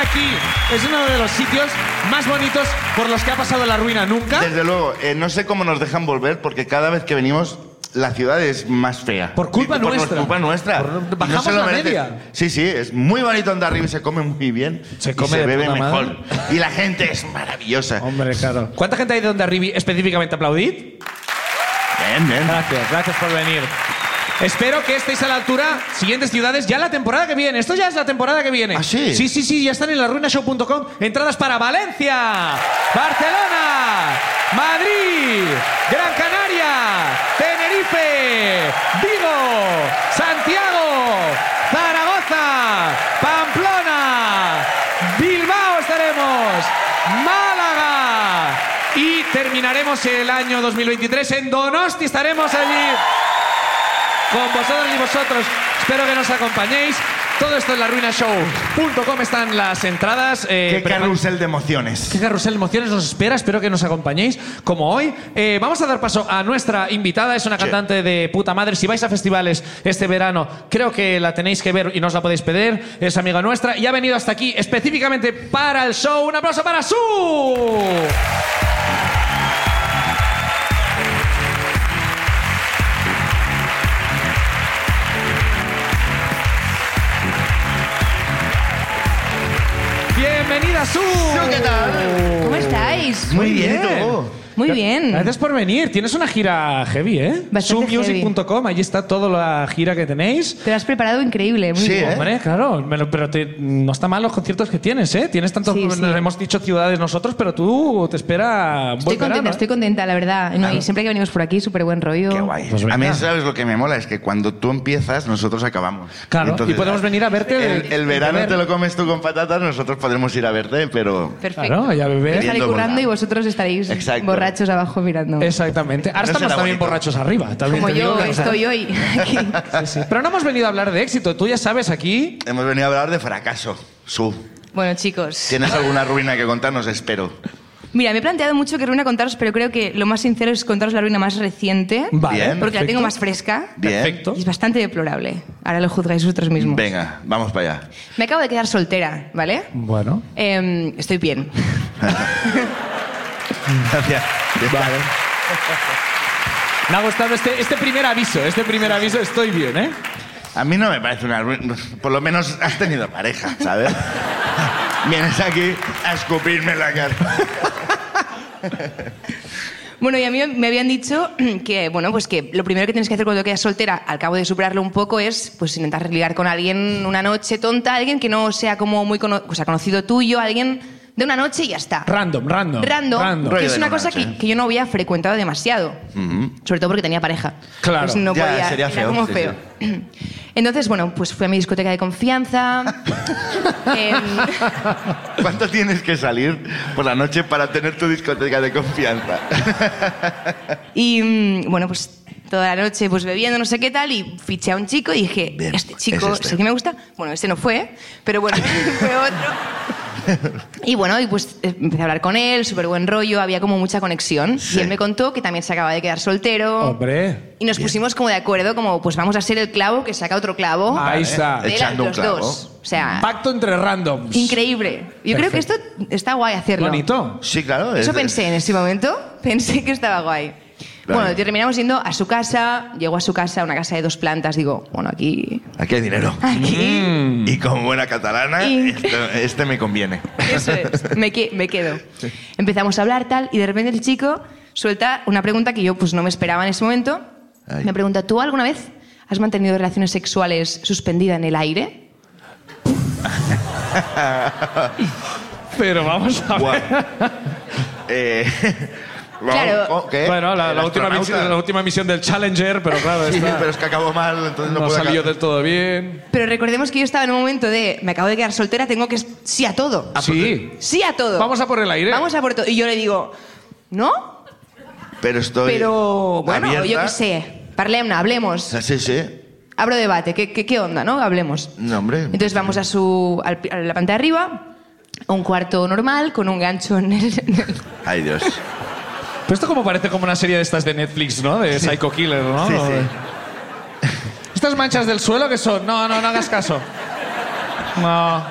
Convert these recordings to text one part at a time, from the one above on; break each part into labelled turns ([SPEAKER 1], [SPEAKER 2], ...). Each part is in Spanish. [SPEAKER 1] aquí es uno de los sitios más bonitos por los que ha pasado la ruina nunca.
[SPEAKER 2] Desde luego, eh, no sé cómo nos dejan volver porque cada vez que venimos la ciudad es más fea.
[SPEAKER 1] Por culpa
[SPEAKER 2] Y por
[SPEAKER 1] nuestra.
[SPEAKER 2] Por culpa nuestra.
[SPEAKER 1] Por-
[SPEAKER 2] Y no
[SPEAKER 1] bajamos
[SPEAKER 2] se lo
[SPEAKER 1] la
[SPEAKER 2] merecen.
[SPEAKER 1] media.
[SPEAKER 2] Sí, sí, es muy bonito Andarriba y se come muy bien.
[SPEAKER 3] Se
[SPEAKER 2] y
[SPEAKER 3] come
[SPEAKER 2] se
[SPEAKER 3] de
[SPEAKER 2] bebe
[SPEAKER 3] puta madre.
[SPEAKER 2] mejor. Y la gente es maravillosa.
[SPEAKER 3] Hombre, claro.
[SPEAKER 1] ¿Cuánta gente hay de donde arriba específicamente aplaudid?
[SPEAKER 2] Bien, bien.
[SPEAKER 1] Gracias, gracias por venir. Espero que estéis a la altura. Siguientes ciudades, ya la temporada que viene. Esto ya es la temporada que viene.
[SPEAKER 2] ¿Ah, sí?
[SPEAKER 1] Sí, sí, sí, ya están en larruinashow.com. Entradas para Valencia, Barcelona, Madrid, Gran Canaria, Tenerife, Vigo, Santiago, Zaragoza, Pamplona, Bilbao estaremos, Málaga. Y terminaremos el año 2023 en Donosti, estaremos allí con vosotros y vosotros. Espero que nos acompañéis. Todo esto en larruinashow.com están las entradas. eh,
[SPEAKER 2] Qué
[SPEAKER 1] pero-
[SPEAKER 2] carrusel de emociones.
[SPEAKER 1] Qué carrusel de emociones nos espera, espero que nos acompañéis como hoy. Eh, vamos a dar paso a nuestra invitada, es una cantante de puta madre. Si vais a festivales este verano, creo que la tenéis que ver y no os la podéis pedir. Es amiga nuestra y ha venido hasta aquí específicamente para el show. Un aplauso para Su. Bienvenida Su.
[SPEAKER 2] ¿Qué tal?
[SPEAKER 4] ¿Cómo estáis?
[SPEAKER 2] Eh, Muy bien.
[SPEAKER 1] bien.
[SPEAKER 2] ¿y tú?
[SPEAKER 4] Muy bien.
[SPEAKER 1] Gracias por venir. Tienes una gira heavy, ¿eh?
[SPEAKER 4] Bastante
[SPEAKER 1] Zoommusic.com, allí está toda la gira que tenéis.
[SPEAKER 4] Te lo has preparado increíble. Muy
[SPEAKER 2] Sí,
[SPEAKER 4] bien.
[SPEAKER 2] ¿eh?
[SPEAKER 1] Hombre, claro, me lo- pero te- no está mal los conciertos que tienes, ¿eh? Tienes tantos,
[SPEAKER 4] Sí, sí.
[SPEAKER 1] nos hemos dicho ciudades nosotros, pero tú te espera
[SPEAKER 4] Estoy contenta, estoy contenta, la verdad. No, y siempre que venimos por aquí, súper buen rollo.
[SPEAKER 2] Qué guay.
[SPEAKER 1] Pues
[SPEAKER 2] a
[SPEAKER 1] venga.
[SPEAKER 2] mí, ¿sabes lo que me mola? Es que cuando tú empiezas, nosotros acabamos.
[SPEAKER 1] Claro, y podemos venir a verte
[SPEAKER 2] El,
[SPEAKER 1] de-
[SPEAKER 2] el
[SPEAKER 1] de
[SPEAKER 2] verano
[SPEAKER 1] ver.
[SPEAKER 2] te lo comes tú con patatas, nosotros podremos ir a verte, pero.
[SPEAKER 4] Perfecto.
[SPEAKER 1] Claro, ya
[SPEAKER 4] Yo
[SPEAKER 1] bebé.
[SPEAKER 4] estaré
[SPEAKER 2] Bebiendo
[SPEAKER 4] currando
[SPEAKER 2] bola.
[SPEAKER 4] y vosotros estaréis
[SPEAKER 2] Exacto.
[SPEAKER 4] borrachos abajo mirando.
[SPEAKER 1] Exactamente. Ahora
[SPEAKER 2] No
[SPEAKER 1] estamos
[SPEAKER 2] será
[SPEAKER 1] también ¿eh?
[SPEAKER 2] bonito.
[SPEAKER 1] borrachos arriba. También
[SPEAKER 4] Como
[SPEAKER 1] te digo
[SPEAKER 4] yo
[SPEAKER 1] que-
[SPEAKER 4] estoy hoy. aquí.
[SPEAKER 1] Sí, sí. Pero no hemos venido a hablar de éxito. Tú ya sabes aquí.
[SPEAKER 2] Hemos venido a hablar de fracaso. Su.
[SPEAKER 4] Bueno, chicos.
[SPEAKER 2] ¿Tienes alguna ruina que contarnos? Espero.
[SPEAKER 4] Mira, me he planteado mucho que ruina contaros, pero creo que lo más sincero es contaros la ruina más reciente.
[SPEAKER 1] Vale.
[SPEAKER 2] Bien.
[SPEAKER 4] Porque la
[SPEAKER 1] perfecto.
[SPEAKER 4] tengo más fresca.
[SPEAKER 2] Bien.
[SPEAKER 1] Perfecto.
[SPEAKER 4] Y es bastante deplorable. Ahora lo juzgáis vosotros mismos.
[SPEAKER 2] Venga, vamos para allá.
[SPEAKER 4] Me acabo de quedar soltera, ¿vale?
[SPEAKER 1] Bueno.
[SPEAKER 4] Em, estoy bien.
[SPEAKER 2] Gracias.
[SPEAKER 1] Vale. Me ha gustado este, este primer aviso. Este primer aviso, estoy bien, ¿eh?
[SPEAKER 2] A mí no me parece una ruina. Por lo menos has tenido pareja, ¿sabes? Vienes aquí a escupirme en la cara.
[SPEAKER 4] Bueno, y a mí me habían dicho que, bueno, pues que lo primero que tienes que hacer cuando quedas soltera, al cabo de superarlo un poco, es pues intentar ligar con alguien una noche tonta, alguien que no sea como muy cono- o sea, conocido tuyo, alguien de una noche y ya está.
[SPEAKER 1] Random, random.
[SPEAKER 4] Random, que
[SPEAKER 2] Rollo
[SPEAKER 4] es
[SPEAKER 2] de
[SPEAKER 4] una
[SPEAKER 2] una
[SPEAKER 4] cosa
[SPEAKER 2] noche.
[SPEAKER 4] que, que yo no había frecuentado demasiado, sobre todo porque tenía pareja.
[SPEAKER 1] Claro.
[SPEAKER 4] Pues no
[SPEAKER 2] Ya,
[SPEAKER 4] podía,
[SPEAKER 2] sería
[SPEAKER 4] era
[SPEAKER 2] feo,
[SPEAKER 4] como
[SPEAKER 2] sí,
[SPEAKER 4] feo. Entonces, bueno, pues fui a mi discoteca de confianza. em,
[SPEAKER 2] ¿Cuánto tienes que salir por la noche para tener tu discoteca de confianza?
[SPEAKER 4] Y mm, bueno, pues toda la noche pues bebiendo, no sé qué tal, y fiché a un chico y dije,
[SPEAKER 2] Bien,
[SPEAKER 4] este chico
[SPEAKER 2] es este.
[SPEAKER 4] sí que me gusta. Bueno, este no fue, pero bueno, fue otro. Y bueno, y pues eh, empecé a hablar con él, súper buen rollo, había como mucha conexión.
[SPEAKER 2] Sí.
[SPEAKER 4] Y él me contó que también se acaba de quedar soltero.
[SPEAKER 1] Hombre.
[SPEAKER 4] Y nos pusimos como de acuerdo, como pues vamos a ser el clavo que saca otro clavo.
[SPEAKER 1] Ahí está.
[SPEAKER 4] De él a
[SPEAKER 2] Echando un
[SPEAKER 4] los
[SPEAKER 2] clavo.
[SPEAKER 4] dos. O sea,
[SPEAKER 1] Pacto entre randoms.
[SPEAKER 4] increíble. Yo creo que esto está guay hacerlo.
[SPEAKER 1] Bonito.
[SPEAKER 2] Sí, claro.
[SPEAKER 4] Eso
[SPEAKER 2] Ah, es-
[SPEAKER 4] pensé en ese momento, pensé que estaba guay.
[SPEAKER 2] Claro.
[SPEAKER 4] Bueno, terminamos yendo a su casa, llego a su casa, una casa de dos plantas, digo, bueno, aquí...
[SPEAKER 2] Aquí hay dinero.
[SPEAKER 4] Aquí...
[SPEAKER 1] Mm.
[SPEAKER 2] Y como buena catalana,
[SPEAKER 4] Y-
[SPEAKER 2] esto- este me conviene.
[SPEAKER 4] Eso es, me, que- me quedo. Empezamos a hablar tal y de repente el chico suelta una pregunta que yo pues no me esperaba en ese momento.
[SPEAKER 2] Ay.
[SPEAKER 4] Me pregunta, ¿tú alguna vez has mantenido relaciones sexuales suspendida en el aire?
[SPEAKER 1] Pero vamos a ver.
[SPEAKER 2] Guau. Eh,
[SPEAKER 4] Claro.
[SPEAKER 2] ¿cómo- qué?
[SPEAKER 1] Bueno, la,
[SPEAKER 2] ¿El
[SPEAKER 1] la última
[SPEAKER 2] astronauta?
[SPEAKER 1] misión, la última misión del Challenger, pero claro,
[SPEAKER 2] Sí,
[SPEAKER 1] esta
[SPEAKER 2] pero es que acabó mal, entonces no,
[SPEAKER 1] no
[SPEAKER 2] puedo
[SPEAKER 1] salió
[SPEAKER 2] acabar.
[SPEAKER 1] del todo bien.
[SPEAKER 4] Pero recordemos que yo estaba en un momento de, me acabo de quedar soltera, tengo que sí a todo.
[SPEAKER 1] Sí.
[SPEAKER 4] Sí a todo.
[SPEAKER 1] Vamos a por el aire.
[SPEAKER 4] Vamos a por todo. Y yo le digo, ¿no?
[SPEAKER 2] Pero estoy.
[SPEAKER 4] Pero bueno,
[SPEAKER 2] abierta.
[SPEAKER 4] yo qué sé. Parlemna,
[SPEAKER 2] O
[SPEAKER 4] hablemos.
[SPEAKER 2] sea, sí, sí.
[SPEAKER 4] Abro debate. ¿Qué, qué, qué onda, no? Hablemos.
[SPEAKER 2] No, hombre.
[SPEAKER 4] Entonces vamos a su al pi- a la planta de arriba, a un cuarto normal con un gancho en el. en el-
[SPEAKER 2] Ay, Dios.
[SPEAKER 1] Pero esto como parece como una serie de estas de Netflix, ¿no? De Psycho Killer, ¿no?
[SPEAKER 2] Sí, sí.
[SPEAKER 1] Estas manchas del suelo que son. No, no, no hagas caso. No.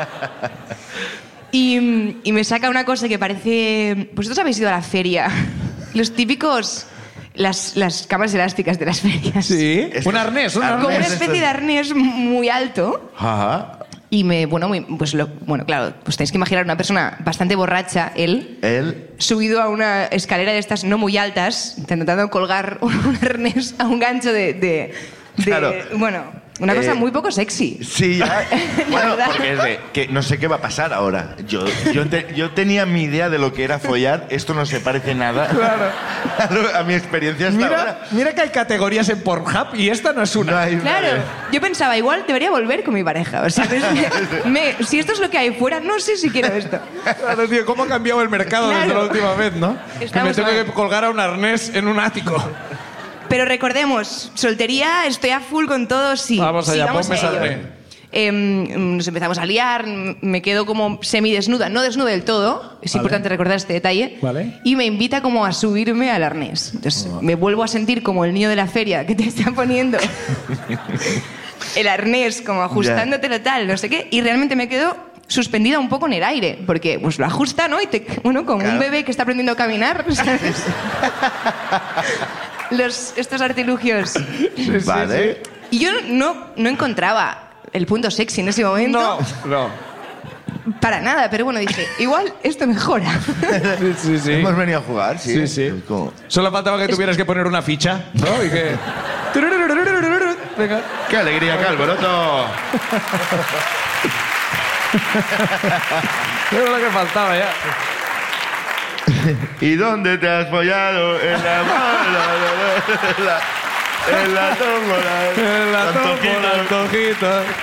[SPEAKER 4] Y, y me saca una cosa que parece... Vosotros habéis ido a la feria. Los típicos... Las, las camas elásticas de las ferias.
[SPEAKER 1] Sí.
[SPEAKER 2] Esto
[SPEAKER 1] Un
[SPEAKER 2] Ah, es-
[SPEAKER 1] arnés, un
[SPEAKER 4] Con
[SPEAKER 1] arnés.
[SPEAKER 4] una
[SPEAKER 2] Arnés,
[SPEAKER 4] especie de
[SPEAKER 2] esto
[SPEAKER 4] arnés muy alto.
[SPEAKER 2] Ajá.
[SPEAKER 4] Y me, bueno, muy- pues lo- bueno, claro, pues tenéis que imaginar una persona bastante borracha, él,
[SPEAKER 2] Él.
[SPEAKER 4] subido a una escalera de estas no muy altas, intentando colgar un arnés a un gancho de. de- de-
[SPEAKER 2] Claro.
[SPEAKER 4] Bueno, una cosa
[SPEAKER 2] Eh,
[SPEAKER 4] muy poco sexy.
[SPEAKER 2] Sí, ya. bueno,
[SPEAKER 4] verdad.
[SPEAKER 2] porque es de que no sé qué va a pasar ahora. Yo, yo, te- yo tenía mi idea de lo que era follar. Esto no se parece nada Claro, a mi experiencia hasta
[SPEAKER 1] Mira,
[SPEAKER 2] ahora.
[SPEAKER 1] mira que hay categorías en Pornhub y esta no es
[SPEAKER 2] No
[SPEAKER 1] una.
[SPEAKER 2] hay
[SPEAKER 4] Claro,
[SPEAKER 2] nadie.
[SPEAKER 4] yo pensaba, igual debería volver con mi pareja. O sea, me- me- si esto es lo que hay fuera, no sé si quiero esto.
[SPEAKER 1] Claro, tío, ¿cómo ha cambiado el mercado desde
[SPEAKER 4] Claro.
[SPEAKER 1] la última vez, no? Que me
[SPEAKER 4] Estamos
[SPEAKER 1] tengo
[SPEAKER 4] mal.
[SPEAKER 1] que colgar a un arnés en un ático.
[SPEAKER 4] Pero recordemos, soltería, estoy a full con todo, sí.
[SPEAKER 1] Vamos allá,
[SPEAKER 4] sigamos
[SPEAKER 1] ponme
[SPEAKER 4] a
[SPEAKER 1] esa
[SPEAKER 4] ello.
[SPEAKER 1] red.
[SPEAKER 4] Em, nos empezamos a liar, m- me quedo como semidesnuda, no desnuda del todo, es
[SPEAKER 1] Vale.
[SPEAKER 4] importante recordar este detalle,
[SPEAKER 1] Vale. Oh.
[SPEAKER 4] y me invita como a subirme al arnés. Entonces me vuelvo a sentir como el niño de la feria que te está poniendo el arnés, como ajustándotelo tal, no sé qué, y realmente me quedo suspendida un poco en el aire, porque pues lo ajusta, ¿no? Y te, bueno, como
[SPEAKER 2] Claro.
[SPEAKER 4] un bebé que está aprendiendo a caminar, ¿sabes? Los, estos artilugios.
[SPEAKER 2] Vale.
[SPEAKER 4] Y yo no, no encontraba el punto sexy en ese momento.
[SPEAKER 1] No, no.
[SPEAKER 4] Para nada, pero bueno, dije, igual esto mejora.
[SPEAKER 1] Sí, sí, sí.
[SPEAKER 2] Hemos venido a jugar, sí.
[SPEAKER 1] Sí, sí.
[SPEAKER 2] Como-
[SPEAKER 1] Solo faltaba que tuvieras que poner una ficha, ¿no? Y que... Venga.
[SPEAKER 2] ¡Qué alegría, qué alboroto!
[SPEAKER 1] Era lo que faltaba ya.
[SPEAKER 2] ¿Y dónde te has follado? En la mala, en la, en la tómbola.
[SPEAKER 1] El
[SPEAKER 2] Antojito.
[SPEAKER 1] antojo, el antojito.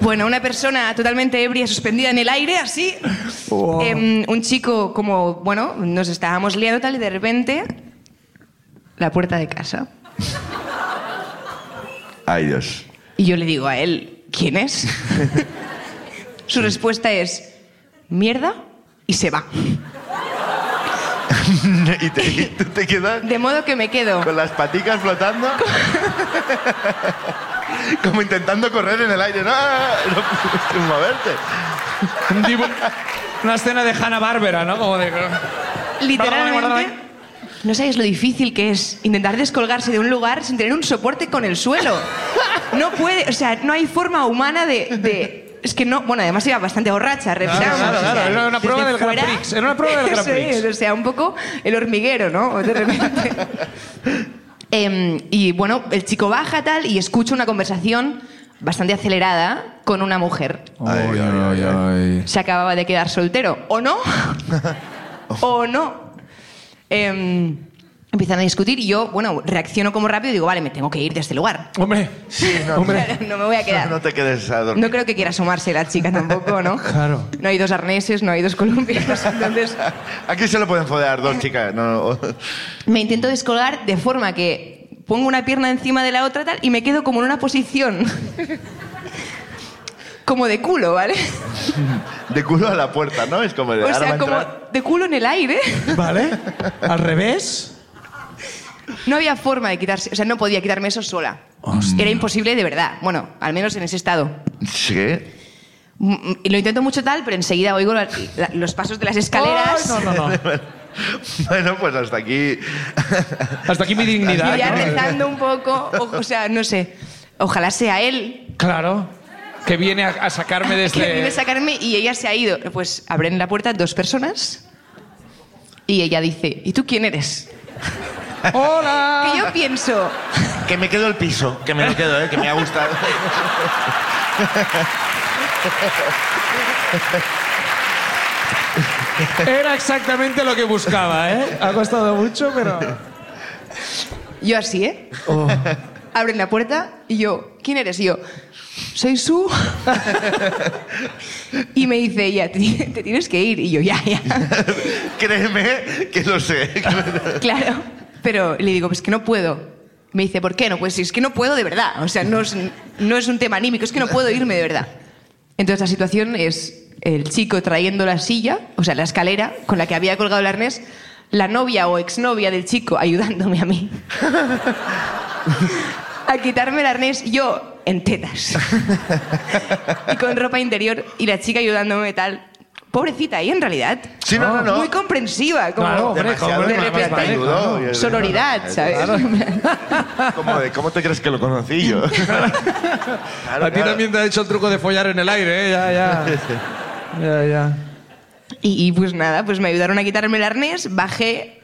[SPEAKER 4] Bueno, una persona totalmente ebria, suspendida en el aire, así.
[SPEAKER 1] Wow.
[SPEAKER 4] Em, un chico como, bueno, nos estábamos liando tal y de repente, la puerta de casa.
[SPEAKER 2] Ay, Dios.
[SPEAKER 4] Y yo le digo a él, ¿quién es? Su respuesta es, mierda, y se va.
[SPEAKER 2] ¿Y, te, y tú te quedas
[SPEAKER 4] De modo que me quedo.
[SPEAKER 2] con las paticas flotando? Como intentando correr en el aire. No, no, no, sin moverte.
[SPEAKER 1] Un dibu- Una escena de Hanna Barbera, ¿no? Como de...
[SPEAKER 4] Literalmente.
[SPEAKER 1] Perdóname,
[SPEAKER 4] No sabéis lo difícil que es intentar descolgarse de un lugar sin tener un soporte con el suelo. No puede, o sea, no hay forma humana de. de- es que no, bueno, además iba bastante borracha, revisamos.
[SPEAKER 1] claro,
[SPEAKER 4] o sea,
[SPEAKER 1] claro, era una
[SPEAKER 4] desde
[SPEAKER 1] prueba del Grand
[SPEAKER 4] fuera-
[SPEAKER 1] Prix, era una prueba del Grand
[SPEAKER 4] Eso es,
[SPEAKER 1] Prix.
[SPEAKER 4] o sea, un poco el hormiguero, ¿no? De repente. Em, y bueno, el chico baja tal y escucho una conversación bastante acelerada con una mujer.
[SPEAKER 2] Ay, ay, ay, ay.
[SPEAKER 4] se acababa de quedar soltero. ¿O no? ¿O no? Em, empiezan a discutir y yo, bueno, reacciono como rápido y digo, vale, me tengo que ir de este lugar.
[SPEAKER 1] Hombre.
[SPEAKER 2] no,
[SPEAKER 1] Hombre.
[SPEAKER 4] No me voy a
[SPEAKER 2] No
[SPEAKER 4] quedar.
[SPEAKER 2] te quedes a dormir.
[SPEAKER 4] No creo que quiera asomarse la chica tampoco, ¿no?
[SPEAKER 1] Claro.
[SPEAKER 4] No hay dos arneses, no hay dos columpios. Entonces
[SPEAKER 2] Aquí se lo pueden fodear dos chicas. No, no.
[SPEAKER 4] me intento descolgar de forma que pongo una pierna encima de la otra tal y me quedo como en una posición como de culo, ¿vale?
[SPEAKER 2] De culo a la puerta, ¿no? Es como de
[SPEAKER 4] O
[SPEAKER 2] ahora va
[SPEAKER 4] sea,
[SPEAKER 2] a
[SPEAKER 4] como
[SPEAKER 2] entrar.
[SPEAKER 4] de culo en el aire.
[SPEAKER 1] ¿Vale? ¿Al revés?
[SPEAKER 4] No había forma de quitarse, o sea, no podía quitarme eso sola. Era imposible de verdad. Bueno, al menos en ese estado.
[SPEAKER 2] Sí.
[SPEAKER 4] Mm, mm, Y lo intento mucho tal, pero enseguida oigo la- la- los pasos de las escaleras.
[SPEAKER 1] Ay, no, no, no.
[SPEAKER 2] Bueno, pues hasta aquí.
[SPEAKER 1] Hasta aquí mi
[SPEAKER 4] Yo
[SPEAKER 1] dignidad.
[SPEAKER 4] ya
[SPEAKER 1] ¿no?
[SPEAKER 4] rezando un poco, o, o sea, no sé. Ojalá sea él
[SPEAKER 1] Claro. Que viene a, a sacarme de
[SPEAKER 4] que viene a
[SPEAKER 1] este...
[SPEAKER 4] sacarme y ella se ha ido. Pues abren la puerta dos personas y ella dice, ¿y tú quién eres? Que
[SPEAKER 1] ¡Hola!
[SPEAKER 4] yo pienso,
[SPEAKER 2] Que me quedo el piso. Que me lo quedo, ¿eh? Que me ha gustado.
[SPEAKER 1] Era exactamente lo que buscaba, ¿eh? Ha costado mucho, pero...
[SPEAKER 4] yo así, ¿eh? Abren la puerta y yo, ¿quién eres? Y yo, soy su. y me dice ella, te, ti- te tienes que ir. Y yo, ya, ya.
[SPEAKER 2] Créeme que lo sé.
[SPEAKER 4] claro. Pero le digo, pues que no puedo. Me dice, ¿por qué no? Pues es que no puedo de verdad. O sea, no es, no es un tema anímico, es que no puedo irme de verdad. Entonces la situación es el chico trayendo la silla, o sea, la escalera con la que había colgado el arnés, la novia o exnovia del chico ayudándome a mí. a quitarme el arnés, yo en tetas. y con ropa interior y la chica ayudándome tal. Pobrecita, y en realidad.
[SPEAKER 2] Sí, no, no, no.
[SPEAKER 4] Muy comprensiva, como
[SPEAKER 1] Claro, hombre,
[SPEAKER 2] Demasiado
[SPEAKER 1] hombre,
[SPEAKER 2] de
[SPEAKER 1] hombre,
[SPEAKER 2] repente
[SPEAKER 1] hombre,
[SPEAKER 2] ayudó.
[SPEAKER 1] claro.
[SPEAKER 2] Y-
[SPEAKER 4] sororidad, ¿sabes?
[SPEAKER 2] Como de, ¿cómo te crees que lo conocí yo? Claro,
[SPEAKER 1] a ti
[SPEAKER 2] claro.
[SPEAKER 1] también te ha hecho el truco de follar en el aire, ¿eh? Ya, ya. ya, ya.
[SPEAKER 4] Y, y, pues nada, pues me ayudaron a quitarme el arnés, bajé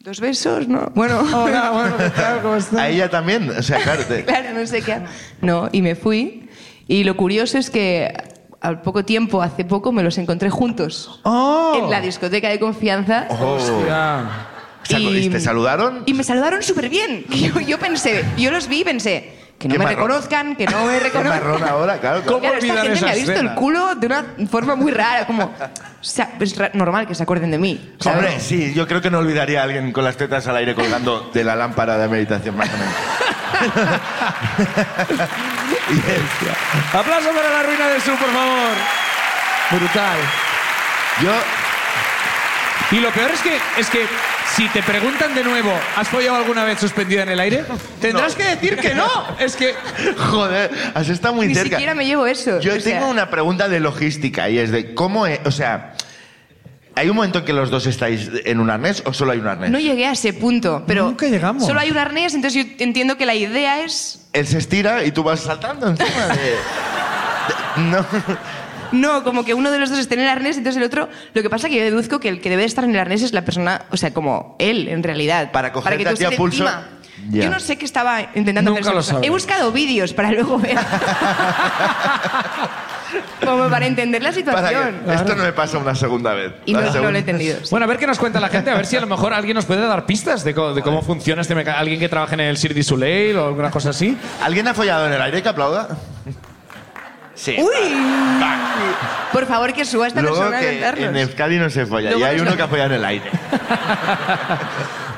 [SPEAKER 4] dos besos, ¿no? Bueno,
[SPEAKER 1] Hola, bueno, ¿qué tal? ¿Cómo estás?
[SPEAKER 2] A ella también, o sea, claro. te-
[SPEAKER 4] claro, no sé qué. No, y me fui. Y lo curioso es que al poco tiempo, hace poco, me los encontré juntos
[SPEAKER 1] ¡Oh!
[SPEAKER 4] en la discoteca de confianza.
[SPEAKER 2] Oh.
[SPEAKER 1] Hostia.
[SPEAKER 2] Saco- ¿Y te saludaron?
[SPEAKER 4] Y me saludaron súper bien. Yo, yo pensé, yo los vi y pensé que no
[SPEAKER 2] Qué
[SPEAKER 4] me
[SPEAKER 2] marrón.
[SPEAKER 4] reconozcan, que no me
[SPEAKER 2] Qué marrón
[SPEAKER 4] reconozcan.
[SPEAKER 2] ahora, claro. claro.
[SPEAKER 1] ¿Cómo
[SPEAKER 4] Claro, esta
[SPEAKER 1] olvidar
[SPEAKER 4] gente me
[SPEAKER 1] esa
[SPEAKER 4] ha visto
[SPEAKER 1] escena?
[SPEAKER 4] el culo de una forma muy rara, como... o sea, es ra- normal que se acuerden de mí. ¿sabes?
[SPEAKER 2] Hombre, sí, yo creo que no olvidaría a alguien con las tetas al aire colgando de la lámpara de meditación, más o menos. Y él-
[SPEAKER 1] Aplauso para la ruina de su, por favor. Brutal.
[SPEAKER 2] yo,
[SPEAKER 1] Y lo peor es que, es que si te preguntan de nuevo, ¿has follado alguna vez suspendida en el aire? Tendrás que decir que no. Es que.
[SPEAKER 2] joder, has estado muy
[SPEAKER 4] Ni
[SPEAKER 2] cerca.
[SPEAKER 4] siquiera me llevo eso.
[SPEAKER 2] Yo
[SPEAKER 4] o sea.
[SPEAKER 2] tengo una pregunta de logística y es de cómo, e- o sea, ¿hay un momento en que los dos estáis en un arnés o solo hay un arnés?
[SPEAKER 4] No llegué a ese punto, pero
[SPEAKER 1] Nunca llegamos.
[SPEAKER 4] solo hay un arnés, entonces yo entiendo que la idea es
[SPEAKER 2] Él se estira y tú vas saltando encima de... de- No,
[SPEAKER 4] no, como que uno de los dos esté en el arnés, entonces el otro, lo que pasa que yo deduzco que el que debe de estar en el arnés es la persona, o sea, como él en realidad,
[SPEAKER 2] Para
[SPEAKER 4] para
[SPEAKER 2] cogerte
[SPEAKER 4] que
[SPEAKER 2] a
[SPEAKER 4] tú
[SPEAKER 2] ti a
[SPEAKER 4] estés
[SPEAKER 2] pulso.
[SPEAKER 4] encima.
[SPEAKER 2] Ya.
[SPEAKER 4] Yo no sé qué estaba intentando
[SPEAKER 1] Nunca
[SPEAKER 4] hacer. esa
[SPEAKER 1] lo
[SPEAKER 4] cosa.
[SPEAKER 1] sabré.
[SPEAKER 4] He buscado vídeos para luego ver. como para entender la
[SPEAKER 2] para que-
[SPEAKER 4] situación.
[SPEAKER 2] Esto no me pasa una segunda vez.
[SPEAKER 4] Y
[SPEAKER 2] La
[SPEAKER 4] no, no lo
[SPEAKER 2] segunda-
[SPEAKER 4] he entendido. sí.
[SPEAKER 1] Bueno, a ver qué nos cuenta la gente, a ver si a lo mejor alguien nos puede dar pistas de, co- de cómo funciona este mecanismo. Alguien que trabaje en el Cirque du Soleil o alguna cosa así.
[SPEAKER 2] ¿Alguien ha follado en el aire que aplauda? Sí.
[SPEAKER 4] ¡Uy!
[SPEAKER 2] Va.
[SPEAKER 4] Por favor, que suba esta
[SPEAKER 2] Luego
[SPEAKER 4] persona a
[SPEAKER 2] que
[SPEAKER 4] contarnos.
[SPEAKER 2] en Euskadi no se folla
[SPEAKER 4] Luego
[SPEAKER 2] y hay
[SPEAKER 4] nos
[SPEAKER 2] uno
[SPEAKER 4] lo-
[SPEAKER 2] que ha follado en el aire.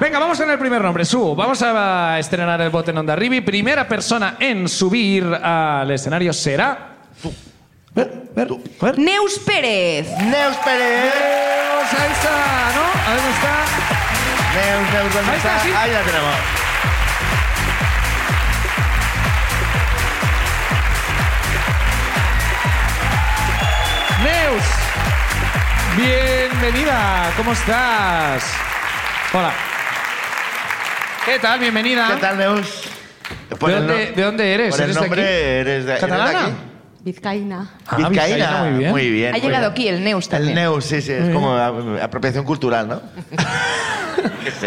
[SPEAKER 1] Venga, vamos con el primer nombre, Su. Vamos a estrenar el bote en Onda Ribi. Primera persona en subir al escenario será. Ver, ver, ver.
[SPEAKER 4] Neus Pérez.
[SPEAKER 2] ¡Neus Pérez!
[SPEAKER 1] Neus, ahí está, ¿no? Ahí está.
[SPEAKER 2] ¡Neus, Neus, ¿dónde
[SPEAKER 1] Ahí está, sí.
[SPEAKER 2] Ahí la tenemos.
[SPEAKER 1] Neus, bienvenida. ¿Cómo estás? Hola. ¿Qué tal? Bienvenida.
[SPEAKER 2] ¿Qué tal, Neus? Por
[SPEAKER 1] ¿De
[SPEAKER 2] el no-
[SPEAKER 1] dónde, de dónde eres?
[SPEAKER 2] Por el
[SPEAKER 1] ¿Eres de
[SPEAKER 2] nombre
[SPEAKER 1] aquí?
[SPEAKER 2] eres de, eres de
[SPEAKER 1] ¿Catalana?
[SPEAKER 2] aquí.
[SPEAKER 3] Vizcaína.
[SPEAKER 1] Ah,
[SPEAKER 2] Vizcaína.
[SPEAKER 1] vizcaína, muy bien.
[SPEAKER 2] Muy bien.
[SPEAKER 4] Ha
[SPEAKER 2] muy
[SPEAKER 4] llegado
[SPEAKER 2] bien.
[SPEAKER 4] aquí el Neus
[SPEAKER 2] El
[SPEAKER 4] también.
[SPEAKER 2] Neus, sí, sí, es como a- apropiación cultural, ¿no? Sí.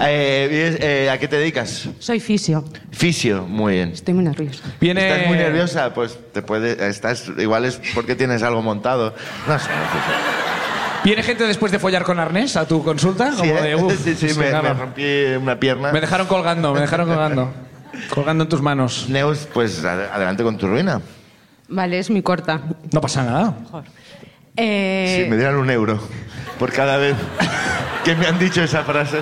[SPEAKER 2] Eh, bien, eh, ¿A qué te dedicas?
[SPEAKER 3] Soy fisio.
[SPEAKER 2] Fisio, muy bien.
[SPEAKER 3] Estoy muy nerviosa.
[SPEAKER 1] Viene...
[SPEAKER 2] ¿Estás muy nerviosa? Pues te puede, estás, igual es porque tienes algo montado. No sé. no sé.
[SPEAKER 1] ¿Viene gente después de follar con arnés a tu consulta?
[SPEAKER 2] Sí,
[SPEAKER 1] Como
[SPEAKER 2] ¿eh?
[SPEAKER 1] de, uf,
[SPEAKER 2] Sí, sí,
[SPEAKER 1] sí,
[SPEAKER 2] me, me
[SPEAKER 1] claro.
[SPEAKER 2] rompí una pierna.
[SPEAKER 1] Me dejaron colgando, me dejaron colgando. colgando en tus manos.
[SPEAKER 2] Neus, pues ad- adelante con tu ruina.
[SPEAKER 3] Vale, es muy corta.
[SPEAKER 1] No pasa nada.
[SPEAKER 3] Eh,
[SPEAKER 2] Si me dieran un euro por cada vez que me han dicho esa frase.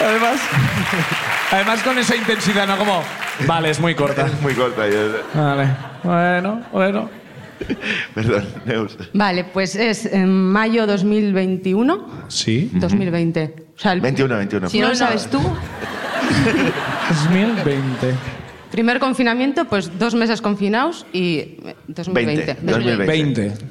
[SPEAKER 1] Además, además con esa intensidad, ¿no? Como, vale, es muy corta.
[SPEAKER 2] Es muy corta. yo-
[SPEAKER 1] Vale, bueno, bueno.
[SPEAKER 2] Perdón, Neus.
[SPEAKER 3] Vale, pues es en mayo 2021,
[SPEAKER 1] Sí.
[SPEAKER 3] 2020. O sea, el
[SPEAKER 2] 21, 21.
[SPEAKER 4] Si no lo sabes tú,
[SPEAKER 1] 2020.
[SPEAKER 3] primer confinamiento, pues dos meses confinados y eh, 2020.
[SPEAKER 2] 20, 2020.
[SPEAKER 1] 20.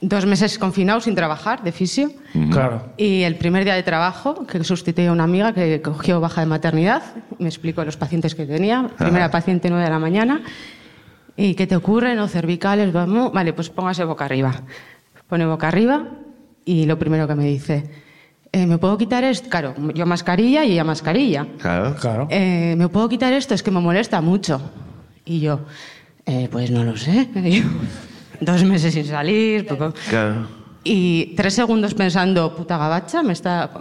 [SPEAKER 3] Dos meses confinados sin trabajar, de fisio.
[SPEAKER 1] Claro.
[SPEAKER 3] Y el primer día de trabajo, que sustituí a una amiga que cogió baja de maternidad, me explicó los pacientes que tenía, primera paciente 9 de la mañana, y ¿qué te ocurre? ¿No? Cervicales, vamos, vale, pues póngase boca arriba. Pone boca arriba y lo primero que me dice, eh, ¿me puedo quitar esto? Claro, yo mascarilla y ella mascarilla.
[SPEAKER 2] Claro.
[SPEAKER 1] Claro.
[SPEAKER 3] Eh, ¿Me puedo quitar esto? Es que me molesta mucho. Y yo, "Eh, pues no lo sé. Y yo, dos meses sin salir. pa, pa.
[SPEAKER 2] Claro.
[SPEAKER 3] Y tres segundos pensando, puta gabacha, me está...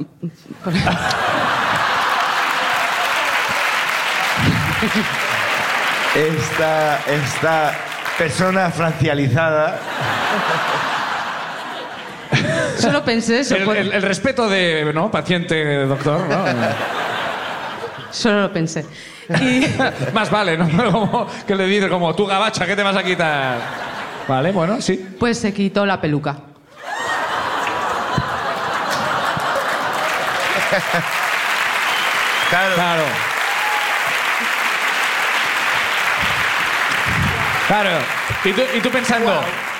[SPEAKER 2] Esta, esta persona francializada.
[SPEAKER 3] Solo pensé eso. pues.
[SPEAKER 1] El,
[SPEAKER 3] por-
[SPEAKER 1] el- el respeto de, ¿no? Paciente, doctor, ¿no?
[SPEAKER 3] Solo lo pensé. Y,
[SPEAKER 1] Más vale, ¿no? Como que le dices como, tú gabacha, ¿qué te vas a quitar? Vale, bueno, sí.
[SPEAKER 3] pues se quitó la peluca.
[SPEAKER 2] Claro.
[SPEAKER 1] Claro. Claro. Y tú, y tú pensando,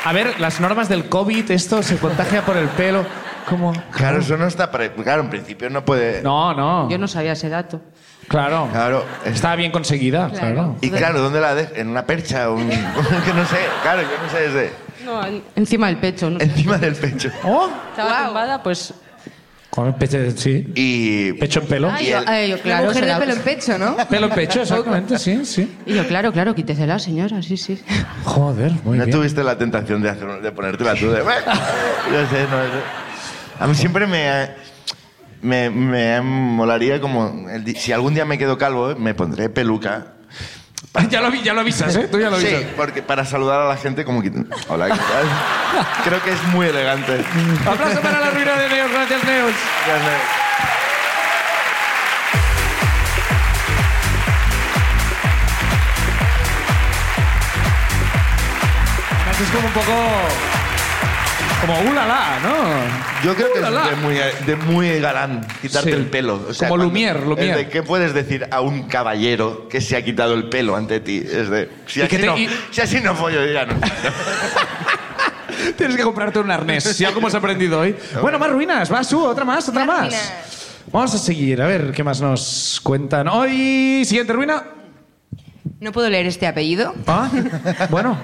[SPEAKER 1] a ver, las normas del COVID, esto se contagia por el pelo. ¿Cómo?
[SPEAKER 2] Claro, eso no está pre- Claro, en principio no puede.
[SPEAKER 1] No, no.
[SPEAKER 3] Yo no sabía ese dato.
[SPEAKER 1] Claro.
[SPEAKER 2] Claro.
[SPEAKER 1] Está bien conseguida, claro.
[SPEAKER 3] Claro.
[SPEAKER 2] Y claro, ¿dónde la dejas? ¿En una percha? o un- que no sé. Claro, yo no sé. ese-
[SPEAKER 3] No, en- encima del pecho, no sé.
[SPEAKER 2] Encima del pecho.
[SPEAKER 1] ¿Oh?
[SPEAKER 3] Estaba
[SPEAKER 4] Guau.
[SPEAKER 3] tumbada, pues.
[SPEAKER 1] Con el pecho, sí.
[SPEAKER 2] Y.
[SPEAKER 1] Pecho en pelo.
[SPEAKER 3] Ay,
[SPEAKER 2] Y
[SPEAKER 3] yo,
[SPEAKER 2] el-
[SPEAKER 3] ay, yo, claro,
[SPEAKER 4] la mujer
[SPEAKER 3] será-
[SPEAKER 4] de pelo en pecho, ¿no?
[SPEAKER 1] Pelo en pecho, exactamente, sí, sí.
[SPEAKER 3] Y yo, claro, claro, quítesela, señora, sí, sí.
[SPEAKER 1] Joder, muy
[SPEAKER 2] ¿No
[SPEAKER 1] bien.
[SPEAKER 2] tuviste la tentación de, hacer, de ponértela tú? De, "Bueno, yo sé, no sé". A mí siempre me, me, me molaría como... el di- si algún día me quedo calvo, eh, me pondré peluca.
[SPEAKER 1] Ya lo, vi- ya lo avisas, ¿eh? Tú ya lo
[SPEAKER 2] Sí,
[SPEAKER 1] avisas.
[SPEAKER 2] porque para saludar a la gente como que... Hola, ¿qué tal? Creo que es muy elegante.
[SPEAKER 1] Aplauso para la ruina de Neos, gracias, Neos. Además, es como un poco. Como ulala, ¿no?
[SPEAKER 2] Yo creo que es
[SPEAKER 1] Ulala.
[SPEAKER 2] de muy, de muy galán quitarte
[SPEAKER 1] Sí.
[SPEAKER 2] el pelo. O sea,
[SPEAKER 1] Como
[SPEAKER 2] cuando-
[SPEAKER 1] Lumière,
[SPEAKER 2] es
[SPEAKER 1] Lumière.
[SPEAKER 2] de, ¿Qué puedes decir a un caballero que se ha quitado el pelo ante ti? Es de... Si
[SPEAKER 1] Y que
[SPEAKER 2] así,
[SPEAKER 1] te-
[SPEAKER 2] no,
[SPEAKER 1] y-
[SPEAKER 2] si así no follo, yo ya no.
[SPEAKER 1] Tienes que comprarte un arnés, si algo hemos aprendido hoy. Bueno, más ruinas, va, su, otra más, otra
[SPEAKER 4] Más
[SPEAKER 1] más.
[SPEAKER 4] ruinas.
[SPEAKER 1] Vamos a seguir, a ver qué más nos cuentan. Hoy, siguiente ruina.
[SPEAKER 4] No puedo leer este apellido.
[SPEAKER 1] Ah, bueno.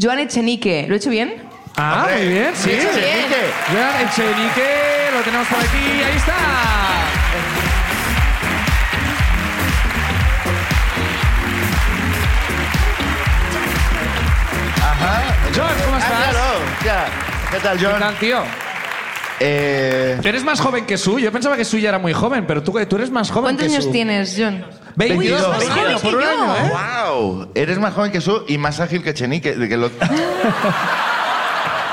[SPEAKER 4] Joan Echenique, ¿lo he hecho bien?
[SPEAKER 1] Ah,
[SPEAKER 2] Hombre,
[SPEAKER 1] muy bien, sí.
[SPEAKER 2] Luis
[SPEAKER 4] Bien.
[SPEAKER 2] Enrique.
[SPEAKER 1] Joan Echenique, lo tenemos por aquí, ahí está.
[SPEAKER 2] Ajá.
[SPEAKER 1] John, ¿cómo estás?
[SPEAKER 2] Ah, claro. Ya. ¿Qué tal,
[SPEAKER 1] ¿Qué
[SPEAKER 2] John?
[SPEAKER 1] tal, tío?
[SPEAKER 2] Eh,
[SPEAKER 1] Eres más joven que Su. Yo pensaba que Su ya era muy joven, pero tú, tú eres más joven
[SPEAKER 4] ¿Cuántos
[SPEAKER 1] que
[SPEAKER 4] años
[SPEAKER 1] Su.
[SPEAKER 4] tienes, John?
[SPEAKER 1] 22.
[SPEAKER 2] Uy,
[SPEAKER 1] por
[SPEAKER 2] más
[SPEAKER 1] un año,
[SPEAKER 4] joven
[SPEAKER 1] por
[SPEAKER 4] que
[SPEAKER 1] un
[SPEAKER 4] yo.
[SPEAKER 1] año, ¿eh?
[SPEAKER 2] ¡Wow! Eres más joven que Su y más ágil que Chenique. De que lo-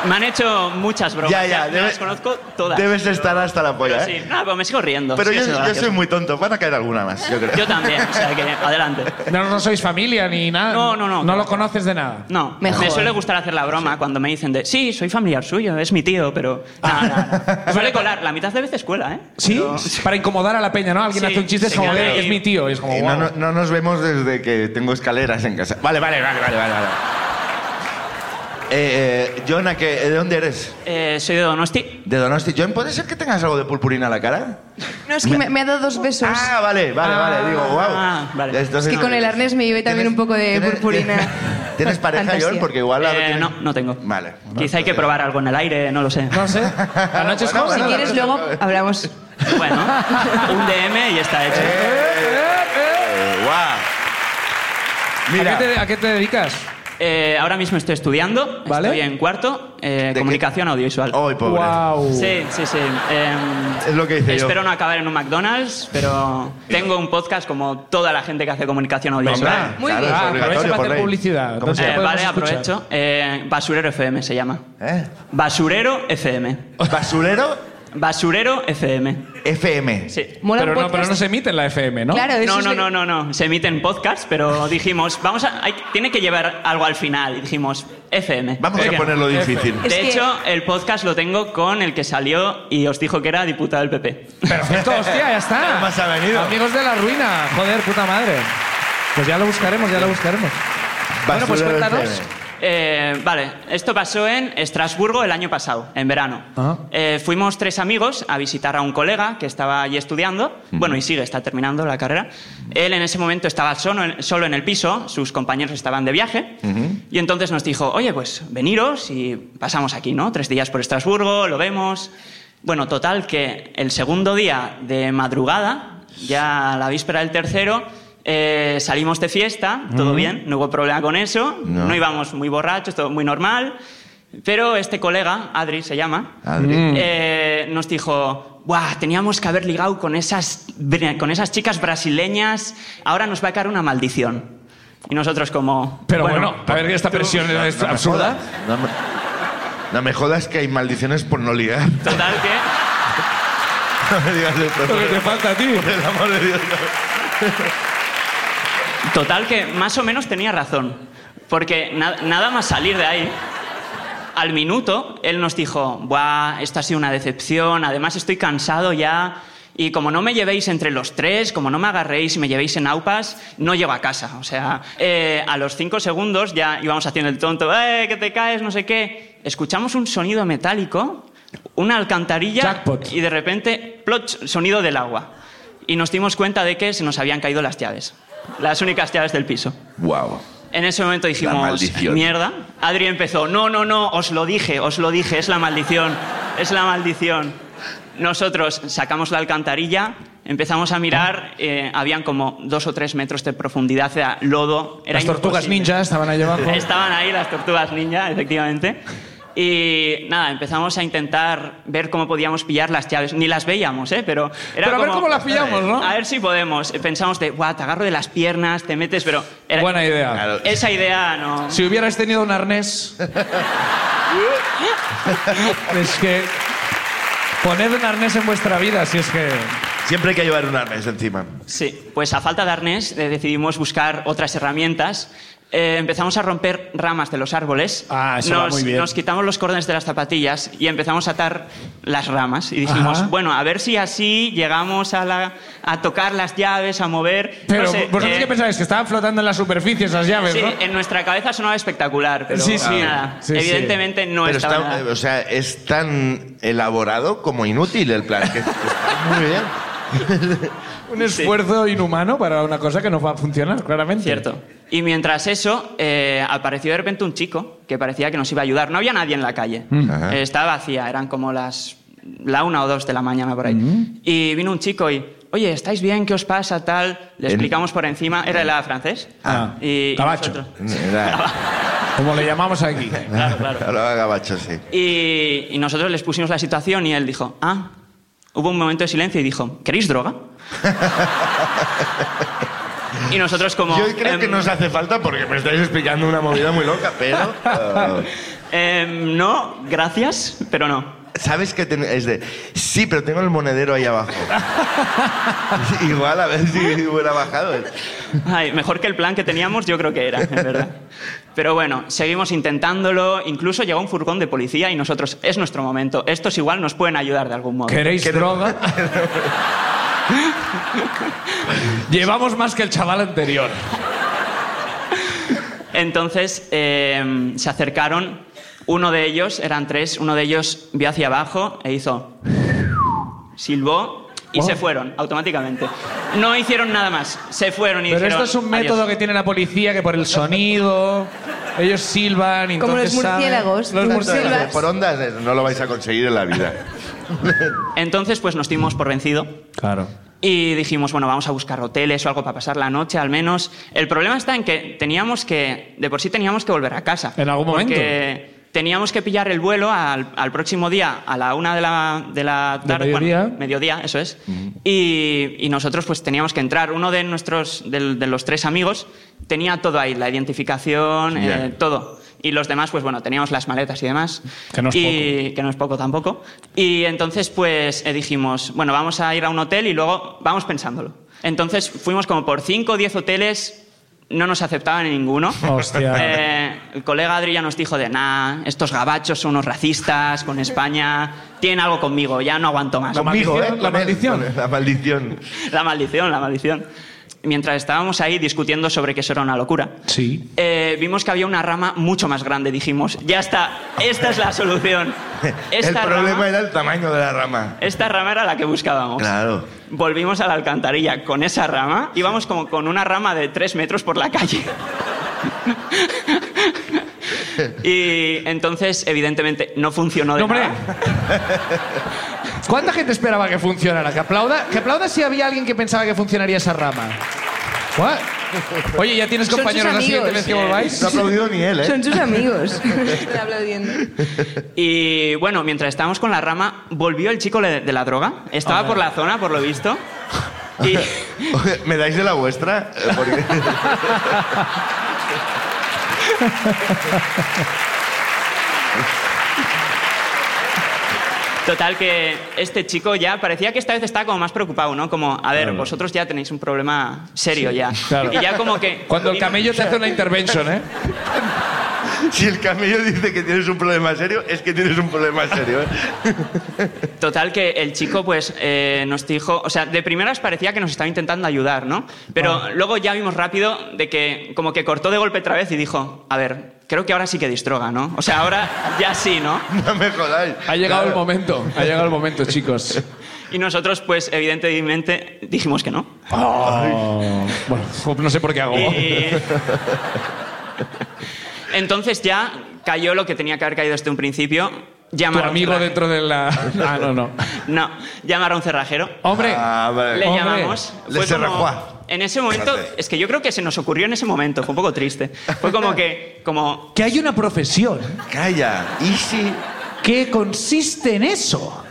[SPEAKER 5] Me han hecho muchas bromas.
[SPEAKER 2] ya, ya.
[SPEAKER 5] me
[SPEAKER 2] debe-
[SPEAKER 5] las conozco todas.
[SPEAKER 2] Debes estar hasta la
[SPEAKER 5] Pero
[SPEAKER 2] polla,
[SPEAKER 5] sí,
[SPEAKER 2] ¿eh?
[SPEAKER 5] no, pero me sigo riendo.
[SPEAKER 2] Pero
[SPEAKER 5] sigue
[SPEAKER 2] yo,
[SPEAKER 5] siendo
[SPEAKER 2] yo soy
[SPEAKER 5] gracioso.
[SPEAKER 2] muy tonto. Van a caer alguna más, yo creo.
[SPEAKER 5] Yo también, o sea que adelante.
[SPEAKER 1] No, no sois familia ni nada.
[SPEAKER 5] No, no, no.
[SPEAKER 1] No lo conoces de nada.
[SPEAKER 5] No,
[SPEAKER 4] Me
[SPEAKER 5] me,
[SPEAKER 4] joden.
[SPEAKER 5] suele gustar hacer la broma cuando me dicen de sí, soy familiar suyo, es mi tío, pero. No, no, no. Suele colar, la mitad de veces cuela, ¿eh?
[SPEAKER 1] ¿Sí?
[SPEAKER 5] Pero-
[SPEAKER 1] Para incomodar a la peña, ¿no? Alguien
[SPEAKER 5] Sí,
[SPEAKER 1] hace un chiste, es
[SPEAKER 5] se
[SPEAKER 1] como,
[SPEAKER 5] queda
[SPEAKER 1] "Eh,
[SPEAKER 5] ahí".
[SPEAKER 1] es mi tío. Y es como,
[SPEAKER 2] Y
[SPEAKER 1] "Guau".
[SPEAKER 2] no, no- no nos vemos desde que tengo escaleras en casa. Vale, vale, vale, vale, vale. vale. Eh, eh, John, ¿a qué- ¿de dónde eres?
[SPEAKER 5] Eh, soy de Donosti.
[SPEAKER 2] ¿De Donosti? John, ¿puede ser que tengas algo de purpurina en la cara?
[SPEAKER 4] No, es que me, me ha dado dos besos.
[SPEAKER 2] Ah, vale, vale, vale. Digo, wow.
[SPEAKER 5] Ah, vale.
[SPEAKER 4] Es que con el arnés me llevé también un poco de purpurina.
[SPEAKER 2] ¿Tienes pareja,
[SPEAKER 4] Fantasía.
[SPEAKER 2] John? Porque igual... ahora
[SPEAKER 5] Eh,
[SPEAKER 2] tienes-
[SPEAKER 5] no, no tengo.
[SPEAKER 2] Vale.
[SPEAKER 5] Quizá hay que probar algo en el aire, no lo sé.
[SPEAKER 1] No sé. La noche es
[SPEAKER 2] Bueno,
[SPEAKER 1] joven.
[SPEAKER 4] Si quieres, luego hablamos.
[SPEAKER 5] Bueno, un DM y está hecho.
[SPEAKER 1] Eh,
[SPEAKER 2] Eh, guau.
[SPEAKER 1] ¿A,
[SPEAKER 2] Mira,
[SPEAKER 1] qué te, a qué te dedicas?
[SPEAKER 5] Eh, ahora mismo estoy estudiando,
[SPEAKER 1] Vale.
[SPEAKER 5] estoy en cuarto, eh,
[SPEAKER 2] qué?
[SPEAKER 5] comunicación audiovisual.
[SPEAKER 2] hoy pobre.
[SPEAKER 1] Guau.
[SPEAKER 5] Sí, sí, sí. Em,
[SPEAKER 2] Es lo que hice yo.
[SPEAKER 5] Espero no acabar en un McDonald's, pero tengo un podcast como toda la gente que hace comunicación audiovisual.
[SPEAKER 2] Hombre,
[SPEAKER 4] Muy bien.
[SPEAKER 2] es
[SPEAKER 1] Ah,
[SPEAKER 2] obligatorio
[SPEAKER 1] aprovecha para
[SPEAKER 2] por
[SPEAKER 1] hacer
[SPEAKER 2] ley.
[SPEAKER 1] publicidad.
[SPEAKER 2] ¿Cómo se
[SPEAKER 5] Eh,
[SPEAKER 1] Ya podemos
[SPEAKER 5] vale,
[SPEAKER 1] escuchar.
[SPEAKER 5] aprovecho. Eh, Basurero FM se llama.
[SPEAKER 2] ¿Eh?
[SPEAKER 5] Basurero FM.
[SPEAKER 2] Basurero
[SPEAKER 5] Basurero FM.
[SPEAKER 2] FM.
[SPEAKER 5] Sí.
[SPEAKER 4] Mola
[SPEAKER 1] Pero
[SPEAKER 4] un
[SPEAKER 1] no, pero
[SPEAKER 4] podcast.
[SPEAKER 1] no se emite en la FM, ¿no?
[SPEAKER 4] Claro, eso
[SPEAKER 5] No,
[SPEAKER 4] es
[SPEAKER 5] no,
[SPEAKER 4] lo-
[SPEAKER 5] no, no, no. Se emiten podcasts, pero dijimos, vamos a, hay- tiene que llevar algo al final. Y dijimos, FM.
[SPEAKER 2] Vamos
[SPEAKER 5] ¿Por
[SPEAKER 2] a
[SPEAKER 5] qué no?
[SPEAKER 2] ponerlo difícil.
[SPEAKER 4] Es que-
[SPEAKER 5] De hecho, el podcast lo tengo con el que salió y os dijo que era diputado del PP.
[SPEAKER 1] Perfecto, hostia, ya está.
[SPEAKER 2] ¿Qué más ha venido?
[SPEAKER 1] Amigos de la ruina, joder, puta madre. Pues ya lo buscaremos, ya lo buscaremos. Bueno, pues
[SPEAKER 2] Basurero
[SPEAKER 1] cuéntanos.
[SPEAKER 2] FM.
[SPEAKER 5] Eh, vale, esto pasó en Estrasburgo el año pasado, en verano.
[SPEAKER 1] Ah.
[SPEAKER 5] Eh, fuimos tres amigos a visitar a un colega que estaba allí estudiando, bueno, y sigue, está terminando la carrera. Él en ese momento estaba solo en, solo en el piso, sus compañeros estaban de viaje, y entonces nos dijo, oye, pues veniros y pasamos aquí, ¿no? Tres días por Estrasburgo, lo vemos. Bueno, total, que el segundo día de madrugada, ya la víspera del tercero, eh, salimos de fiesta, todo bien, no hubo problema con eso,
[SPEAKER 2] No.
[SPEAKER 5] no iba Estábamos muy borrachos, todo muy normal. Pero este colega, Adri se llama,
[SPEAKER 2] Adri.
[SPEAKER 5] eh, nos dijo, Buah, teníamos que haber ligado con esas, bra- con esas chicas brasileñas, ahora nos va a caer una maldición. Y nosotros como...
[SPEAKER 1] Pero bueno, a ver, esta
[SPEAKER 5] tú-
[SPEAKER 1] presión es
[SPEAKER 2] No me
[SPEAKER 1] absurda.
[SPEAKER 2] jodas. No me, no me jodas que hay maldiciones por no ligar.
[SPEAKER 5] Total que...
[SPEAKER 2] No me digas esto.
[SPEAKER 1] Lo que te falta a ti.
[SPEAKER 2] Por el amor de Dios. no.
[SPEAKER 5] Total que más o menos tenía razón. Porque na- nada más salir de ahí, al minuto, él nos dijo, Buah, esto ha sido una decepción, además estoy cansado ya. Y como no me llevéis entre los tres, como no me agarréis y me llevéis en aupas, no llego a casa. O sea, eh, a los cinco segundos ya íbamos haciendo el tonto, ¡eh, que te caes, no sé qué! Escuchamos un sonido metálico, una alcantarilla
[SPEAKER 1] Jackpot.
[SPEAKER 5] y de repente, plot, sonido del agua. Y nos dimos cuenta de que se nos habían caído las llaves, las únicas llaves del piso.
[SPEAKER 2] Wow.
[SPEAKER 5] En ese momento
[SPEAKER 2] La
[SPEAKER 5] dijimos,
[SPEAKER 2] maldición.
[SPEAKER 5] mierda. Adri empezó, no, no, no, os lo dije, os lo dije, es la maldición, es la maldición. Nosotros sacamos la alcantarilla, empezamos a mirar, eh, habían como dos o tres metros de profundidad, era lodo. Era
[SPEAKER 1] Las tortugas
[SPEAKER 5] imposible.
[SPEAKER 1] ninja estaban ahí abajo.
[SPEAKER 5] Estaban ahí las tortugas ninja, efectivamente. Y nada, empezamos a intentar ver cómo podíamos pillar las llaves. Ni las veíamos, ¿eh? Pero, era
[SPEAKER 1] Pero a ver
[SPEAKER 5] como,
[SPEAKER 1] cómo las pillamos, ¿no?
[SPEAKER 5] A ver si podemos. Pensamos de, guau, te agarro de las piernas, te metes, pero... era-
[SPEAKER 1] Buena idea.
[SPEAKER 2] Claro.
[SPEAKER 5] Esa idea no...
[SPEAKER 1] Si hubieras tenido un arnés. es que. Poned un arnés en vuestra vida, si es que.
[SPEAKER 2] Siempre hay que llevar un arnés encima.
[SPEAKER 5] Sí, pues a falta de arnés eh, decidimos buscar otras herramientas. Eh, empezamos a romper ramas de los árboles.
[SPEAKER 1] Ah, eso va
[SPEAKER 5] nos,
[SPEAKER 1] muy bien.
[SPEAKER 5] nos quitamos los cordones de las zapatillas y empezamos a atar las ramas. Y dijimos,
[SPEAKER 1] Ajá.
[SPEAKER 5] bueno, a ver si así llegamos a, la- a tocar las llaves, a mover.
[SPEAKER 1] Pero,
[SPEAKER 5] no sé,
[SPEAKER 1] ¿vosotros
[SPEAKER 5] eh,
[SPEAKER 1] qué pensáis? Que estaban flotando en la superficie esas llaves,
[SPEAKER 5] Sí,
[SPEAKER 1] ¿no?
[SPEAKER 5] en nuestra cabeza sonaba espectacular, pero
[SPEAKER 1] Sí, sí.
[SPEAKER 5] nada,
[SPEAKER 1] Sí, sí.
[SPEAKER 5] evidentemente no
[SPEAKER 2] Pero
[SPEAKER 5] estaba.
[SPEAKER 2] está,
[SPEAKER 5] nada.
[SPEAKER 2] o sea, es tan elaborado como inútil el plan. que está muy bien.
[SPEAKER 1] Un esfuerzo inhumano para una cosa que no va a funcionar, claramente.
[SPEAKER 5] Cierto. Y mientras eso, eh, apareció de repente un chico que parecía que nos iba a ayudar. No había nadie en la calle.
[SPEAKER 1] Mm.
[SPEAKER 2] Ajá.
[SPEAKER 5] Eh, estaba vacía, eran como las la una o dos de la mañana por ahí.
[SPEAKER 1] Mm.
[SPEAKER 5] Y vino un chico y, oye, ¿estáis bien? ¿Qué os pasa? Tal. Le
[SPEAKER 2] En-
[SPEAKER 5] explicamos por encima. Era el helado francés.
[SPEAKER 1] Ah,
[SPEAKER 5] Y- y
[SPEAKER 1] gabacho.
[SPEAKER 5] nosotros-
[SPEAKER 2] Era-
[SPEAKER 1] Como le llamamos aquí.
[SPEAKER 5] Claro, claro.
[SPEAKER 2] Hablaba gabacho, sí.
[SPEAKER 5] Y, y nosotros les pusimos la situación y él dijo, ah, hubo un momento de silencio y dijo, ¿queréis droga? y nosotros como...
[SPEAKER 2] Yo creo que
[SPEAKER 5] "Em,
[SPEAKER 2] nos hace falta porque me estáis explicando una movida muy loca, pero... eh,
[SPEAKER 5] em, no, gracias, pero no.
[SPEAKER 2] ¿Sabes que ten- es de... Sí, pero tengo el monedero ahí abajo. Igual, a ver si hubiera bajado.
[SPEAKER 5] Ay, mejor que el plan que teníamos, yo creo que era, en verdad. Pero bueno, seguimos intentándolo. Incluso llegó un furgón de policía y nosotros, es nuestro momento. Estos igual nos pueden ayudar de algún modo.
[SPEAKER 1] ¿Queréis droga? Llevamos más que el chaval anterior.
[SPEAKER 5] Entonces eh, se acercaron. Uno de ellos, eran tres, uno de ellos vio hacia abajo e hizo. silbó y
[SPEAKER 1] Wow.
[SPEAKER 5] se fueron automáticamente. No hicieron nada más, se fueron y
[SPEAKER 1] Pero esto
[SPEAKER 5] dijeron,
[SPEAKER 1] es un método
[SPEAKER 5] "Adiós".
[SPEAKER 1] que tiene la policía, que por el sonido... Ellos silban, y
[SPEAKER 4] Como los
[SPEAKER 1] entonces saben-
[SPEAKER 4] murciélagos.
[SPEAKER 1] Los
[SPEAKER 4] Tú
[SPEAKER 1] murciélagos.
[SPEAKER 4] silbas.
[SPEAKER 2] Por ondas eh, no lo vais a conseguir en la vida.
[SPEAKER 5] Entonces, pues nos dimos por vencido.
[SPEAKER 1] Claro.
[SPEAKER 5] Y dijimos, bueno, vamos a buscar hoteles o algo para pasar la noche al menos. El problema está en que teníamos que, de por sí teníamos que volver a casa.
[SPEAKER 1] En algún momento.
[SPEAKER 5] Porque teníamos que pillar el vuelo al, al próximo día, a la una de la, de la
[SPEAKER 1] De
[SPEAKER 5] tarde. bueno,
[SPEAKER 1] mediodía.
[SPEAKER 5] mediodía, eso es. y, y nosotros pues teníamos que entrar. Uno de nuestros, del- de, los tres amigos, tenía todo ahí, la identificación,
[SPEAKER 2] Ya.
[SPEAKER 5] eh, todo. Y los demás, pues bueno, teníamos las maletas y demás.
[SPEAKER 1] Que no es
[SPEAKER 5] Y-
[SPEAKER 1] poco.
[SPEAKER 5] que no es poco tampoco. Y entonces, pues eh, dijimos, bueno, vamos a ir a un hotel y luego vamos pensándolo. Entonces fuimos como por 5 o 10 hoteles, no nos aceptaban en ninguno.
[SPEAKER 1] Hostia.
[SPEAKER 5] Eh, el colega Adri ya nos dijo de, nah, estos gabachos son unos racistas con España, tienen algo conmigo, ya no aguanto más.
[SPEAKER 1] La
[SPEAKER 2] Conmigo, ¿eh?
[SPEAKER 1] maldición, la
[SPEAKER 2] Con él,
[SPEAKER 1] maldición.
[SPEAKER 2] con él, La maldición.
[SPEAKER 5] La maldición, la maldición. Mientras estábamos ahí discutiendo sobre que eso era una locura,
[SPEAKER 1] Sí.
[SPEAKER 5] eh, vimos que había una rama mucho más grande, dijimos, ya está, esta es la solución. Esta
[SPEAKER 2] el problema
[SPEAKER 5] rama-
[SPEAKER 2] era el tamaño de la rama.
[SPEAKER 5] Esta rama era la que buscábamos.
[SPEAKER 2] Claro.
[SPEAKER 5] Volvimos a la alcantarilla con esa rama, íbamos como con una rama de tres metros por la calle. y entonces, evidentemente, no funcionó de
[SPEAKER 1] No, hombre.
[SPEAKER 5] nada.
[SPEAKER 1] ¿Cuánta gente esperaba que funcionara? Que aplauda, que aplauda si había alguien que pensaba que funcionaría esa rama. What? Oye, ¿ya tienes
[SPEAKER 4] Son sus
[SPEAKER 1] compañeros la siguiente
[SPEAKER 4] amigos.
[SPEAKER 1] vez que volváis?
[SPEAKER 2] No ha aplaudido ni él, ¿eh?
[SPEAKER 4] Son sus amigos. Estoy aplaudiendo.
[SPEAKER 5] Y bueno, mientras estábamos con la rama, volvió el chico le- de la droga. Estaba por la zona, por lo visto. Y
[SPEAKER 2] Oye, ¿Me dais de la vuestra? Eh, Porque...
[SPEAKER 5] total que este chico ya parecía que esta vez estaba como más preocupado, ¿no? Como, a ver, vosotros ya tenéis un problema serio ya.
[SPEAKER 1] claro.
[SPEAKER 5] Y ya como que...
[SPEAKER 1] Cuando el
[SPEAKER 5] vino-
[SPEAKER 1] camello te hace una intervention, ¿eh?
[SPEAKER 2] Si el camello dice que tienes un problema serio, es que tienes un problema serio. ¿eh?
[SPEAKER 5] Total que el chico pues eh, nos dijo, o sea, de primeras parecía que nos estaba intentando ayudar, ¿no? Pero
[SPEAKER 2] Ah.
[SPEAKER 5] luego ya vimos rápido de que como que cortó de golpe otra vez y dijo, a ver, creo que ahora sí que distroga, ¿no? O sea, ahora ya sí, ¿no?
[SPEAKER 2] No me jodáis.
[SPEAKER 6] Ha llegado el
[SPEAKER 2] Claro.
[SPEAKER 6] momento, ha llegado el momento, chicos.
[SPEAKER 5] Y nosotros pues evidentemente dijimos que no.
[SPEAKER 6] Bueno, pues no sé por qué hago.
[SPEAKER 5] Y- Entonces ya cayó lo que tenía que haber caído desde un principio.
[SPEAKER 6] Tu
[SPEAKER 5] Llamaron
[SPEAKER 6] amigo
[SPEAKER 5] cerra-
[SPEAKER 6] dentro de la. Ah, no, no.
[SPEAKER 5] No, llamar a un cerrajero.
[SPEAKER 6] Hombre,
[SPEAKER 2] Ah, vale.
[SPEAKER 5] Le
[SPEAKER 6] Hombre.
[SPEAKER 5] llamamos.
[SPEAKER 2] Le
[SPEAKER 5] Fue como-
[SPEAKER 2] cerrajó.
[SPEAKER 5] En ese momento,
[SPEAKER 2] Fíjate.
[SPEAKER 5] es que yo creo que se nos ocurrió en ese momento, fue un poco triste. Fue como que, como,
[SPEAKER 1] Que hay una profesión
[SPEAKER 2] Calla. ¿Y si...?
[SPEAKER 1] que consiste en eso.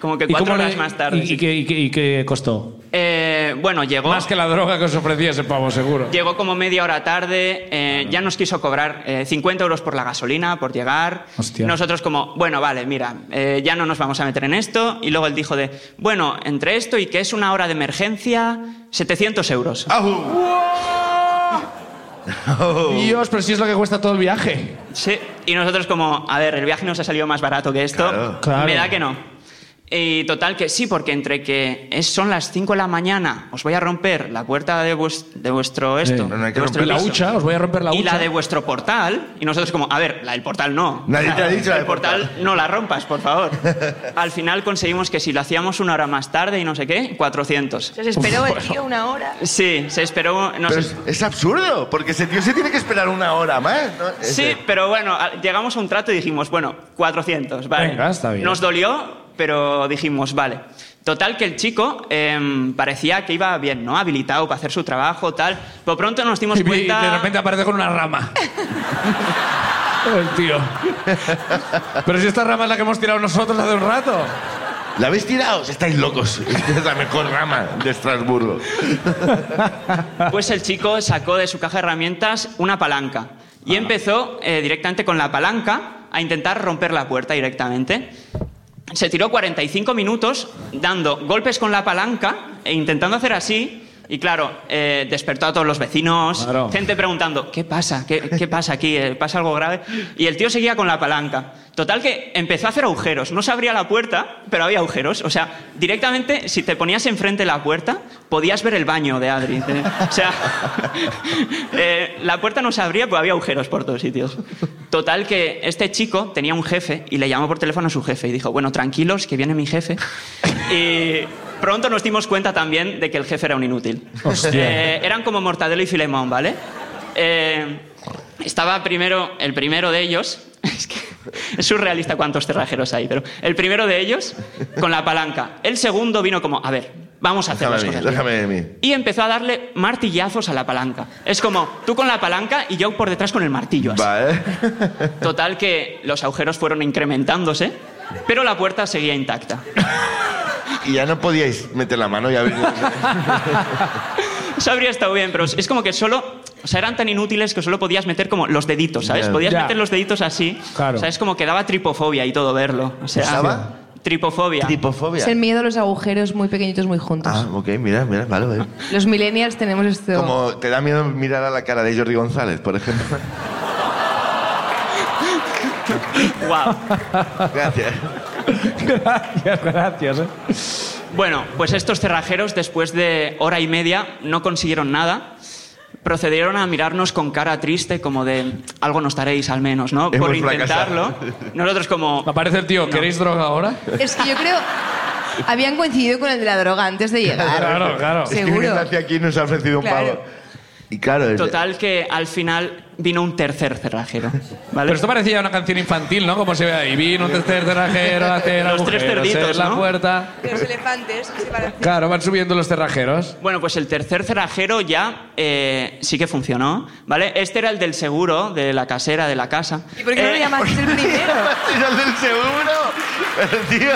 [SPEAKER 5] como que cuatro
[SPEAKER 1] cómo le-
[SPEAKER 5] horas más tarde.
[SPEAKER 1] ¿Y, y qué- y qué- y qué costó?
[SPEAKER 5] Eh, bueno, llegó.
[SPEAKER 6] más que la droga que os ofrecía ese pavo, seguro.
[SPEAKER 5] Llegó como media hora tarde, eh, ya nos quiso cobrar eh, 50 euros por la gasolina, por llegar.
[SPEAKER 1] Hostia.
[SPEAKER 5] Nosotros como, bueno, vale, mira, eh, ya no nos vamos a meter en esto. Y luego él dijo de, bueno, entre esto y que es una hora de emergencia, 700 euros.
[SPEAKER 2] ¡Au! Oh.
[SPEAKER 1] Dios, pero si es lo que cuesta todo el viaje.
[SPEAKER 5] Sí, y nosotros como, a ver, el viaje nos ha salido más barato que esto,
[SPEAKER 2] Claro.
[SPEAKER 1] Claro.
[SPEAKER 5] me da que no. Y total que sí, porque entre que es- son las 5 de la mañana, os voy a romper la puerta de, vues- de vuestro esto,
[SPEAKER 2] No, no hay
[SPEAKER 5] de
[SPEAKER 2] que
[SPEAKER 5] vuestro
[SPEAKER 2] romper
[SPEAKER 1] La
[SPEAKER 5] piso,
[SPEAKER 1] hucha, os voy a romper la hucha.
[SPEAKER 5] y la de vuestro portal, y nosotros como, a ver, la del portal no.
[SPEAKER 2] Nadie te ha dicho la
[SPEAKER 5] El
[SPEAKER 2] del
[SPEAKER 5] portal, no la rompas, por favor. Al final conseguimos que si lo hacíamos una hora más tarde y no sé qué, 400.
[SPEAKER 4] Se esperó el tío una hora.
[SPEAKER 5] Sí, se esperó... nos-
[SPEAKER 2] Pero es, es absurdo, porque ese tío se tiene que esperar una hora más. ¿no?
[SPEAKER 5] Sí,
[SPEAKER 2] Ese-
[SPEAKER 5] pero bueno, a- llegamos a un trato y dijimos, bueno, 400, vale.
[SPEAKER 1] Venga, está bien.
[SPEAKER 5] Nos dolió, pero dijimos, vale. Total, que el chico em, parecía que iba bien, ¿no? Habilitado para hacer su trabajo, tal. Pero pronto nos dimos
[SPEAKER 6] Y vi-
[SPEAKER 5] cuenta...
[SPEAKER 6] de repente aparece con una rama. El tío. Pero si esta rama es la que hemos tirado nosotros hace un rato.
[SPEAKER 2] ¿La habéis tirado? Estáis locos. Esta es la mejor rama de Estrasburgo.
[SPEAKER 5] Pues el chico sacó de su caja de herramientas una palanca
[SPEAKER 2] Ah.
[SPEAKER 5] y empezó eh, directamente con la palanca a intentar romper la puerta directamente. Se tiró 45 minutos dando golpes con la palanca e intentando hacer así. Y claro, eh, despertó a todos los vecinos,
[SPEAKER 6] Claro.
[SPEAKER 5] gente preguntando, ¿qué pasa? ¿Qué, qué pasa aquí? ¿Eh, ¿Pasa algo grave? Y el tío seguía con la palanca. Total que empezó a hacer agujeros. No se abría la puerta, pero había agujeros. O sea, directamente, si te ponías enfrente de la puerta, podías ver el baño de Adri. Eh, O sea, eh, la puerta no se abría, pero había agujeros por todos sitios. Total que este chico tenía un jefe y le llamó por teléfono a su jefe y dijo, bueno, tranquilos, que viene mi jefe. Y pronto nos dimos cuenta también de que el jefe era un inútil. Eh, eran como Mortadelo y Filemón, ¿vale? Eh, estaba primero, el primero de ellos, es que es surrealista cuántos cerrajeros hay, pero el primero de ellos con la palanca. El segundo vino como, a ver, vamos a hacer
[SPEAKER 2] Déjame a
[SPEAKER 5] las
[SPEAKER 2] mí,
[SPEAKER 5] cosas. bien".
[SPEAKER 2] déjame a mí.
[SPEAKER 5] Y empezó a darle martillazos a la palanca. Es como, tú con la palanca y yo por detrás con el martillo. así.
[SPEAKER 2] Vale.
[SPEAKER 5] Total que los agujeros fueron incrementándose, pero la puerta seguía intacta.
[SPEAKER 2] Y ya no podíais meter la mano. Ya...
[SPEAKER 5] Eso habría estado bien, pero es como que solo. O sea, eran tan inútiles que solo podías meter como los deditos, ¿sabes?
[SPEAKER 2] Ya.
[SPEAKER 5] Podías
[SPEAKER 1] Ya.
[SPEAKER 5] meter los deditos así.
[SPEAKER 1] Claro.
[SPEAKER 5] ¿Sabes? Como que daba tripofobia y todo verlo. O sea,
[SPEAKER 2] ¿Usaba?
[SPEAKER 5] Tripofobia.
[SPEAKER 2] Tipofobia.
[SPEAKER 4] Es el miedo a los agujeros muy pequeñitos, muy juntos.
[SPEAKER 2] Ah, ok, mira, mira, vale, vale.
[SPEAKER 4] Los millennials tenemos esto.
[SPEAKER 2] Como te da miedo mirar a la cara de Jordi González, por ejemplo.
[SPEAKER 5] Guau.
[SPEAKER 2] Gracias.
[SPEAKER 1] gracias, gracias. ¿eh?
[SPEAKER 5] Bueno, pues estos cerrajeros, después de hora y media, no consiguieron nada. Procedieron a mirarnos con cara triste, como de algo nos daréis al menos, ¿no?
[SPEAKER 2] Hemos
[SPEAKER 5] Por intentarlo.
[SPEAKER 2] fracasado.
[SPEAKER 5] Nosotros, como.
[SPEAKER 6] Aparece el tío, ¿queréis droga ahora?
[SPEAKER 4] Es que yo creo. Habían coincidido con el de la droga antes de llegar.
[SPEAKER 6] Claro, claro.
[SPEAKER 2] Es que vienes
[SPEAKER 4] Seguro.
[SPEAKER 2] hacia aquí y nos ha ofrecido un
[SPEAKER 4] Claro.
[SPEAKER 2] pavo. Y claro, es-
[SPEAKER 5] Total, que al final vino un tercer cerrajero. ¿vale?
[SPEAKER 6] Pero esto parecía una canción infantil, ¿no? Como se ve ahí. Vino un tercer cerrajero, hacer
[SPEAKER 5] Los tres
[SPEAKER 6] agujeros
[SPEAKER 5] cerditos,
[SPEAKER 6] en la
[SPEAKER 5] ¿no?
[SPEAKER 6] puerta.
[SPEAKER 4] Los elefantes que se parecen.
[SPEAKER 6] Claro, van subiendo los cerrajeros.
[SPEAKER 5] Bueno, pues el tercer cerrajero ya eh, sí que funcionó, ¿vale? Este era el del seguro, de la casera, de la casa.
[SPEAKER 4] ¿Y por qué no
[SPEAKER 5] Eh,
[SPEAKER 4] lo llamaste el primero?
[SPEAKER 2] ¡Es el del seguro! Pero, tío...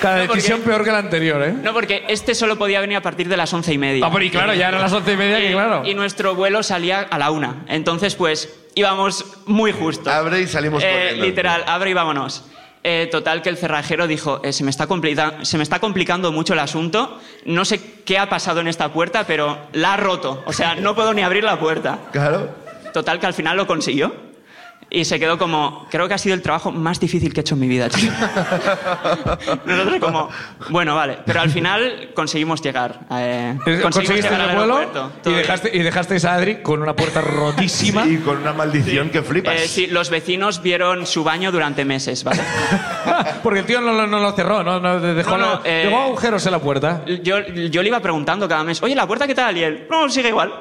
[SPEAKER 6] Cada
[SPEAKER 5] No, porque-
[SPEAKER 6] decisión peor que la anterior, ¿eh?
[SPEAKER 5] No, porque este solo podía venir a partir de las once y media.
[SPEAKER 6] Ah, pero y claro, ya eran las once y media, que
[SPEAKER 5] Eh,
[SPEAKER 6] claro.
[SPEAKER 5] Y nuestro vuelo salía a la una. Entonces, pues, íbamos muy justos.
[SPEAKER 2] Abre y salimos
[SPEAKER 5] Eh,
[SPEAKER 2] corriendo.
[SPEAKER 5] Literal, abre y vámonos. Eh, total, que el cerrajero dijo, eh, se, me está complica- se me está complicando mucho el asunto, no sé qué ha pasado en esta puerta, pero la ha roto. O sea, no puedo ni abrir la puerta.
[SPEAKER 2] Claro.
[SPEAKER 5] Total, que al final lo consiguió. Y se quedó como, creo que ha sido el trabajo más difícil que he hecho en mi vida, chico. Nosotros como, bueno, vale. Pero al final conseguimos llegar. eh,
[SPEAKER 1] Conseguiste
[SPEAKER 5] llegar
[SPEAKER 1] el
[SPEAKER 5] al
[SPEAKER 1] vuelo
[SPEAKER 5] aeropuerto,
[SPEAKER 1] y,
[SPEAKER 5] todo bien.
[SPEAKER 1] dejaste, y dejasteis a Adri con una puerta rotísima.
[SPEAKER 2] Y con una maldición que flipas.
[SPEAKER 5] Eh, sí, los vecinos vieron su baño durante meses, ¿vale?
[SPEAKER 1] Porque el tío no, lo- no lo cerró, no, no dejó
[SPEAKER 5] No, no,
[SPEAKER 1] la-
[SPEAKER 5] eh,
[SPEAKER 1] dejó agujeros en la puerta.
[SPEAKER 5] Yo, yo le iba preguntando cada mes, oye, ¿la puerta qué tal? Y él, no, sigue igual.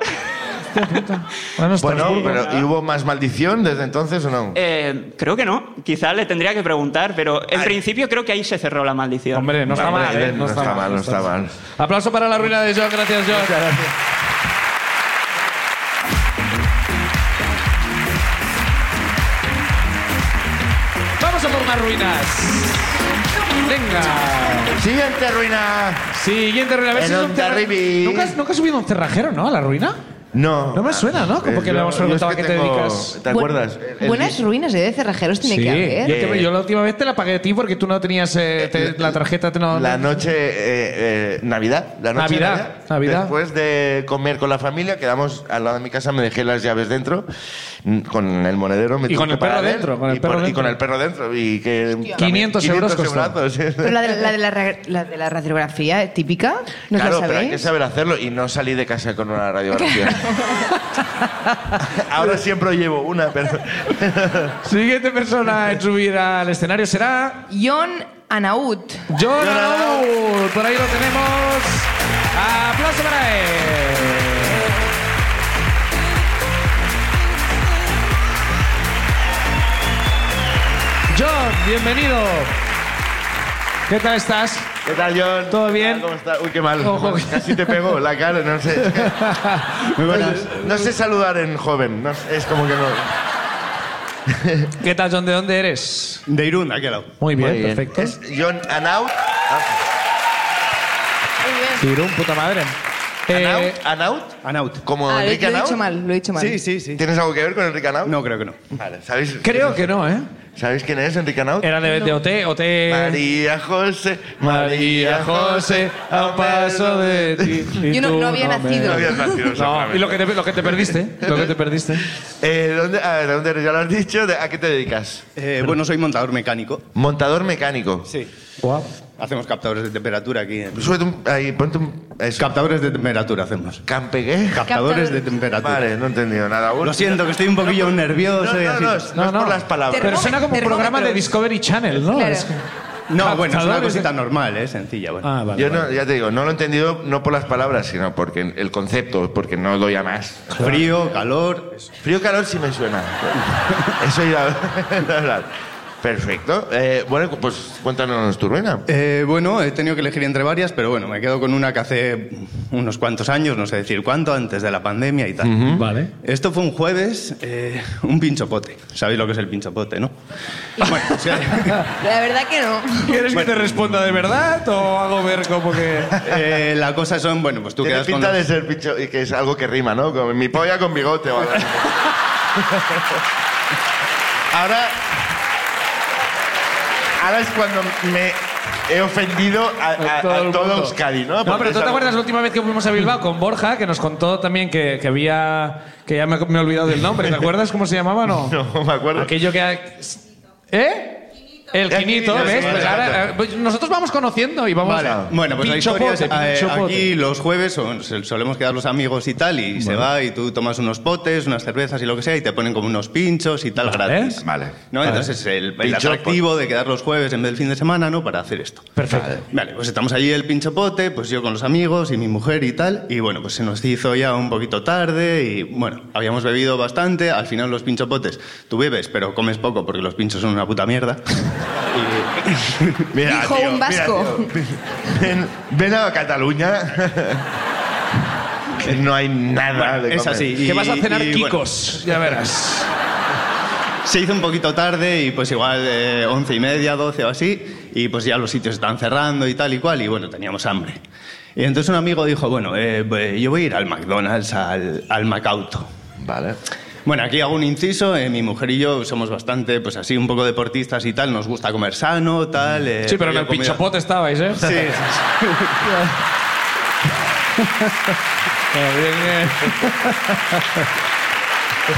[SPEAKER 1] Bueno,
[SPEAKER 2] Bueno,
[SPEAKER 1] Estrasburgo.
[SPEAKER 2] pero ¿y hubo más maldición desde entonces o no?
[SPEAKER 5] Eh, creo que no, quizá le tendría que preguntar, pero en principio creo que ahí se cerró la maldición.
[SPEAKER 1] Hombre, no está
[SPEAKER 2] Hombre,
[SPEAKER 1] mal, ¿eh?
[SPEAKER 2] no está mal, no está mal.
[SPEAKER 1] Aplauso para la ruina de John, gracias John. Vamos a por más ruinas. Venga.
[SPEAKER 2] Siguiente ruina.
[SPEAKER 1] Siguiente ruina. A ver
[SPEAKER 2] En
[SPEAKER 1] si es un
[SPEAKER 2] Ondarribi.
[SPEAKER 1] terra- ¿Nunca, has- nunca has subido un terrajero, ¿no? A la ruina.
[SPEAKER 2] No.
[SPEAKER 1] No me suena, ¿no? Como
[SPEAKER 2] Eh,
[SPEAKER 1] que le
[SPEAKER 2] yo-
[SPEAKER 1] hemos
[SPEAKER 2] yo es
[SPEAKER 1] preguntado a qué te
[SPEAKER 2] tengo-
[SPEAKER 1] dedicas.
[SPEAKER 2] ¿Te acuerdas? El- el-
[SPEAKER 4] Buenas ruinas ¿eh? de cerrajeros tiene que haber.
[SPEAKER 1] Yo, te- yo la última vez te la pagué a ti porque tú no tenías eh, te- la tarjeta. te no-
[SPEAKER 2] La noche, eh, eh, Navidad, la noche de
[SPEAKER 1] Navidad, Navidad.
[SPEAKER 2] Después de comer con la familia, quedamos al lado de mi casa, me dejé las llaves dentro, mm, con el monedero. Me
[SPEAKER 1] Y con
[SPEAKER 2] tuve que
[SPEAKER 1] el
[SPEAKER 2] parar
[SPEAKER 1] perro
[SPEAKER 2] él,
[SPEAKER 1] dentro, con el
[SPEAKER 2] y
[SPEAKER 1] perro
[SPEAKER 2] por- Y
[SPEAKER 1] dentro.
[SPEAKER 2] con el perro dentro. Y que, también-
[SPEAKER 1] 500 euros costó.
[SPEAKER 2] eh.
[SPEAKER 4] Pero la de la, de la ra- la de la radiografía ¿eh? típica, ¿no os
[SPEAKER 2] claro,
[SPEAKER 4] la
[SPEAKER 2] pero hay que
[SPEAKER 4] sabéis?
[SPEAKER 2] saber hacerlo y no salí de casa con una radiografía. Ahora siempre llevo una, pero...
[SPEAKER 1] Siguiente persona en subir al escenario será
[SPEAKER 4] John Anaut.
[SPEAKER 1] John
[SPEAKER 2] John
[SPEAKER 1] Raúl, por ahí lo tenemos. Aplauso para él. John, bienvenido. ¿Qué tal estás?
[SPEAKER 2] ¿Qué tal, John?
[SPEAKER 1] ¿Todo bien?
[SPEAKER 2] ¿Cómo estás? Uy, qué mal.
[SPEAKER 1] Ojo.
[SPEAKER 2] Casi te pegó la cara, no sé.
[SPEAKER 7] Muy buenas.
[SPEAKER 2] No sé saludar en joven, no sé, es como que no...
[SPEAKER 1] ¿Qué tal, John? ¿De dónde eres?
[SPEAKER 7] De Irún, aquí al lado.
[SPEAKER 1] Muy bien,
[SPEAKER 2] Muy bien.
[SPEAKER 1] perfecto.
[SPEAKER 2] Es John Ah. Anaut.
[SPEAKER 1] Tirón, puta madre. Eh,
[SPEAKER 2] Anaut. Anaut.
[SPEAKER 7] Anaut.
[SPEAKER 2] Como
[SPEAKER 4] Ah, lo,
[SPEAKER 2] Enrique
[SPEAKER 4] lo he
[SPEAKER 2] Anaut.
[SPEAKER 4] dicho mal, lo he dicho mal.
[SPEAKER 7] Sí, sí, sí.
[SPEAKER 2] ¿Tienes algo que ver con Enrique Anaut?
[SPEAKER 7] No, creo que no.
[SPEAKER 2] Vale, ¿sabéis?
[SPEAKER 1] creo que no, ¿eh?
[SPEAKER 2] ¿Sabéis quién es Enrique Anaut?
[SPEAKER 1] Era de, de OT, OT.
[SPEAKER 2] María José,
[SPEAKER 1] María José, a un paso de ti. y
[SPEAKER 4] Yo no-
[SPEAKER 1] tú
[SPEAKER 4] no había
[SPEAKER 1] me-
[SPEAKER 4] nacido.
[SPEAKER 2] No habías nacido,
[SPEAKER 1] No, y
[SPEAKER 2] seguramente.
[SPEAKER 1] lo que, te, lo que te perdiste, lo que te perdiste.
[SPEAKER 2] Eh, ¿dónde, a ver, ¿dónde eres? Ya lo has dicho. ¿De- ¿A qué te dedicas?
[SPEAKER 7] Eh, bueno, soy montador mecánico.
[SPEAKER 2] Montador mecánico.
[SPEAKER 7] Sí.
[SPEAKER 1] Guau.
[SPEAKER 7] Hacemos captadores de temperatura aquí. en-
[SPEAKER 2] Pues Súbete un... Ahí, ponte un... Eso.
[SPEAKER 7] Captadores de temperatura hacemos.
[SPEAKER 2] ¿Campegué?
[SPEAKER 7] Captadores de
[SPEAKER 4] Captadores.
[SPEAKER 7] temperatura.
[SPEAKER 2] Vale, no he entendido nada. aún.
[SPEAKER 7] Lo siento, que estoy un poquillo
[SPEAKER 2] No,
[SPEAKER 7] nervioso
[SPEAKER 2] no,
[SPEAKER 7] y
[SPEAKER 2] no,
[SPEAKER 7] así. no,
[SPEAKER 2] no, no es por las palabras.
[SPEAKER 1] Pero suena como un programa de Discovery Channel, ¿no?
[SPEAKER 4] Claro.
[SPEAKER 1] Es que-
[SPEAKER 7] bueno, es una
[SPEAKER 1] Captadores de-
[SPEAKER 7] cosita normal, ¿eh? Sencilla, bueno.
[SPEAKER 1] Ah, vale.
[SPEAKER 2] Yo no, ya te digo, no lo he entendido no por las palabras, sino porque el concepto, porque no doy a más.
[SPEAKER 7] Frío, calor... eso.
[SPEAKER 2] Frío calor sí me suena. Eso ya. hablar. Perfecto. Eh, bueno, pues cuéntanos tu ruina.
[SPEAKER 7] Eh, bueno, he tenido que elegir entre varias, pero bueno, me quedo con una que hace unos cuantos años, no sé decir cuánto, antes de la pandemia y tal.
[SPEAKER 1] Vale.
[SPEAKER 7] Esto fue un jueves, eh, un pinchopote. Sabéis lo que es el pinchopote, ¿no? Bueno, o sea,
[SPEAKER 4] La verdad que no.
[SPEAKER 1] ¿Quieres que te responda de verdad o hago ver como que.?
[SPEAKER 7] eh, la cosa son, bueno, pues tú
[SPEAKER 2] Tiene
[SPEAKER 7] quedas con
[SPEAKER 2] pinta
[SPEAKER 7] los-
[SPEAKER 2] de ser pincho, y que es algo que rima, ¿no? Como mi polla con bigote o algo así. Ahora. Ahora es cuando me he ofendido a, a- a
[SPEAKER 1] todo el
[SPEAKER 2] todo
[SPEAKER 1] mundo.
[SPEAKER 2] Euskadi, ¿no?
[SPEAKER 1] No,
[SPEAKER 2] Porque
[SPEAKER 1] pero ¿tú
[SPEAKER 2] es
[SPEAKER 1] te
[SPEAKER 2] algo-
[SPEAKER 1] acuerdas la última vez que fuimos a Bilbao con Borja, que nos contó también que, que había. que ya me, me he olvidado del nombre. ¿Te acuerdas cómo se llamaba o no?
[SPEAKER 2] No, me acuerdo.
[SPEAKER 1] Aquello que. ¿Eh? El
[SPEAKER 2] El
[SPEAKER 1] quinito,
[SPEAKER 2] quinito,
[SPEAKER 1] ¿ves?
[SPEAKER 2] sí,
[SPEAKER 1] Pues
[SPEAKER 2] vale.
[SPEAKER 1] ahora, eh, pues nosotros vamos conociendo y vamos.
[SPEAKER 7] Vale,
[SPEAKER 1] a-
[SPEAKER 7] bueno, pues la
[SPEAKER 1] Pincho
[SPEAKER 7] historia es,
[SPEAKER 1] pote,
[SPEAKER 7] eh,
[SPEAKER 1] pincho pote.
[SPEAKER 7] aquí los jueves son- se- solemos quedar los amigos y tal, y se va y tú tomas unos potes, unas cervezas y lo que sea, y te ponen como unos pinchos y tal gratis.
[SPEAKER 2] Vale.
[SPEAKER 7] ¿No? Entonces el, el
[SPEAKER 2] Pincho,
[SPEAKER 7] atractivo de quedar los jueves en vez del fin de semana, ¿no? Para hacer esto.
[SPEAKER 1] Perfecto.
[SPEAKER 7] Vale, Vale, pues estamos allí el pincho pote, pues yo con los amigos y mi mujer y tal, y bueno, pues se nos hizo ya un poquito tarde y bueno, habíamos bebido bastante, al final los pincho potes, tú bebes, pero comes poco porque los pinchos son una puta mierda.
[SPEAKER 2] Mira,
[SPEAKER 4] Dijo
[SPEAKER 2] tío,
[SPEAKER 4] un
[SPEAKER 2] mira,
[SPEAKER 4] vasco.
[SPEAKER 2] tío. ven, ven a Cataluña. que no hay nada
[SPEAKER 7] Bueno,
[SPEAKER 2] de
[SPEAKER 7] es
[SPEAKER 2] comer.
[SPEAKER 7] así.
[SPEAKER 1] Que
[SPEAKER 7] y-
[SPEAKER 1] vas a cenar
[SPEAKER 7] y, bueno,
[SPEAKER 1] Kikos, ya verás.
[SPEAKER 7] Se hizo un poquito tarde y pues igual eh, once y media, doce o así, y pues ya los sitios están cerrando y tal y cual, y bueno, teníamos hambre. Y entonces un amigo dijo, bueno, eh, pues yo voy a ir al McDonald's, al, al Macauto.
[SPEAKER 2] Vale.
[SPEAKER 7] Bueno, aquí hago un inciso, eh, mi mujer y yo somos bastante, pues así, un poco deportistas y tal, nos gusta comer sano, tal... eh,
[SPEAKER 1] Sí, pero en el
[SPEAKER 7] comida-
[SPEAKER 1] pinchopote estabais, ¿eh?
[SPEAKER 7] Sí, sí, sí.
[SPEAKER 1] Eh, bien, eh.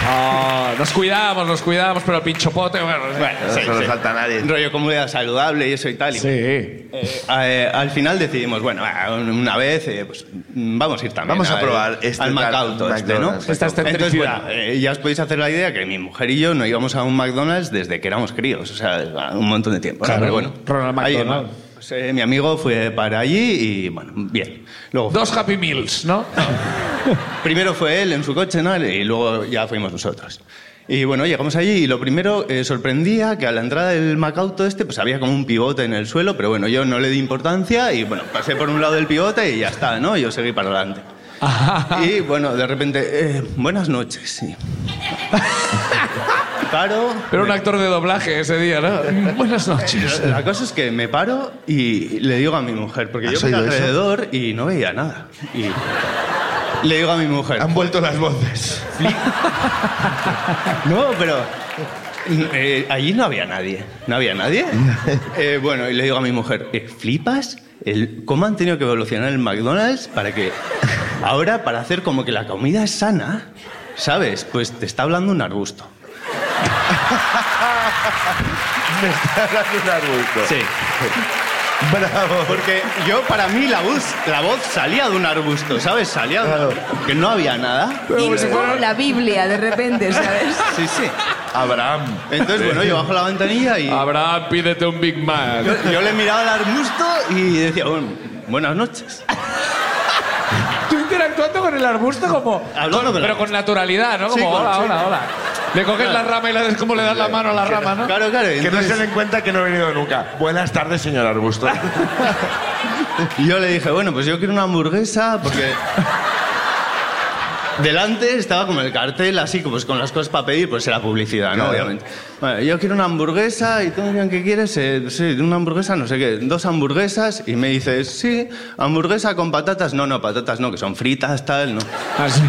[SPEAKER 1] Ah, nos cuidamos, nos cuidamos, pero el pinchopote, bueno,
[SPEAKER 7] Bueno,
[SPEAKER 2] No se lo salta nadie.
[SPEAKER 7] Rollo comunidad saludable y eso y tal. y-
[SPEAKER 1] Sí.
[SPEAKER 7] Eh, eh, al final decidimos, bueno, ah, una vez, eh, pues mm, vamos a ir también.
[SPEAKER 2] Vamos a
[SPEAKER 7] al-
[SPEAKER 2] probar este
[SPEAKER 7] al McAuto,
[SPEAKER 2] tal-
[SPEAKER 7] este, ¿no?
[SPEAKER 2] McDonald's.
[SPEAKER 1] Esta
[SPEAKER 7] Entonces,
[SPEAKER 1] excentricidad.
[SPEAKER 7] bueno, eh, ya os podéis hacer la idea que mi mujer y yo no íbamos a un McDonald's desde que éramos críos, o sea, un montón de tiempo. ¿no?
[SPEAKER 1] Claro,
[SPEAKER 7] Pero bueno,
[SPEAKER 1] Ronald
[SPEAKER 7] ahí,
[SPEAKER 1] McDonald.
[SPEAKER 7] pues, eh, mi amigo fue para allí y, bueno, bien. Luego
[SPEAKER 1] Dos Happy Meals, ¿no?
[SPEAKER 7] Primero fue él en su coche, ¿no? Y luego ya fuimos nosotros. Y bueno, llegamos allí y lo primero eh, sorprendía que a la entrada del Macauto este, pues había como un pivote en el suelo, pero bueno, yo no le di importancia y bueno, pasé por un lado del pivote y ya está, ¿no? Yo seguí para adelante. Y bueno, de repente, eh, buenas noches, sí. Paro.
[SPEAKER 1] Era un actor de doblaje ese día, ¿no? Buenas noches.
[SPEAKER 7] La cosa es que me paro y le digo a mi mujer, porque yo
[SPEAKER 2] ¿Has
[SPEAKER 7] fui
[SPEAKER 2] oído eso?
[SPEAKER 7] alrededor y no veía nada. Y le digo a mi mujer,
[SPEAKER 2] Han vuelto las voces.
[SPEAKER 7] No, pero eh, allí no había nadie. No había nadie. Eh, bueno, y le digo a mi mujer, eh, ¿flipas? El, ¿Cómo han tenido que evolucionar el McDonald's para que ahora, para hacer como que la comida es sana, ¿sabes? Pues te está hablando un arbusto.
[SPEAKER 2] Me está dando un arbusto.
[SPEAKER 7] Bravo. Porque yo, para mí, la voz, la voz salía de un arbusto, ¿sabes? Salía de un
[SPEAKER 2] Claro.
[SPEAKER 7] arbusto, Que no había nada.
[SPEAKER 4] Y como la Biblia, de repente, ¿sabes?
[SPEAKER 7] Sí, sí.
[SPEAKER 2] Abraham.
[SPEAKER 7] Entonces, bueno, yo bajo la ventanilla y...
[SPEAKER 1] Abraham, pídete un Big Mac.
[SPEAKER 7] Yo, yo le miraba al arbusto y decía, bueno, buenas noches.
[SPEAKER 1] Tú interactuando con el arbusto como...
[SPEAKER 7] Hablando
[SPEAKER 1] con-
[SPEAKER 7] con el
[SPEAKER 1] pero
[SPEAKER 7] arbusto.
[SPEAKER 1] con naturalidad, ¿no? Como,
[SPEAKER 7] Sí, con-
[SPEAKER 1] hola,
[SPEAKER 7] sí.
[SPEAKER 1] hola, hola. Le coges la rama y le das como le das la mano a la rama, ¿no?
[SPEAKER 7] Claro, claro.
[SPEAKER 2] Que no se den cuenta que no he venido nunca. Buenas tardes, señor Arbusto.
[SPEAKER 7] Y yo le dije, bueno, pues yo quiero una hamburguesa porque... Delante estaba como el cartel, así como pues, con las cosas para pedir, pues era publicidad, ¿no?
[SPEAKER 2] Claro.
[SPEAKER 7] Obviamente. Bueno, yo quiero una hamburguesa y tú me decían, ¿qué quieres? Eh, sí, una hamburguesa, no sé qué, dos hamburguesas y me dices, sí, hamburguesa con patatas, no, no, patatas no, que son fritas, tal, no.
[SPEAKER 1] Así,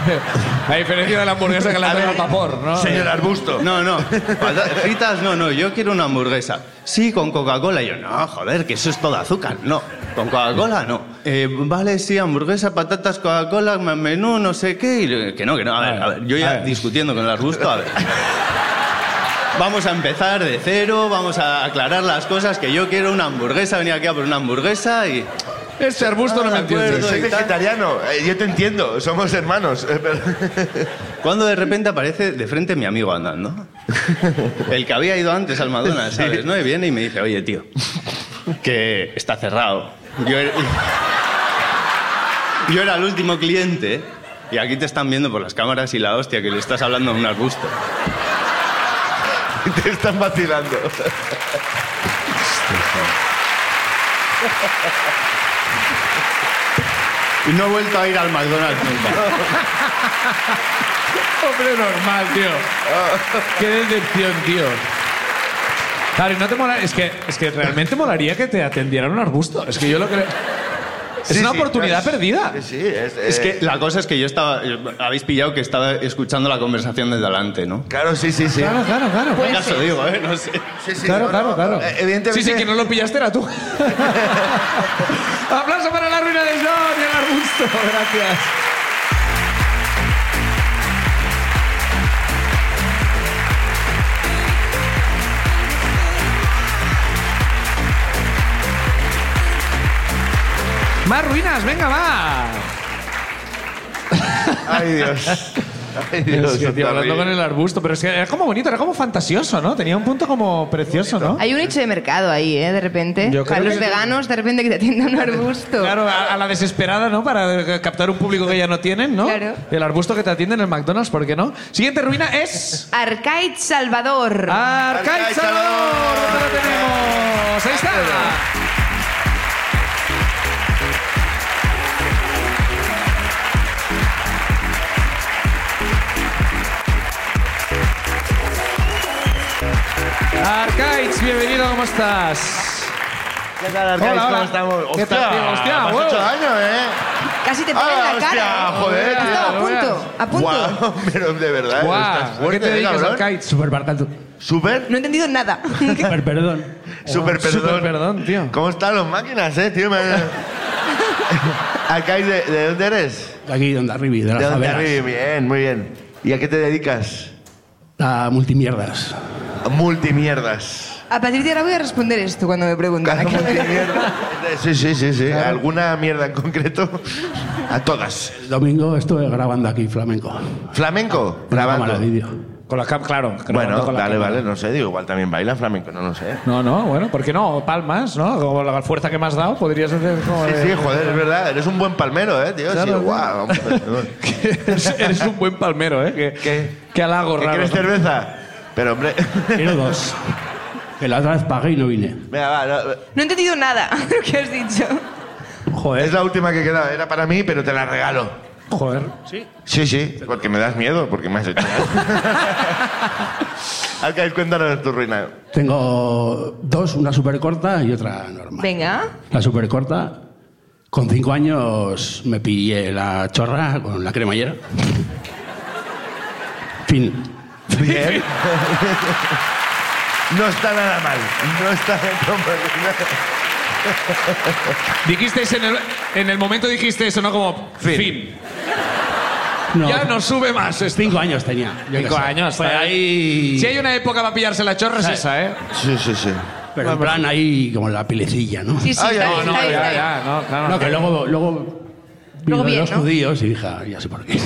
[SPEAKER 1] a diferencia de la hamburguesa que la
[SPEAKER 7] A
[SPEAKER 1] hacen
[SPEAKER 7] ver,
[SPEAKER 1] al vapor, ¿no?
[SPEAKER 2] señor Arbusto.
[SPEAKER 7] No, no, pata- fritas no, no, yo quiero una hamburguesa. Sí, con Coca-Cola. Y Yo, no, joder, que eso es todo azúcar. No, con Coca-Cola no. Eh, vale, sí, hamburguesa, patatas, Coca-Cola, me- menú, no sé qué. y le- que no, que no, a ver, a ver. Yo ya discutiendo con el arbusto, a ver. Vamos a empezar de cero, vamos a aclarar las cosas, que yo quiero una hamburguesa, venía aquí a por una hamburguesa y...
[SPEAKER 1] Este arbusto no
[SPEAKER 7] Ah,
[SPEAKER 1] me
[SPEAKER 7] de
[SPEAKER 1] entiende.
[SPEAKER 7] acuerdo.
[SPEAKER 2] Soy
[SPEAKER 7] y tal.
[SPEAKER 2] vegetariano. Eh, Yo te entiendo. Somos hermanos. Eh, pero-
[SPEAKER 7] Cuando de repente aparece de frente mi amigo andando. El que había ido antes al Madonna, ¿sabes? ¿no? Y viene y me dice, oye, tío, que está cerrado. Yo era, yo era el último cliente y aquí te están viendo por las cámaras y la hostia que le estás hablando a un arbusto.
[SPEAKER 2] Te están vacilando.
[SPEAKER 7] Y no he vuelto a ir al McDonald's nunca.
[SPEAKER 1] Hombre normal, tío. Qué decepción, tío. Claro, y no te mola. Es que, es que realmente molaría que te atendieran un arbusto. Es que yo lo creo. Es
[SPEAKER 2] Sí,
[SPEAKER 1] una
[SPEAKER 2] sí,
[SPEAKER 1] oportunidad
[SPEAKER 2] claro.
[SPEAKER 1] perdida.
[SPEAKER 2] Sí, sí, es,
[SPEAKER 7] Es
[SPEAKER 2] eh,
[SPEAKER 7] que la cosa es que yo estaba... Habéis pillado que estaba escuchando la conversación desde adelante, ¿no?
[SPEAKER 2] Claro, sí, sí, sí.
[SPEAKER 1] Claro, claro, claro. Pues
[SPEAKER 7] En caso digo, ¿eh? No sé.
[SPEAKER 2] Pues Sí, sí,
[SPEAKER 1] Claro,
[SPEAKER 2] no,
[SPEAKER 1] claro,
[SPEAKER 2] no.
[SPEAKER 1] claro.
[SPEAKER 2] Eh, Evidentemente.
[SPEAKER 1] Sí, sí, que no lo pillaste era tú. Aplauso para la ruina de John y el arbusto. Gracias. Más ruinas, venga, va.
[SPEAKER 2] Ay, Dios. Ay, Dios.
[SPEAKER 1] Es que, tío,
[SPEAKER 2] está
[SPEAKER 1] hablando con
[SPEAKER 2] horrible.
[SPEAKER 1] el arbusto, pero es que era como bonito, era como fantasioso, ¿no? Tenía un punto como precioso, ¿no?
[SPEAKER 4] Hay un hecho de mercado ahí, ¿eh? De repente.
[SPEAKER 1] Yo creo
[SPEAKER 4] Para los
[SPEAKER 1] que-
[SPEAKER 4] veganos, de repente que te atienda un arbusto.
[SPEAKER 1] Claro, a, a la desesperada, ¿no? Para eh, captar un público que ya no tienen, ¿no?
[SPEAKER 4] Claro.
[SPEAKER 1] El arbusto que te atiende en el McDonald's, ¿por qué no? Siguiente ruina es...
[SPEAKER 4] Arcaiz Salvador.
[SPEAKER 1] Arcaiz
[SPEAKER 2] Arcaiz
[SPEAKER 1] Ah, Salvador.
[SPEAKER 2] Salvador.
[SPEAKER 1] ¿Dónde lo tenemos? Ahí está. Arcaiz, bienvenido, ¿cómo estás?
[SPEAKER 2] ¿Qué tal, Arcaiz?
[SPEAKER 1] Hola, hola.
[SPEAKER 2] ¿Cómo estamos?
[SPEAKER 1] ¿Qué tal, tío? Hostia,
[SPEAKER 2] me has
[SPEAKER 1] wow.
[SPEAKER 2] hecho daño, ¿eh?
[SPEAKER 4] Casi te pega
[SPEAKER 2] Ah,
[SPEAKER 4] en la
[SPEAKER 2] hostia,
[SPEAKER 4] cara. ¿eh?
[SPEAKER 2] joder,
[SPEAKER 4] Has
[SPEAKER 1] tío,
[SPEAKER 4] estado a
[SPEAKER 1] lo
[SPEAKER 4] punto, a punto.
[SPEAKER 2] Guau, pero de verdad.
[SPEAKER 1] Guau,
[SPEAKER 2] estás
[SPEAKER 1] ¿A qué
[SPEAKER 2] fuerte,
[SPEAKER 1] te
[SPEAKER 2] ¿eh,
[SPEAKER 1] dedicas,
[SPEAKER 2] cabrón?
[SPEAKER 1] Arcaiz? Supermercado.
[SPEAKER 2] Súper,
[SPEAKER 4] No he entendido nada.
[SPEAKER 8] Per- Perdón.
[SPEAKER 2] súper perdón.
[SPEAKER 1] Super perdón, tío.
[SPEAKER 2] ¿Cómo están las máquinas, eh, tío? Me- Arcaiz, ¿de, de dónde eres?
[SPEAKER 8] De aquí, donde arriba, de
[SPEAKER 2] De
[SPEAKER 8] las
[SPEAKER 2] dónde
[SPEAKER 8] favelas.
[SPEAKER 2] arriba. Bien, muy bien. ¿Y a qué te dedicas?
[SPEAKER 8] A multimierdas.
[SPEAKER 2] A multimierdas.
[SPEAKER 4] A partir de ahora voy a responder esto cuando me preguntan.
[SPEAKER 2] Claro, multimierdas. Sí, sí, sí, sí. ¿Alguna mierda en concreto? A todas.
[SPEAKER 8] El domingo estoy grabando aquí flamenco.
[SPEAKER 2] ¿Flamenco?
[SPEAKER 8] Una cámara de
[SPEAKER 2] Grabando.
[SPEAKER 8] vídeo.
[SPEAKER 6] Con la cam, claro. grabando
[SPEAKER 2] Bueno,
[SPEAKER 6] con la
[SPEAKER 2] vale,
[SPEAKER 6] cámara.
[SPEAKER 2] vale, no sé, digo, igual también baila flamenco, no lo sé.
[SPEAKER 6] No, no, bueno, ¿por qué no? Palmas, ¿no? Como la fuerza que me has dado, podrías hacer como.
[SPEAKER 2] Sí,
[SPEAKER 6] de-
[SPEAKER 2] sí, joder, es verdad, eres un buen palmero, ¿eh, tío? Sí,
[SPEAKER 6] Claro,
[SPEAKER 2] guau.
[SPEAKER 6] eres, eres un buen palmero, ¿eh? Que,
[SPEAKER 2] ¿Qué?
[SPEAKER 6] que halago
[SPEAKER 2] ¿Qué
[SPEAKER 6] raro.
[SPEAKER 2] quieres
[SPEAKER 6] ¿no?
[SPEAKER 2] cerveza? Pero, hombre...
[SPEAKER 8] Quiero dos. Que la otra vez pagué y no vine.
[SPEAKER 2] Venga, va, no,
[SPEAKER 4] No he entendido nada de lo que has dicho.
[SPEAKER 2] es
[SPEAKER 8] Joder,
[SPEAKER 2] la última que quedaba, era para mí, pero te la regalo.
[SPEAKER 8] joder.
[SPEAKER 2] Sí, sí, porque me das miedo, porque me has hecho mal. Alcaid, cuéntanos tu ruina.
[SPEAKER 8] Tengo dos, una súper corta y otra normal.
[SPEAKER 4] Venga.
[SPEAKER 8] La súper corta. Con cinco años me pillé la chorra con la cremallera. fin.
[SPEAKER 2] Bien. No está nada mal. No está nada
[SPEAKER 6] Dijisteis en el, en el momento dijiste eso, ¿no? Como fin.
[SPEAKER 8] No,
[SPEAKER 6] Ya no sube más. esto.
[SPEAKER 8] cinco años tenía. yo qué
[SPEAKER 6] Cinco
[SPEAKER 8] sé.
[SPEAKER 6] años,
[SPEAKER 8] Fue
[SPEAKER 6] está
[SPEAKER 8] ahí.
[SPEAKER 6] Pues Si hay una época para pillarse la chorra, es esa, ¿eh?
[SPEAKER 2] Sí, sí, sí.
[SPEAKER 8] Pero en plan ahí como la pilecilla, ¿no?
[SPEAKER 4] Sí, sí,
[SPEAKER 2] Ah,
[SPEAKER 4] está
[SPEAKER 2] ya, no,
[SPEAKER 4] bien,
[SPEAKER 2] no,
[SPEAKER 4] está bien,
[SPEAKER 6] Ya,
[SPEAKER 4] está
[SPEAKER 6] ya, no, claro.
[SPEAKER 8] No, que luego, luego vi
[SPEAKER 4] Luego
[SPEAKER 8] lo de
[SPEAKER 4] bien,
[SPEAKER 8] los
[SPEAKER 4] ¿no?
[SPEAKER 8] judíos y dije, "Ah, ya sé por qué.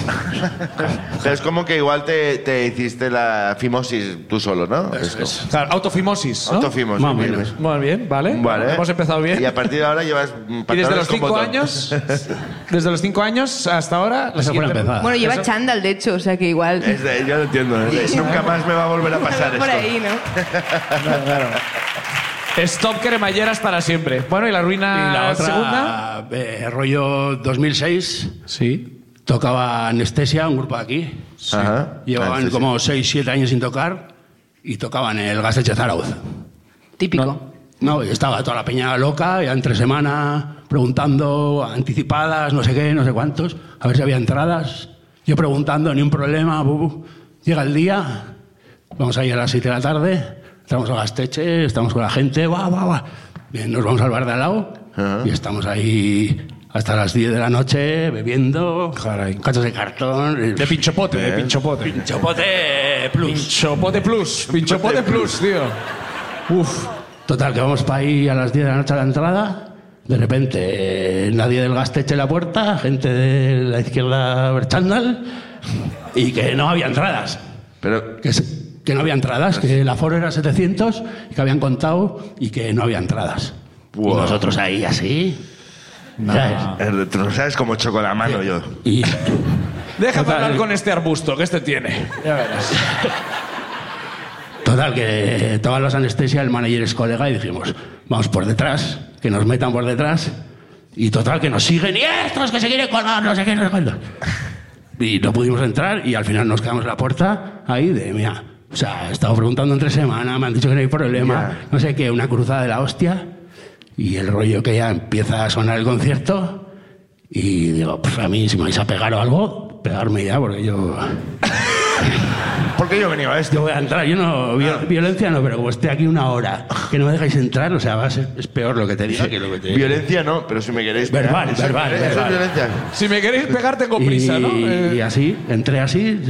[SPEAKER 2] Pero es como que igual te, te hiciste la fimosis tú solo, ¿no? Esto.
[SPEAKER 6] Claro, autofimosis, ¿no?
[SPEAKER 2] Autofimosis.
[SPEAKER 8] Más o
[SPEAKER 2] bien,
[SPEAKER 8] menos.
[SPEAKER 2] bien.
[SPEAKER 6] Muy bien, ¿vale?
[SPEAKER 2] Vale.
[SPEAKER 6] Hemos empezado bien.
[SPEAKER 2] Y a partir de ahora llevas mm,
[SPEAKER 6] Y
[SPEAKER 2] pantalones
[SPEAKER 6] desde los
[SPEAKER 2] con
[SPEAKER 6] cinco
[SPEAKER 2] botón.
[SPEAKER 6] años, desde los cinco años hasta ahora, la
[SPEAKER 8] Esa fue la
[SPEAKER 6] siguiente-
[SPEAKER 8] empezada.
[SPEAKER 4] bien. Bueno, lleva
[SPEAKER 6] Eso-
[SPEAKER 4] chándal, de hecho, o sea que igual...
[SPEAKER 2] Ah, Es de- yo lo entiendo. es de- nunca más me va a volver a pasar
[SPEAKER 4] por
[SPEAKER 2] esto.
[SPEAKER 4] ahí, ¿no?
[SPEAKER 6] Stop cremalleras para siempre. Bueno, y la ruina
[SPEAKER 8] y la
[SPEAKER 1] Ah,
[SPEAKER 8] otra,
[SPEAKER 6] segunda.
[SPEAKER 8] eh, rollo 2006,
[SPEAKER 6] Sí.
[SPEAKER 8] tocaba Anestesia, un grupo de aquí.
[SPEAKER 2] Ajá.
[SPEAKER 8] Llevaban
[SPEAKER 2] Ah, sí, sí.
[SPEAKER 8] como 6, 7 años sin tocar y tocaban el gas de Zaragoza.
[SPEAKER 4] Típico.
[SPEAKER 8] No, y estaba toda la peña loca, ya entre semana, preguntando anticipadas, no sé qué, no sé cuántos, a ver si había entradas. Yo preguntando, ni un problema, bu, bu. llega el día, vamos a ir a las 7 de la tarde, estamos a las teches, estamos con la gente, va, va, va. Bien, nos vamos al bar de al lado y estamos ahí hasta las 10 de la noche bebiendo,
[SPEAKER 6] Caray.
[SPEAKER 8] cachos de cartón,
[SPEAKER 6] De pinchopote, de pinchopote.
[SPEAKER 8] chopote plus.
[SPEAKER 6] Pinchopote plus. Pinchopote plus, tío. Uf.
[SPEAKER 8] Total, que vamos para ahí a las 10 de la noche a la entrada. De repente, eh, nadie del gas te eche la puerta, gente de la izquierda berchandal, y que no había entradas.
[SPEAKER 2] Pero,
[SPEAKER 8] Que, se- que no había
[SPEAKER 9] Ah,
[SPEAKER 8] entradas, que el aforo era 700, que habían contado y que no había entradas.
[SPEAKER 2] Buah.
[SPEAKER 8] Y nosotros ahí así. ¿sabes?
[SPEAKER 2] es de- tú no sabes cómo choco la mano yo.
[SPEAKER 8] Y
[SPEAKER 6] Déjame
[SPEAKER 8] Total. eh,
[SPEAKER 6] hablar con este arbusto, que este tiene. Ya verás.
[SPEAKER 8] total, que todas las anestesias, el manager es colega, y dijimos, vamos por detrás, que nos metan por detrás. Y total, que nos siguen, y estos que se quieren colgar, no sé qué, no sé cuántos". Y no pudimos entrar y al final nos quedamos en la puerta ahí de, mira, o sea, he estado preguntando entre semana, me han dicho que no hay problema, no sé qué, una cruzada de la hostia. Y el rollo que ya empieza a sonar el concierto y digo, pues a mí si me vais a pegar o algo, pegarme ya, porque yo...
[SPEAKER 2] Porque yo venía a esto. Ah.
[SPEAKER 8] Yo voy a entrar, yo no, viol- violencia no, pero como esté aquí una hora, que no me dejáis entrar, o sea, va a ser, es peor lo que te diga que lo que te diga.
[SPEAKER 2] Violencia no, pero si me queréis.
[SPEAKER 8] Verbal,
[SPEAKER 2] Eso-
[SPEAKER 8] verbal,
[SPEAKER 2] eso es
[SPEAKER 8] verbal.
[SPEAKER 2] violencia.
[SPEAKER 6] Si me queréis pegar, tengo
[SPEAKER 8] Y,
[SPEAKER 6] prisa, ¿no? Eh,
[SPEAKER 8] y así, entré así,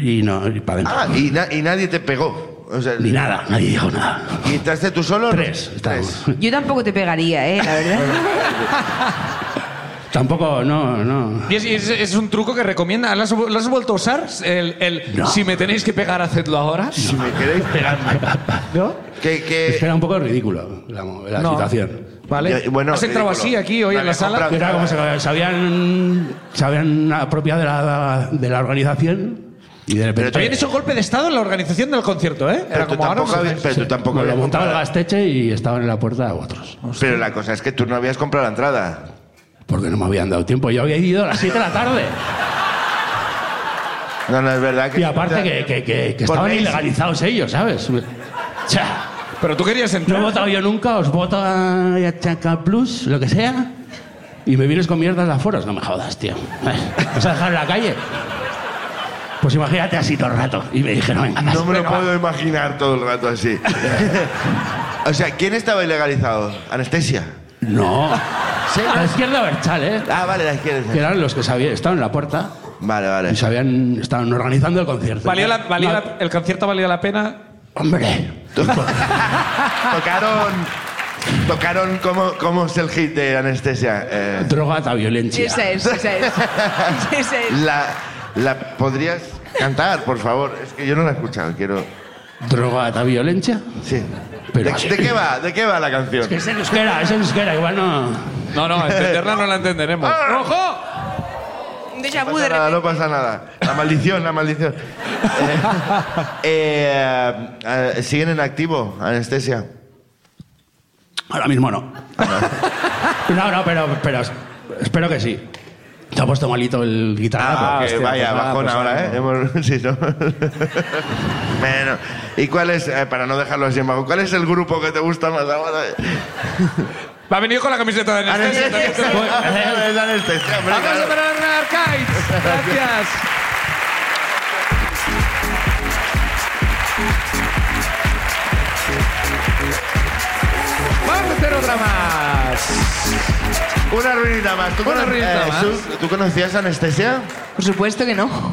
[SPEAKER 8] y no, y para adentro.
[SPEAKER 2] Ah, y, na- y nadie te pegó. O sea,
[SPEAKER 8] Ni nada, nadie dijo nada.
[SPEAKER 2] ¿Y entraste tú solo?
[SPEAKER 8] Tres, estábamos.
[SPEAKER 2] Tres.
[SPEAKER 4] Yo tampoco te pegaría, ¿eh? La verdad.
[SPEAKER 8] Tampoco, no, no.
[SPEAKER 6] y es, y es- es un truco que recomienda. ¿Lo has, vu- lo has vuelto a usar? El, el,
[SPEAKER 8] No.
[SPEAKER 6] Si me tenéis que pegar, hacedlo ahora.
[SPEAKER 2] Si me queréis pegarme.
[SPEAKER 6] ¿No?
[SPEAKER 2] Que,
[SPEAKER 8] Es que
[SPEAKER 2] que,
[SPEAKER 8] era un poco ridículo la, mo- la
[SPEAKER 6] No.
[SPEAKER 8] situación.
[SPEAKER 6] ¿Vale?
[SPEAKER 2] Ya, bueno,
[SPEAKER 6] ¿Has entrado
[SPEAKER 2] ridículo.
[SPEAKER 6] así aquí hoy
[SPEAKER 2] Me
[SPEAKER 6] en la
[SPEAKER 2] había
[SPEAKER 6] sala?
[SPEAKER 2] comprado-
[SPEAKER 8] Era como se, se habían, se habían apropiado de la, de la organización y de repente...
[SPEAKER 6] Habían hecho golpe de estado en la organización del concierto, ¿eh?
[SPEAKER 2] pero, tú tampoco
[SPEAKER 6] no sé.
[SPEAKER 2] habías- pero tú tampoco
[SPEAKER 8] Como lo
[SPEAKER 2] habías
[SPEAKER 8] montaba el
[SPEAKER 2] comprado-
[SPEAKER 8] gasteche y estaban en la puerta otros.
[SPEAKER 2] Pero la cosa es que tú no habías comprado la entrada.
[SPEAKER 8] Porque no me habían dado tiempo. Yo había ido a las 7 de la tarde.
[SPEAKER 2] No, no, es verdad que.
[SPEAKER 8] Y aparte que, que- que- que
[SPEAKER 2] Por
[SPEAKER 8] estaban
[SPEAKER 2] ley.
[SPEAKER 8] ilegalizados ellos, ¿sabes? O sea,
[SPEAKER 6] Pero tú querías
[SPEAKER 8] no he
[SPEAKER 6] entrar.
[SPEAKER 8] votado yo nunca, os voto a Chaca Plus, lo que sea, y me vienes con mierdas de aforos. No me jodas, tío. ¿Me ¿Vas a dejar en la calle? Pues imagínate así todo el rato. Y me dijeron, venga, vas,
[SPEAKER 2] No me lo
[SPEAKER 8] venga, va.
[SPEAKER 2] puedo imaginar todo el rato así. o sea, ¿quién estaba ilegalizado? ¿Anestesia?
[SPEAKER 8] No. la izquierda Berchal, ¿eh?
[SPEAKER 2] Ah, vale, la izquierda.
[SPEAKER 8] Que eran los que sabían, estaban en la puerta.
[SPEAKER 2] Vale, vale.
[SPEAKER 8] Y se habían, estaban organizando el concierto.
[SPEAKER 1] ¿Valió la-
[SPEAKER 8] Ya-
[SPEAKER 1] valió
[SPEAKER 8] no,
[SPEAKER 1] la- ¿El concierto valió la pena?
[SPEAKER 8] Hombre,
[SPEAKER 2] Tocaron. Tocaron cómo, cómo es el hit de anestesia. Eh,
[SPEAKER 8] drogata, violencia.
[SPEAKER 4] Esa es, esa es. Esa es.
[SPEAKER 2] la, la podrías cantar, por favor. Es que yo no la he escuchado, quiero.
[SPEAKER 8] Drogata, violencia.
[SPEAKER 2] Sí.
[SPEAKER 8] Pero
[SPEAKER 2] ¿De,
[SPEAKER 8] así-
[SPEAKER 2] de qué va? ¿De qué va la canción?
[SPEAKER 8] Que es en euskera, es en euskera, igual no.
[SPEAKER 1] No, no, entenderla no la entenderemos. ¡Ojo!
[SPEAKER 4] Un déjà
[SPEAKER 2] Ah. No
[SPEAKER 4] vu de
[SPEAKER 2] pasa nada,
[SPEAKER 4] repente.
[SPEAKER 2] no pasa nada. La maldición, la maldición. Eh, eh, eh, ¿Siguen en activo, anestesia?
[SPEAKER 8] Ahora mismo no. No, no, pero, pero espero que sí. Te ha puesto malito el guitarra.
[SPEAKER 2] Ah,
[SPEAKER 8] pero-
[SPEAKER 2] que vaya,
[SPEAKER 8] pues nada,
[SPEAKER 2] bajón
[SPEAKER 8] pues
[SPEAKER 2] ahora,
[SPEAKER 8] nada,
[SPEAKER 2] ¿eh?
[SPEAKER 8] no.
[SPEAKER 2] Hemos- sí, ¿no? bueno, ¿y cuál es, eh, para no dejarlo así en bajo, cuál es el grupo que te gusta más ahora?
[SPEAKER 1] Va a venir con la camiseta
[SPEAKER 2] Ah,
[SPEAKER 1] de Anestesia.
[SPEAKER 2] Anestesia.
[SPEAKER 1] Voy.
[SPEAKER 2] Es anestesia, hombre,
[SPEAKER 1] ¡Aplauso
[SPEAKER 2] claro.
[SPEAKER 1] para Bernard Kites! Gracias. Vamos a hacer otra más.
[SPEAKER 2] Una ruinita más. ¿Tú, eh,
[SPEAKER 1] Una
[SPEAKER 2] cono-
[SPEAKER 1] ruinita más.
[SPEAKER 2] Sus- ¿tú conocías anestesia?
[SPEAKER 4] Por supuesto que no.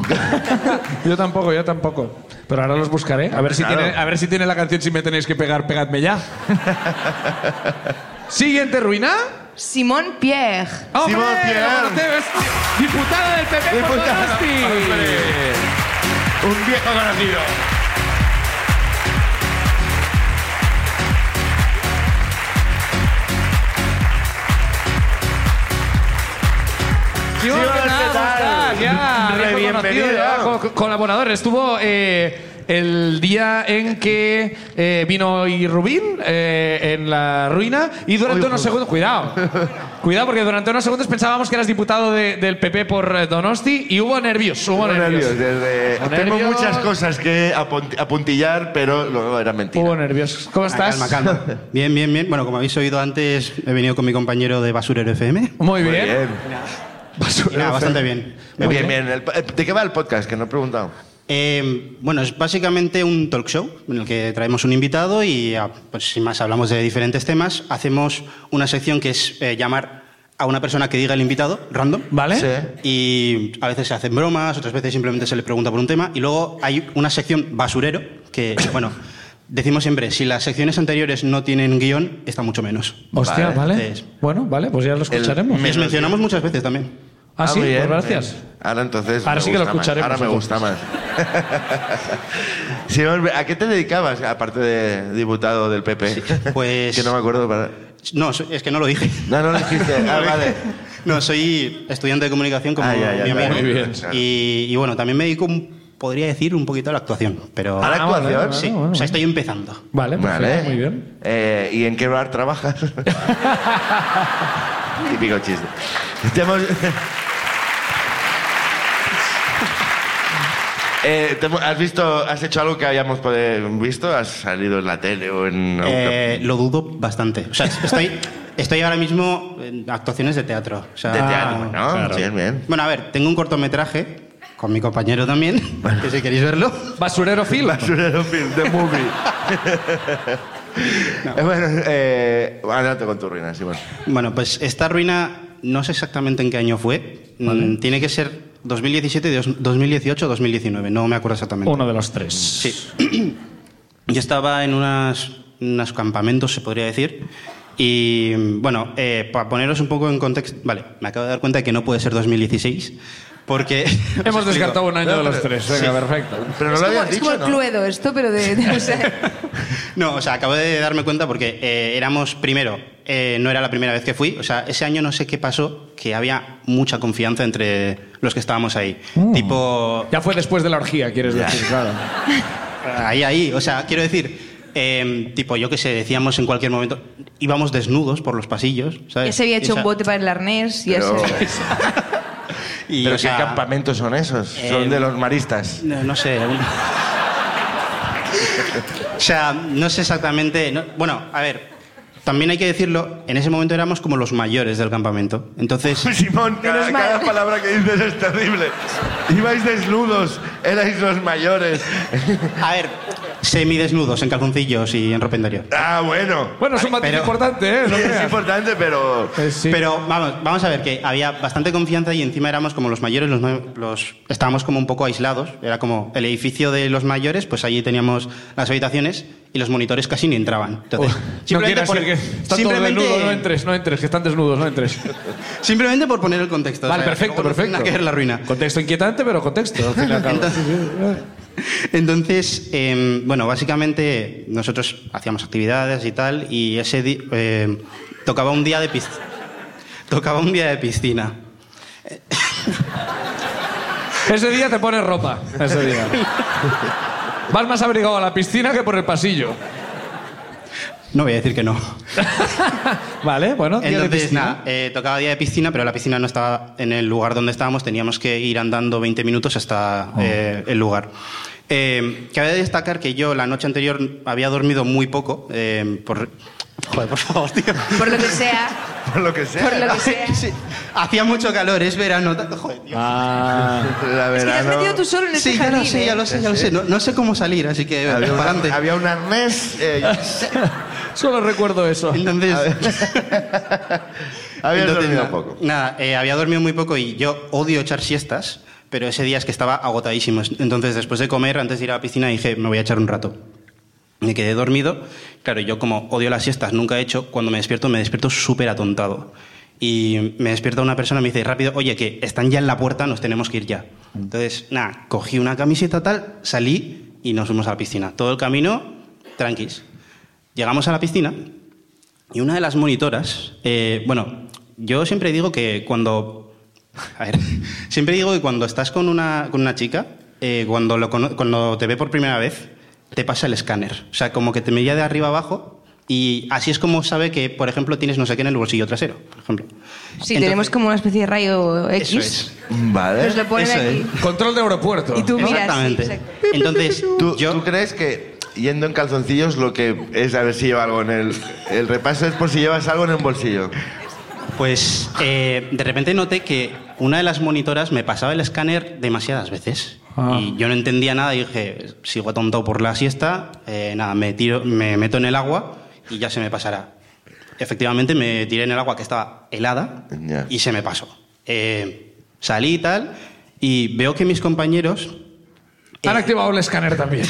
[SPEAKER 1] Yo tampoco, yo tampoco. Pero ahora los buscaré. A ver si,
[SPEAKER 2] Claro.
[SPEAKER 1] tiene, a ver si tiene la canción Si me tenéis que pegar, pegadme ya. Siguiente ruina.
[SPEAKER 4] Simón Pierre.
[SPEAKER 1] ¡Hombre!
[SPEAKER 2] Simón Pierre.
[SPEAKER 1] ¡La conocemos! Diputada del PP por
[SPEAKER 2] Diputada.
[SPEAKER 1] Donosti.
[SPEAKER 2] Hombre. Un viejo conocido.
[SPEAKER 1] Sí, hola,
[SPEAKER 2] Sí, hola,
[SPEAKER 1] ¿qué tal?
[SPEAKER 2] ¿qué tal?
[SPEAKER 1] ¿Cómo estás? Ya,
[SPEAKER 2] Re
[SPEAKER 1] viejo
[SPEAKER 2] bienvenido.
[SPEAKER 1] conocido, ya, co- colaborador. Estuvo eh, el día en que eh, vino y Rubín eh, en la ruina y durante unos segundos. Cuidado. Cuidado, porque durante unos segundos pensábamos que eras diputado de- del PP por eh, Donosti y hubo nervios. Hubo,
[SPEAKER 2] Tengo
[SPEAKER 1] nervios.
[SPEAKER 2] nervios, desde-
[SPEAKER 1] Hubo
[SPEAKER 2] Tengo
[SPEAKER 1] nervios.
[SPEAKER 2] muchas cosas que apun- apuntillar, pero luego era mentira.
[SPEAKER 1] Hubo nervios. ¿Cómo
[SPEAKER 10] Ah,
[SPEAKER 1] estás?
[SPEAKER 10] Calma, calma. Bien, bien, bien. Bueno, como habéis oído antes, he venido con mi compañero de Basurero FM.
[SPEAKER 1] Muy bien.
[SPEAKER 10] Y nada, bastante bien.
[SPEAKER 2] Muy bien, bien. El po- eh, ¿De qué va el podcast? Que no he preguntado.
[SPEAKER 10] Eh, bueno, es básicamente un talk show en el que traemos un invitado y, ah, pues, sin más, hablamos de diferentes temas. Hacemos una sección que es eh, llamar a una persona que diga el invitado, random.
[SPEAKER 1] ¿Vale?
[SPEAKER 2] Sí.
[SPEAKER 10] Y a veces se hacen bromas, otras veces simplemente se le pregunta por un tema. Y luego hay una sección basurero que, bueno, decimos siempre, si las secciones anteriores no tienen guión, está mucho menos.
[SPEAKER 1] Hostia,
[SPEAKER 10] Vale.
[SPEAKER 1] ¿vale?
[SPEAKER 10] Sí.
[SPEAKER 1] Bueno, vale, pues ya lo escucharemos.
[SPEAKER 10] Les mencionamos muchas veces también.
[SPEAKER 1] Ah, sí,
[SPEAKER 2] muy
[SPEAKER 1] pues
[SPEAKER 2] bien,
[SPEAKER 1] gracias.
[SPEAKER 2] bien. Ahora entonces.
[SPEAKER 1] Ahora
[SPEAKER 2] me
[SPEAKER 1] sí que lo
[SPEAKER 2] gusta más,
[SPEAKER 1] escucharemos,
[SPEAKER 2] Ahora me gusta más. Simón, ¿a qué te dedicabas, aparte de diputado del PP?
[SPEAKER 10] pues-
[SPEAKER 2] que no me acuerdo para.
[SPEAKER 10] No, so- es que no lo dije.
[SPEAKER 2] No, no lo dijiste. Ah, vale.
[SPEAKER 10] No, soy estudiante de comunicación como
[SPEAKER 2] Ah, ya, ya,
[SPEAKER 10] mi
[SPEAKER 2] ya.
[SPEAKER 10] amigo.
[SPEAKER 2] Muy bien.
[SPEAKER 10] Y, y bueno, también me dedico, un- podría decir, un poquito a la actuación. Pero
[SPEAKER 2] ¿A la
[SPEAKER 1] Ah, vale,
[SPEAKER 2] actuación?
[SPEAKER 1] vale,
[SPEAKER 10] sí,
[SPEAKER 1] bueno,
[SPEAKER 10] o sea,
[SPEAKER 1] bueno.
[SPEAKER 10] estoy empezando.
[SPEAKER 1] Vale,
[SPEAKER 9] pues
[SPEAKER 1] perfecto,
[SPEAKER 2] Vale.
[SPEAKER 1] muy bien.
[SPEAKER 2] Eh, ¿Y en qué bar trabajas? Típico chiste. Te hemos- Eh, te hemos- ¿Has visto, has hecho algo que hayamos poder- visto? ¿Has salido en la tele o en algún
[SPEAKER 10] Eh, lo dudo bastante. O sea, estoy, estoy ahora mismo en actuaciones de teatro. O sea,
[SPEAKER 2] De teatro, ¿no?
[SPEAKER 1] Ah,
[SPEAKER 10] claro.
[SPEAKER 2] Bien, bien.
[SPEAKER 10] Bueno, a ver, tengo un cortometraje con mi compañero también, que si queréis verlo.
[SPEAKER 1] Basurero Phil.
[SPEAKER 2] Basurero film, the movie. Eh, Bueno, eh, adelante con tu ruina, Simón.
[SPEAKER 10] Bueno, pues esta ruina no sé exactamente en qué año fue. Mm, Tiene que ser 2017, dos- 2018 o 2019, no me acuerdo exactamente.
[SPEAKER 1] Uno de los tres.
[SPEAKER 10] Sí. Yo estaba en unas, unos campamentos, se podría decir. Y bueno, eh, para poneros un poco en contexto. Vale, me acabo de dar cuenta de que no puede ser 2016, porque.
[SPEAKER 1] Hemos descartado un año de los tres. Venga, perfecto.
[SPEAKER 2] Pero no
[SPEAKER 4] es
[SPEAKER 2] lo
[SPEAKER 4] como,
[SPEAKER 2] habías
[SPEAKER 4] es como
[SPEAKER 2] dicho,
[SPEAKER 4] el
[SPEAKER 2] ¿no?
[SPEAKER 4] Cluedo esto, pero de... de- o sea,
[SPEAKER 10] No, o sea, acabo de darme cuenta porque eh, éramos primero. eh, no era la primera vez que fui. O sea, ese año no sé qué pasó, que había mucha confianza entre los que estábamos ahí.
[SPEAKER 2] Mm.
[SPEAKER 10] Tipo,
[SPEAKER 1] Ya fue después de la orgía, quieres decir, claro.
[SPEAKER 10] Ahí, ahí. O sea, quiero decir, eh, tipo, yo que sé, decíamos en cualquier momento, íbamos desnudos por los pasillos, ¿sabes?
[SPEAKER 4] ya se había hecho
[SPEAKER 10] Esa-
[SPEAKER 4] un bote para el arnés, ya
[SPEAKER 2] Pero,
[SPEAKER 4] se...
[SPEAKER 10] Y,
[SPEAKER 2] ¿pero
[SPEAKER 10] o sea,
[SPEAKER 2] ¿qué campamentos son esos? son
[SPEAKER 10] eh,
[SPEAKER 2] de los maristas.
[SPEAKER 10] No, no sé. un- o sea, no sé exactamente. no- bueno, a ver, también hay que decirlo, en ese momento éramos como los mayores del campamento. Entonces.
[SPEAKER 2] Simón, cada,
[SPEAKER 4] mal.
[SPEAKER 2] cada palabra que dices es terrible. Ibais desnudos, erais los mayores.
[SPEAKER 10] A ver, semidesnudos, en calzoncillos y en ropa interior.
[SPEAKER 2] Ah, bueno.
[SPEAKER 6] Bueno, es un matiz
[SPEAKER 10] pero-
[SPEAKER 6] importante, ¿eh? No
[SPEAKER 2] Sí, es
[SPEAKER 6] creas.
[SPEAKER 2] importante, pero.
[SPEAKER 6] Eh, sí.
[SPEAKER 10] Pero vamos, vamos a ver que había bastante confianza y encima éramos como los mayores, los, no- los- estábamos como un poco aislados. Era como el edificio de los mayores, pues allí teníamos las habitaciones y los monitores casi ni entraban. Entonces,
[SPEAKER 6] Oh, No quieras
[SPEAKER 10] por-
[SPEAKER 6] ir, que está todo
[SPEAKER 10] simplemente-
[SPEAKER 6] desnudo, no entres, no entres, que están desnudos, no entres.
[SPEAKER 10] simplemente por poner el contexto.
[SPEAKER 6] Vale,
[SPEAKER 10] o sea,
[SPEAKER 6] perfecto,
[SPEAKER 10] luego no tiene
[SPEAKER 6] perfecto.
[SPEAKER 10] nada que ver la ruina.
[SPEAKER 6] Contexto inquietante, pero contexto. al fin y al cabo.
[SPEAKER 10] Entonces, eh, bueno, básicamente nosotros hacíamos actividades y tal, y ese di- eh, tocaba un día de piscina. Tocaba un día de piscina.
[SPEAKER 6] Ese día te pones ropa. Ese día. Vas más abrigado a la piscina que por el pasillo.
[SPEAKER 10] No voy a decir que no.
[SPEAKER 6] Vale, bueno. día de
[SPEAKER 10] Entonces,
[SPEAKER 6] piscina.
[SPEAKER 10] nada, eh, tocaba día de piscina, pero la piscina no estaba en el lugar donde estábamos, teníamos que ir andando 20 minutos
[SPEAKER 6] Oh.
[SPEAKER 10] hasta eh, el lugar. Eh, cabe destacar que yo la noche anterior había dormido muy poco. eh, por... Joder, por favor, tío.
[SPEAKER 4] Por lo que sea,
[SPEAKER 2] Por lo que sea.
[SPEAKER 4] por lo que sea.
[SPEAKER 10] Sí, Hacía mucho calor, es verano. ta- Joder, tío.
[SPEAKER 6] Ah.
[SPEAKER 2] La
[SPEAKER 4] Es que te has
[SPEAKER 2] verano.
[SPEAKER 4] metido tú solo en este
[SPEAKER 10] Sí, ya lo
[SPEAKER 4] jardín.
[SPEAKER 10] sé,
[SPEAKER 4] ¿eh?
[SPEAKER 10] ya lo sé, ya lo sé. No, no sé cómo salir, así que para
[SPEAKER 2] Había,
[SPEAKER 10] adelante.
[SPEAKER 2] un- había un arnés. eh, yo qué sé.
[SPEAKER 6] Solo recuerdo eso.
[SPEAKER 10] Entonces,
[SPEAKER 2] Había
[SPEAKER 10] entonces,
[SPEAKER 2] dormido
[SPEAKER 10] na-
[SPEAKER 2] poco.
[SPEAKER 10] Nada, eh, había dormido muy poco y yo odio echar siestas, pero ese día es que estaba agotadísimo. Entonces, después de comer, antes de ir a la piscina, dije, me voy a echar un rato. Me quedé dormido. Claro, yo como odio las siestas, nunca he hecho, cuando me despierto, me despierto súper atontado. Y me despierta una persona y me dice rápido, oye, que están ya en la puerta, nos tenemos que ir ya. Entonces, nada, cogí una camiseta tal, salí y nos fuimos a la piscina. Todo el camino, tranquis. Llegamos a la piscina y una de las monitoras, eh, bueno, yo siempre digo que cuando, a ver, siempre digo que cuando estás con una, con una chica, eh, cuando, lo cono- cuando te ve por primera vez, te pasa el escáner. O sea, como que te medía de arriba abajo y así es como sabe que, por ejemplo, tienes no sé qué en el bolsillo trasero, por ejemplo.
[SPEAKER 4] Sí,
[SPEAKER 10] Entonces-
[SPEAKER 4] tenemos como una especie de rayo X.
[SPEAKER 10] Eso es.
[SPEAKER 4] Nos
[SPEAKER 2] Vale.
[SPEAKER 4] lo ponen
[SPEAKER 10] Eso
[SPEAKER 4] aquí.
[SPEAKER 6] Control de aeropuerto.
[SPEAKER 4] Y tú miras. sí,
[SPEAKER 10] Exactamente.
[SPEAKER 4] exacto.
[SPEAKER 10] Entonces,
[SPEAKER 2] ¿Tú,
[SPEAKER 10] yo...
[SPEAKER 2] tú crees que yendo en calzoncillos lo que es a ver si lleva algo en el. El repaso es por si llevas algo en el bolsillo.
[SPEAKER 10] Pues eh, de repente noté que una de las monitoras me pasaba el escáner demasiadas veces.
[SPEAKER 6] Ah.
[SPEAKER 10] Y yo no entendía nada y dije, sigo atontado por la siesta, eh, nada, me, tiro, me meto en el agua y ya se me pasará. Efectivamente me tiré en el agua que estaba helada
[SPEAKER 2] Ya.
[SPEAKER 10] y se me pasó. Eh, salí y tal y veo que mis compañeros...
[SPEAKER 6] Han
[SPEAKER 10] eh,
[SPEAKER 6] activado el escáner también.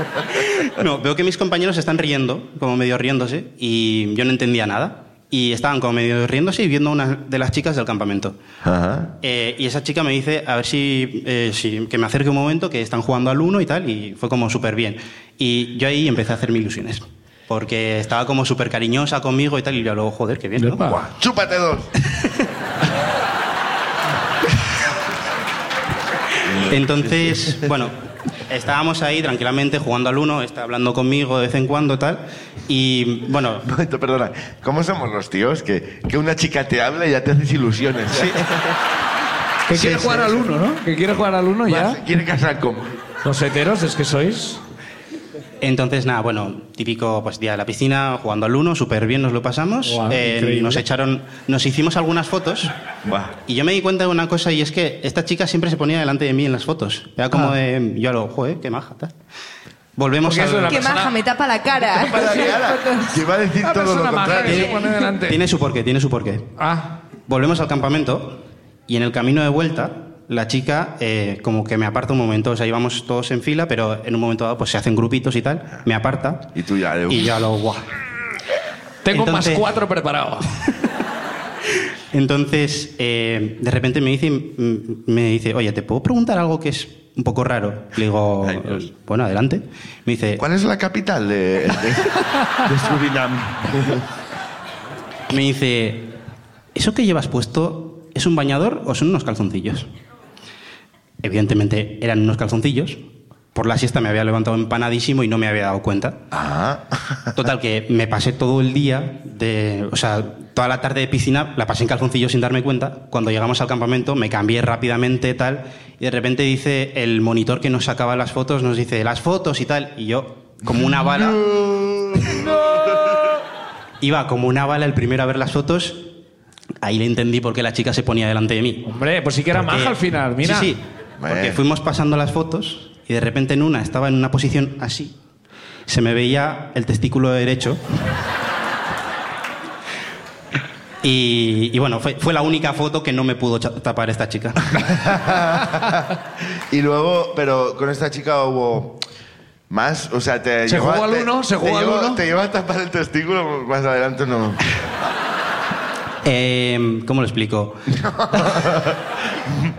[SPEAKER 10] no, veo que mis compañeros están riendo, como medio riéndose, y yo no entendía nada. Y estaban como medio riéndose y viendo a una de las chicas del campamento.
[SPEAKER 2] Ajá.
[SPEAKER 10] Eh, y esa chica me dice, a ver si, eh, si- que me acerque un momento, que están jugando al uno y tal, y fue como súper bien. Y yo ahí empecé a hacerme ilusiones, porque estaba como súper cariñosa conmigo y tal, y yo luego, joder, qué bien. ¿no?".
[SPEAKER 6] Epa.
[SPEAKER 2] Buah, ¡Chúpate dos!
[SPEAKER 10] Entonces, bueno, estábamos ahí tranquilamente jugando al uno, está hablando conmigo de vez en cuando tal, y bueno,
[SPEAKER 2] Un momento, perdona. ¿Cómo somos los tíos? Que, que una chica te habla y ya te haces ilusiones.
[SPEAKER 6] Que quiere jugar al uno, ¿no? Que quiere jugar al uno
[SPEAKER 2] Más,
[SPEAKER 6] ya.
[SPEAKER 2] Quiere casar con.
[SPEAKER 6] Los heteros es que sois.
[SPEAKER 10] Entonces, nada, bueno, típico pues, día de la piscina, jugando al uno, súper bien nos lo pasamos.
[SPEAKER 6] Guau,
[SPEAKER 10] Eh,
[SPEAKER 6] increíble.
[SPEAKER 10] nos echaron, nos hicimos algunas fotos.
[SPEAKER 2] Buah.
[SPEAKER 10] Y yo me di cuenta de una cosa y es que esta chica siempre se ponía delante de mí en las fotos. Era como de, yo lo, joder, qué maja, tal. Volvemos
[SPEAKER 6] Ah. Porque eso
[SPEAKER 10] a...
[SPEAKER 6] era-
[SPEAKER 4] Qué
[SPEAKER 6] persona-
[SPEAKER 4] maja, me tapa la cara.
[SPEAKER 2] Para que ahora te va a decir
[SPEAKER 6] Ah, Una
[SPEAKER 2] todo
[SPEAKER 6] persona
[SPEAKER 2] lo
[SPEAKER 6] maja que
[SPEAKER 2] contrario.
[SPEAKER 6] se pone delante.
[SPEAKER 10] Tiene su porqué, tiene su porqué.
[SPEAKER 6] Ah,
[SPEAKER 10] Volvemos al campamento y en el camino de vuelta la chica eh, como que me aparta un momento, o sea, íbamos todos en fila, pero en un momento dado pues se hacen grupitos y tal, me aparta
[SPEAKER 2] Y tú ya, eh, de-
[SPEAKER 10] y ya lo, guau.
[SPEAKER 6] tengo
[SPEAKER 10] Entonces-
[SPEAKER 6] más cuatro preparado.
[SPEAKER 10] Entonces, eh, de repente me dice, mm, me dice, oye, ¿te puedo preguntar algo que es un poco raro? Le digo,
[SPEAKER 2] Ay, Dios.
[SPEAKER 10] bueno, adelante. Me dice,
[SPEAKER 2] ¿Cuál es la capital de, de, de Surinam?
[SPEAKER 10] me dice, ¿eso que llevas puesto es un bañador o son unos calzoncillos? Evidentemente eran unos calzoncillos. Por la siesta me había levantado empanadísimo y no me había dado cuenta.
[SPEAKER 2] Ah,
[SPEAKER 10] Total, que me pasé todo el día, de, o sea, toda la tarde de piscina, la pasé en calzoncillos sin darme cuenta. Cuando llegamos al campamento, me cambié rápidamente, tal, y de repente dice el monitor que nos sacaba las fotos, nos dice las fotos y tal, y yo, como una bala. Iba como una bala el primero a ver las fotos, ahí le entendí por qué la chica se ponía delante de mí.
[SPEAKER 6] Hombre, pues sí que era
[SPEAKER 10] Porque-
[SPEAKER 6] maja al final, mira.
[SPEAKER 10] Sí, sí.
[SPEAKER 2] Bueno.
[SPEAKER 10] Porque fuimos pasando las fotos y de repente en una estaba en una posición así se me veía el testículo derecho. Y, y bueno, fue, fue la única foto que no me pudo cha- tapar esta chica.
[SPEAKER 2] y luego, pero con esta chica hubo más, o sea, te
[SPEAKER 1] Se
[SPEAKER 2] llevó a-
[SPEAKER 1] jugó al
[SPEAKER 2] te-
[SPEAKER 1] uno, se
[SPEAKER 2] te
[SPEAKER 1] jugó al
[SPEAKER 2] llevó-
[SPEAKER 1] uno.
[SPEAKER 2] Te lleva a tapar el testículo, más adelante no.
[SPEAKER 10] Eh, ¿Cómo lo explico?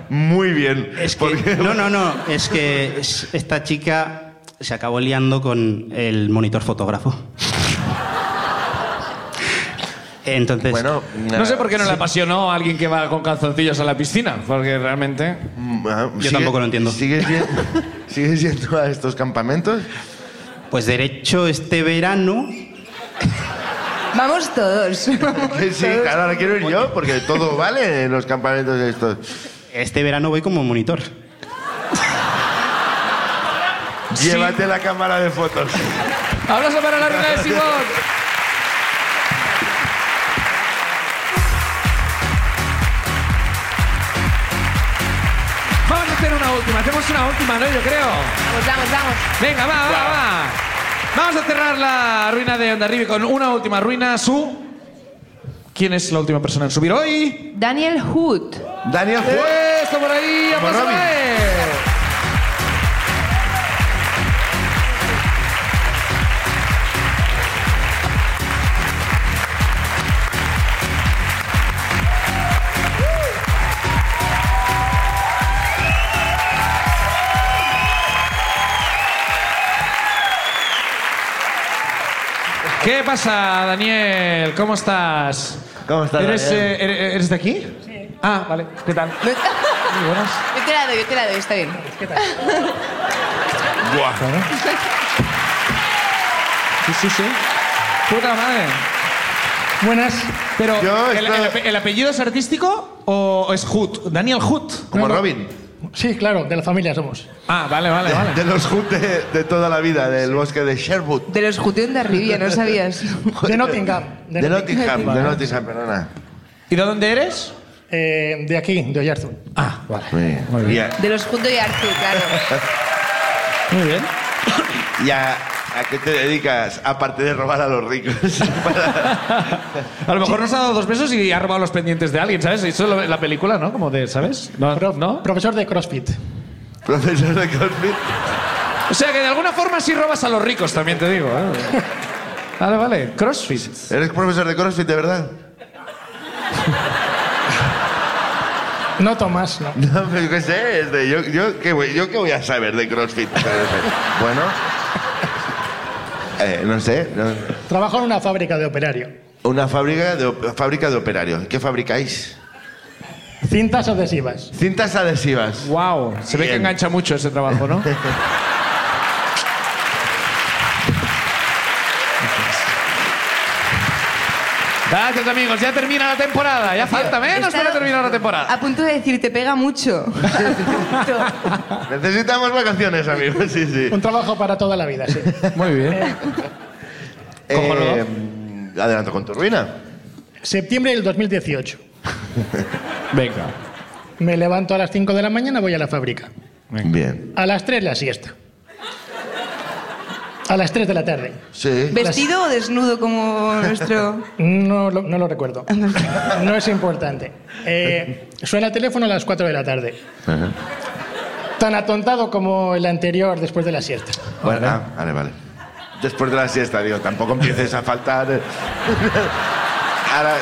[SPEAKER 2] Muy bien.
[SPEAKER 10] Es que,
[SPEAKER 2] porque-
[SPEAKER 10] no, no, no, es que es- esta chica se acabó liando con el monitor fotógrafo. Entonces,
[SPEAKER 2] Bueno,
[SPEAKER 1] No sé por qué no le apasionó a alguien que va con calzoncillos a la piscina, porque realmente...
[SPEAKER 6] Mm, ah,
[SPEAKER 2] Yo
[SPEAKER 10] tampoco lo entiendo.
[SPEAKER 2] ¿Sigues yendo, ¿Sigues yendo a estos campamentos?
[SPEAKER 10] pues derecho este verano,
[SPEAKER 4] Vamos todos. vamos
[SPEAKER 2] Que sí,
[SPEAKER 4] todos.
[SPEAKER 2] claro, ahora quiero ir yo, porque todo vale en los campamentos estos.
[SPEAKER 10] este verano voy como monitor.
[SPEAKER 2] Llévate la cámara de fotos.
[SPEAKER 1] ¡Abrazo para la reina de Simón! Vamos a hacer una última, hacemos una última, ¿no? Yo creo.
[SPEAKER 4] Vamos, vamos, vamos.
[SPEAKER 1] Venga, va, va, va. Vamos a cerrar la ruina de Ondarribi con una última ruina. Su. ¿Quién es la última persona en subir hoy?
[SPEAKER 4] Daniel Hood.
[SPEAKER 2] Daniel Juez.
[SPEAKER 1] ¡Eso por ahí! ¡A
[SPEAKER 2] Como
[SPEAKER 1] paso
[SPEAKER 2] Robin.
[SPEAKER 1] de! ¿Qué pasa, Daniel? ¿Cómo estás?
[SPEAKER 2] ¿Cómo estás,
[SPEAKER 1] ¿Eres,
[SPEAKER 2] Daniel?
[SPEAKER 1] eh, ere- ¿Eres de aquí? Sí. Ah, vale. ¿Qué tal? Muy buenas.
[SPEAKER 4] Yo te la doy, yo te la doy, está bien.
[SPEAKER 1] Sí, sí, sí. Puta madre.
[SPEAKER 9] Buenas.
[SPEAKER 1] Pero,
[SPEAKER 2] Yo
[SPEAKER 1] ¿el,
[SPEAKER 2] esto-
[SPEAKER 1] el ape- el apellido es artístico o es Hood? Daniel Hood.
[SPEAKER 2] Como Robin.
[SPEAKER 9] Sí, claro, de la familia somos.
[SPEAKER 1] Ah, vale, vale, vale.
[SPEAKER 2] De los Hood de, de toda la vida, del bosque de Sherwood.
[SPEAKER 4] De los Jutión de Arribia, ¿no sabías?
[SPEAKER 9] De Nottingham.
[SPEAKER 2] De Nottingham, de Nottingham, perdona.
[SPEAKER 1] ¿Y de dónde eres?
[SPEAKER 9] Eh, de aquí, de Oyarzun.
[SPEAKER 1] Ah, vale.
[SPEAKER 2] Muy bien.
[SPEAKER 4] De los Jutión de Arzu, claro.
[SPEAKER 1] Muy bien.
[SPEAKER 2] ¿Y a, a qué te dedicas? Aparte de robar a los ricos.
[SPEAKER 1] A lo mejor nos ha dado dos besos y ha robado los pendientes de alguien, ¿sabes? Eso es lo- la película, ¿no? Como de, ¿sabes? No, ¿no?
[SPEAKER 9] Profesor de CrossFit.
[SPEAKER 2] Profesor de CrossFit.
[SPEAKER 1] O sea que de alguna forma sí robas a los ricos, también te digo. ¿eh? Vale, vale. Crossfit.
[SPEAKER 2] ¿Eres profesor de CrossFit, de verdad?
[SPEAKER 9] No Tomás, no.
[SPEAKER 2] No, pero yo qué sé, es de- yo, yo qué voy, yo qué voy a saber de CrossFit. bueno. Eh, no sé. no-
[SPEAKER 9] Trabajo en una fábrica de operario.
[SPEAKER 2] Una fábrica de, op- fábrica de operarios. ¿Qué fabricáis?
[SPEAKER 9] Cintas adhesivas.
[SPEAKER 2] Cintas adhesivas.
[SPEAKER 1] Wow. Se ve que
[SPEAKER 2] Bien.
[SPEAKER 1] engancha mucho ese trabajo, ¿no? Gracias amigos, ya termina la temporada, ya falta menos para
[SPEAKER 4] Estaba
[SPEAKER 1] terminar la temporada.
[SPEAKER 4] A punto de decir, te pega mucho. Mucho.
[SPEAKER 2] Necesitamos vacaciones, amigos. Sí, sí.
[SPEAKER 9] Un trabajo para toda la vida, sí.
[SPEAKER 1] Muy bien.
[SPEAKER 2] Eh, adelanto con tu ruina.
[SPEAKER 9] Septiembre del 2018.
[SPEAKER 1] Venga.
[SPEAKER 9] Me levanto a las 5 de la mañana, voy a la fábrica.
[SPEAKER 2] Bien.
[SPEAKER 9] A las 3 la siesta. A las 3 de la tarde.
[SPEAKER 2] Sí.
[SPEAKER 4] ¿Vestido o desnudo como nuestro...?
[SPEAKER 9] No lo, no lo recuerdo. No es importante. Eh, suena el teléfono a las 4 de la tarde.
[SPEAKER 2] Ajá.
[SPEAKER 9] Tan atontado como el anterior después de la siesta.
[SPEAKER 2] Bueno, ah, vale, vale. Después de la siesta, digo, tampoco empieces a faltar. eh. Ahora-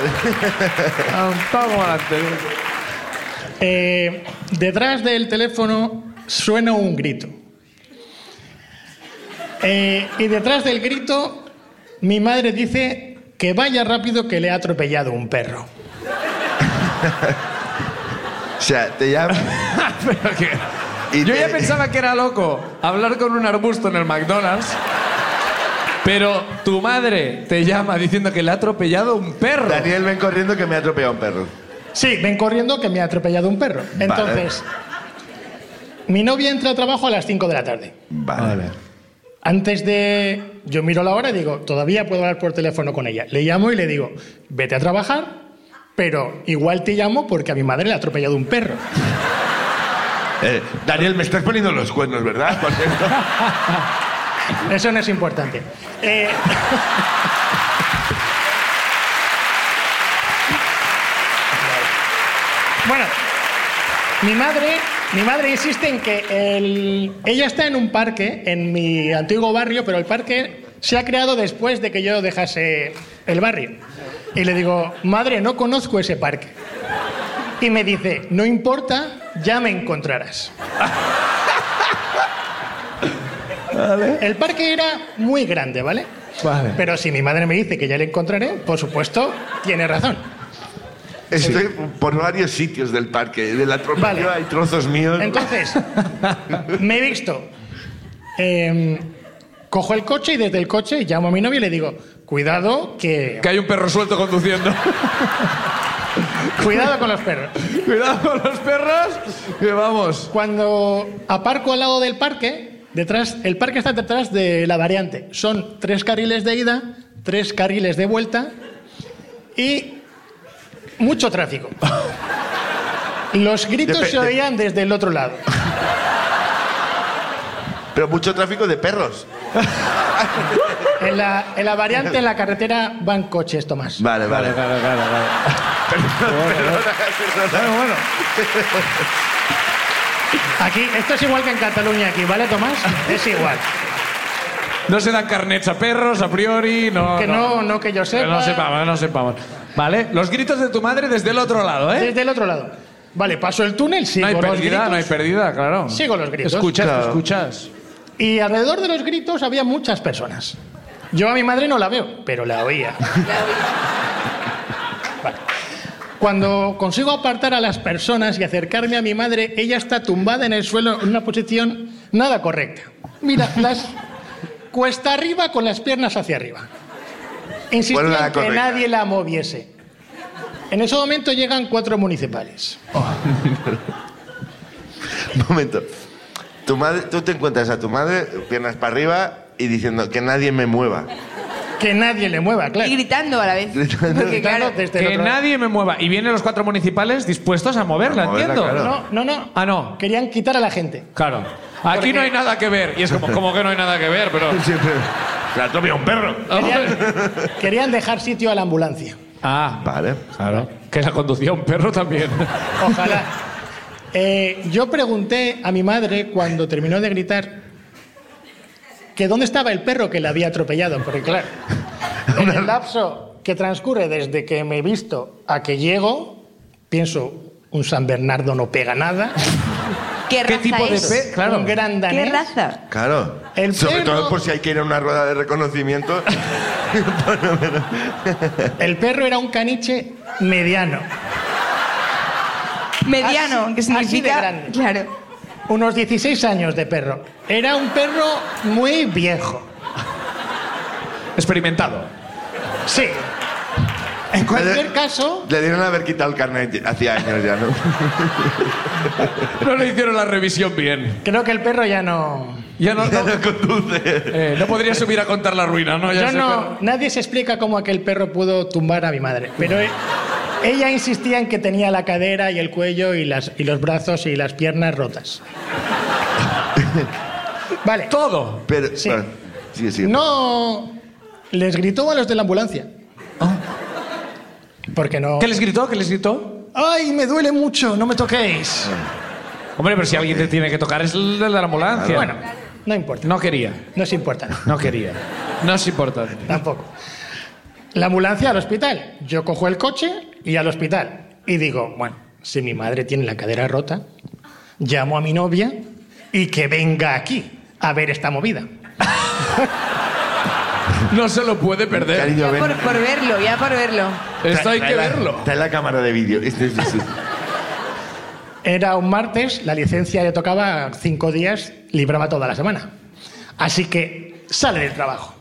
[SPEAKER 9] Eh, detrás del teléfono suena un grito. Eh, y detrás del grito, mi madre dice que vaya rápido que le ha atropellado un perro.
[SPEAKER 2] o sea, te llaman.
[SPEAKER 1] Pero que-
[SPEAKER 2] Y
[SPEAKER 1] Yo
[SPEAKER 2] te-
[SPEAKER 1] ya pensaba que era loco hablar con un arbusto en el McDonald's, pero tu madre te llama diciendo que le ha atropellado un perro.
[SPEAKER 2] Daniel, ven corriendo que me ha atropellado un perro.
[SPEAKER 9] Sí, ven corriendo que me ha atropellado un perro. Entonces, mi novia entra a trabajo a las 5 de la tarde.
[SPEAKER 2] Vale.
[SPEAKER 9] Antes de... Yo miro la hora y digo, todavía puedo hablar por teléfono con ella. Le llamo y le digo, vete a trabajar, pero igual te llamo porque a mi madre le ha atropellado un perro.
[SPEAKER 2] Eh, Daniel, me estás poniendo los cuernos, ¿verdad? Por cierto.
[SPEAKER 9] Eso no es importante. Eh, bueno, mi madre, mi madre insiste en que el- ella está en un parque en mi antiguo barrio, pero el parque se ha creado después de que yo dejase el barrio. Y le digo, madre, no conozco ese parque. Y me dice, no importa, ya me encontrarás. El parque era muy grande, ¿vale?
[SPEAKER 6] Vale.
[SPEAKER 9] Pero si mi madre me dice que ya le encontraré, por supuesto, tiene razón.
[SPEAKER 2] Estoy por varios sitios del parque. De la tropa
[SPEAKER 9] Vale.
[SPEAKER 2] hay trozos míos.
[SPEAKER 9] Entonces, me he visto. Em, cojo el coche y desde el coche llamo a mi novia y le digo, cuidado que...
[SPEAKER 6] Que hay un perro suelto conduciendo.
[SPEAKER 9] Cuidado con los perros.
[SPEAKER 6] Cuidado con los perros, que vamos.
[SPEAKER 9] Cuando aparco al lado del parque, detrás, el parque está detrás de la variante. Son tres carriles de ida, tres carriles de vuelta y mucho tráfico. Los gritos
[SPEAKER 2] Depe-
[SPEAKER 9] se oían desde el otro lado.
[SPEAKER 2] Pero mucho tráfico de perros.
[SPEAKER 9] En la, en la variante, en la carretera, van coches, Tomás.
[SPEAKER 2] Vale, vale.
[SPEAKER 6] claro, claro.
[SPEAKER 2] Bueno, bueno.
[SPEAKER 9] Aquí, esto es igual que en Cataluña aquí, ¿vale, Tomás? Es igual.
[SPEAKER 6] No se dan carnets a perros a priori, no.
[SPEAKER 9] Que no, no que yo sepa.
[SPEAKER 6] Que no sepamos, no sepamos. Vale, los gritos de tu madre desde el otro lado, ¿eh?
[SPEAKER 9] Desde el otro lado. Vale, paso el túnel, sigo
[SPEAKER 6] No hay
[SPEAKER 9] los
[SPEAKER 6] pérdida,
[SPEAKER 9] gritos.
[SPEAKER 6] no hay pérdida, claro.
[SPEAKER 9] Sigo los gritos.
[SPEAKER 6] Escuchas,
[SPEAKER 2] Claro.
[SPEAKER 6] escuchas.
[SPEAKER 9] Y alrededor de los gritos había muchas personas. Yo a mi madre no la veo, pero la oía. Vale. Cuando consigo apartar a las personas y acercarme a mi madre, ella está tumbada en el suelo en una posición nada correcta. Mira, las cuesta arriba con las piernas hacia arriba. Insistía
[SPEAKER 2] ¿Cuál era la
[SPEAKER 9] en que
[SPEAKER 2] correcta?
[SPEAKER 9] nadie la moviese. En ese momento llegan cuatro municipales.
[SPEAKER 2] Un momento. Tu madre, tú te encuentras a tu madre, piernas para arriba y diciendo que nadie me mueva.
[SPEAKER 9] Que nadie le mueva, claro.
[SPEAKER 4] Y gritando a la vez.
[SPEAKER 2] Gritando.
[SPEAKER 4] Porque claro,
[SPEAKER 9] Gritando desde el
[SPEAKER 6] Que
[SPEAKER 9] otro lado.
[SPEAKER 6] nadie me mueva. Y vienen los cuatro municipales dispuestos a moverla,
[SPEAKER 2] A moverla,
[SPEAKER 6] entiendo.
[SPEAKER 2] claro.
[SPEAKER 9] No, no, no.
[SPEAKER 6] Ah, no.
[SPEAKER 9] Querían quitar a la gente.
[SPEAKER 6] Claro. Aquí
[SPEAKER 9] Porque-
[SPEAKER 6] no hay nada que ver. Y es como, como que no hay nada que ver, pero.
[SPEAKER 2] Siempre. Oh. La tropia un perro.
[SPEAKER 9] Querían, querían dejar sitio a la ambulancia.
[SPEAKER 6] Ah,
[SPEAKER 2] Vale.
[SPEAKER 6] claro. Que la conducía un perro también.
[SPEAKER 9] Ojalá. Eh, yo pregunté a mi madre cuando terminó de gritar que dónde estaba el perro que la había atropellado, porque claro, en el lapso que transcurre desde que me he visto a que llego, pienso, un San Bernardo no pega nada,
[SPEAKER 4] ¿qué raza es?
[SPEAKER 6] pe- Claro.
[SPEAKER 9] un gran
[SPEAKER 4] ¿Qué
[SPEAKER 9] danés.
[SPEAKER 4] raza?
[SPEAKER 2] Claro.
[SPEAKER 9] El
[SPEAKER 2] Sobre
[SPEAKER 9] perro-
[SPEAKER 2] todo por si hay que ir a una rueda de reconocimiento.
[SPEAKER 9] El perro era un caniche mediano,
[SPEAKER 4] Mediano,
[SPEAKER 9] Así-
[SPEAKER 4] que significa...
[SPEAKER 9] así de grande.
[SPEAKER 4] Claro.
[SPEAKER 9] unos 16 años de perro. Era un perro muy viejo.
[SPEAKER 6] Experimentado.
[SPEAKER 9] Sí. En cualquier caso,
[SPEAKER 2] Le dieron haber quitado el carnet hacía años ya, ¿no?
[SPEAKER 6] No le hicieron la revisión bien.
[SPEAKER 9] creo que el perro ya no.
[SPEAKER 6] Ya no,
[SPEAKER 2] Ya
[SPEAKER 6] no,
[SPEAKER 2] no conduce.
[SPEAKER 6] eh, no podría subir a contar la ruina, ¿no? Ya
[SPEAKER 9] Yo
[SPEAKER 6] ese
[SPEAKER 9] no.
[SPEAKER 6] perro.
[SPEAKER 9] Nadie se explica cómo aquel perro pudo tumbar a mi madre. Pero e- ella insistía en que tenía la cadera y el cuello y, las, y los brazos y las piernas rotas. Vale.
[SPEAKER 6] Todo.
[SPEAKER 2] Pero.
[SPEAKER 9] Sí.
[SPEAKER 2] bueno, sigue, sigue.
[SPEAKER 9] No. Les gritó a los de la ambulancia. Porque no.
[SPEAKER 6] ¿Qué les gritó? ¿Qué les gritó?
[SPEAKER 9] ¡Ay, me duele mucho! ¡No me toquéis!
[SPEAKER 6] Hombre, pero si alguien te tiene que tocar es el de la ambulancia.
[SPEAKER 9] Bueno, no importa.
[SPEAKER 6] No quería.
[SPEAKER 9] No es importante.
[SPEAKER 6] No quería. No es importante.
[SPEAKER 9] Tampoco. La ambulancia al hospital. Yo cojo el coche y al hospital. Y digo, bueno, si mi madre tiene la cadera rota, llamo a mi novia y que venga aquí a ver esta movida.
[SPEAKER 6] No se lo puede perder.
[SPEAKER 2] Cariño,
[SPEAKER 4] Ya
[SPEAKER 2] ven.
[SPEAKER 4] por, por verlo, ya por verlo.
[SPEAKER 6] Esto hay
[SPEAKER 2] Trae
[SPEAKER 6] que
[SPEAKER 2] la-
[SPEAKER 6] verlo.
[SPEAKER 2] Trae la cámara de vídeo. Este es- este es-
[SPEAKER 9] Era un martes, la licencia le tocaba cinco días, libraba toda la semana. Así que sale del trabajo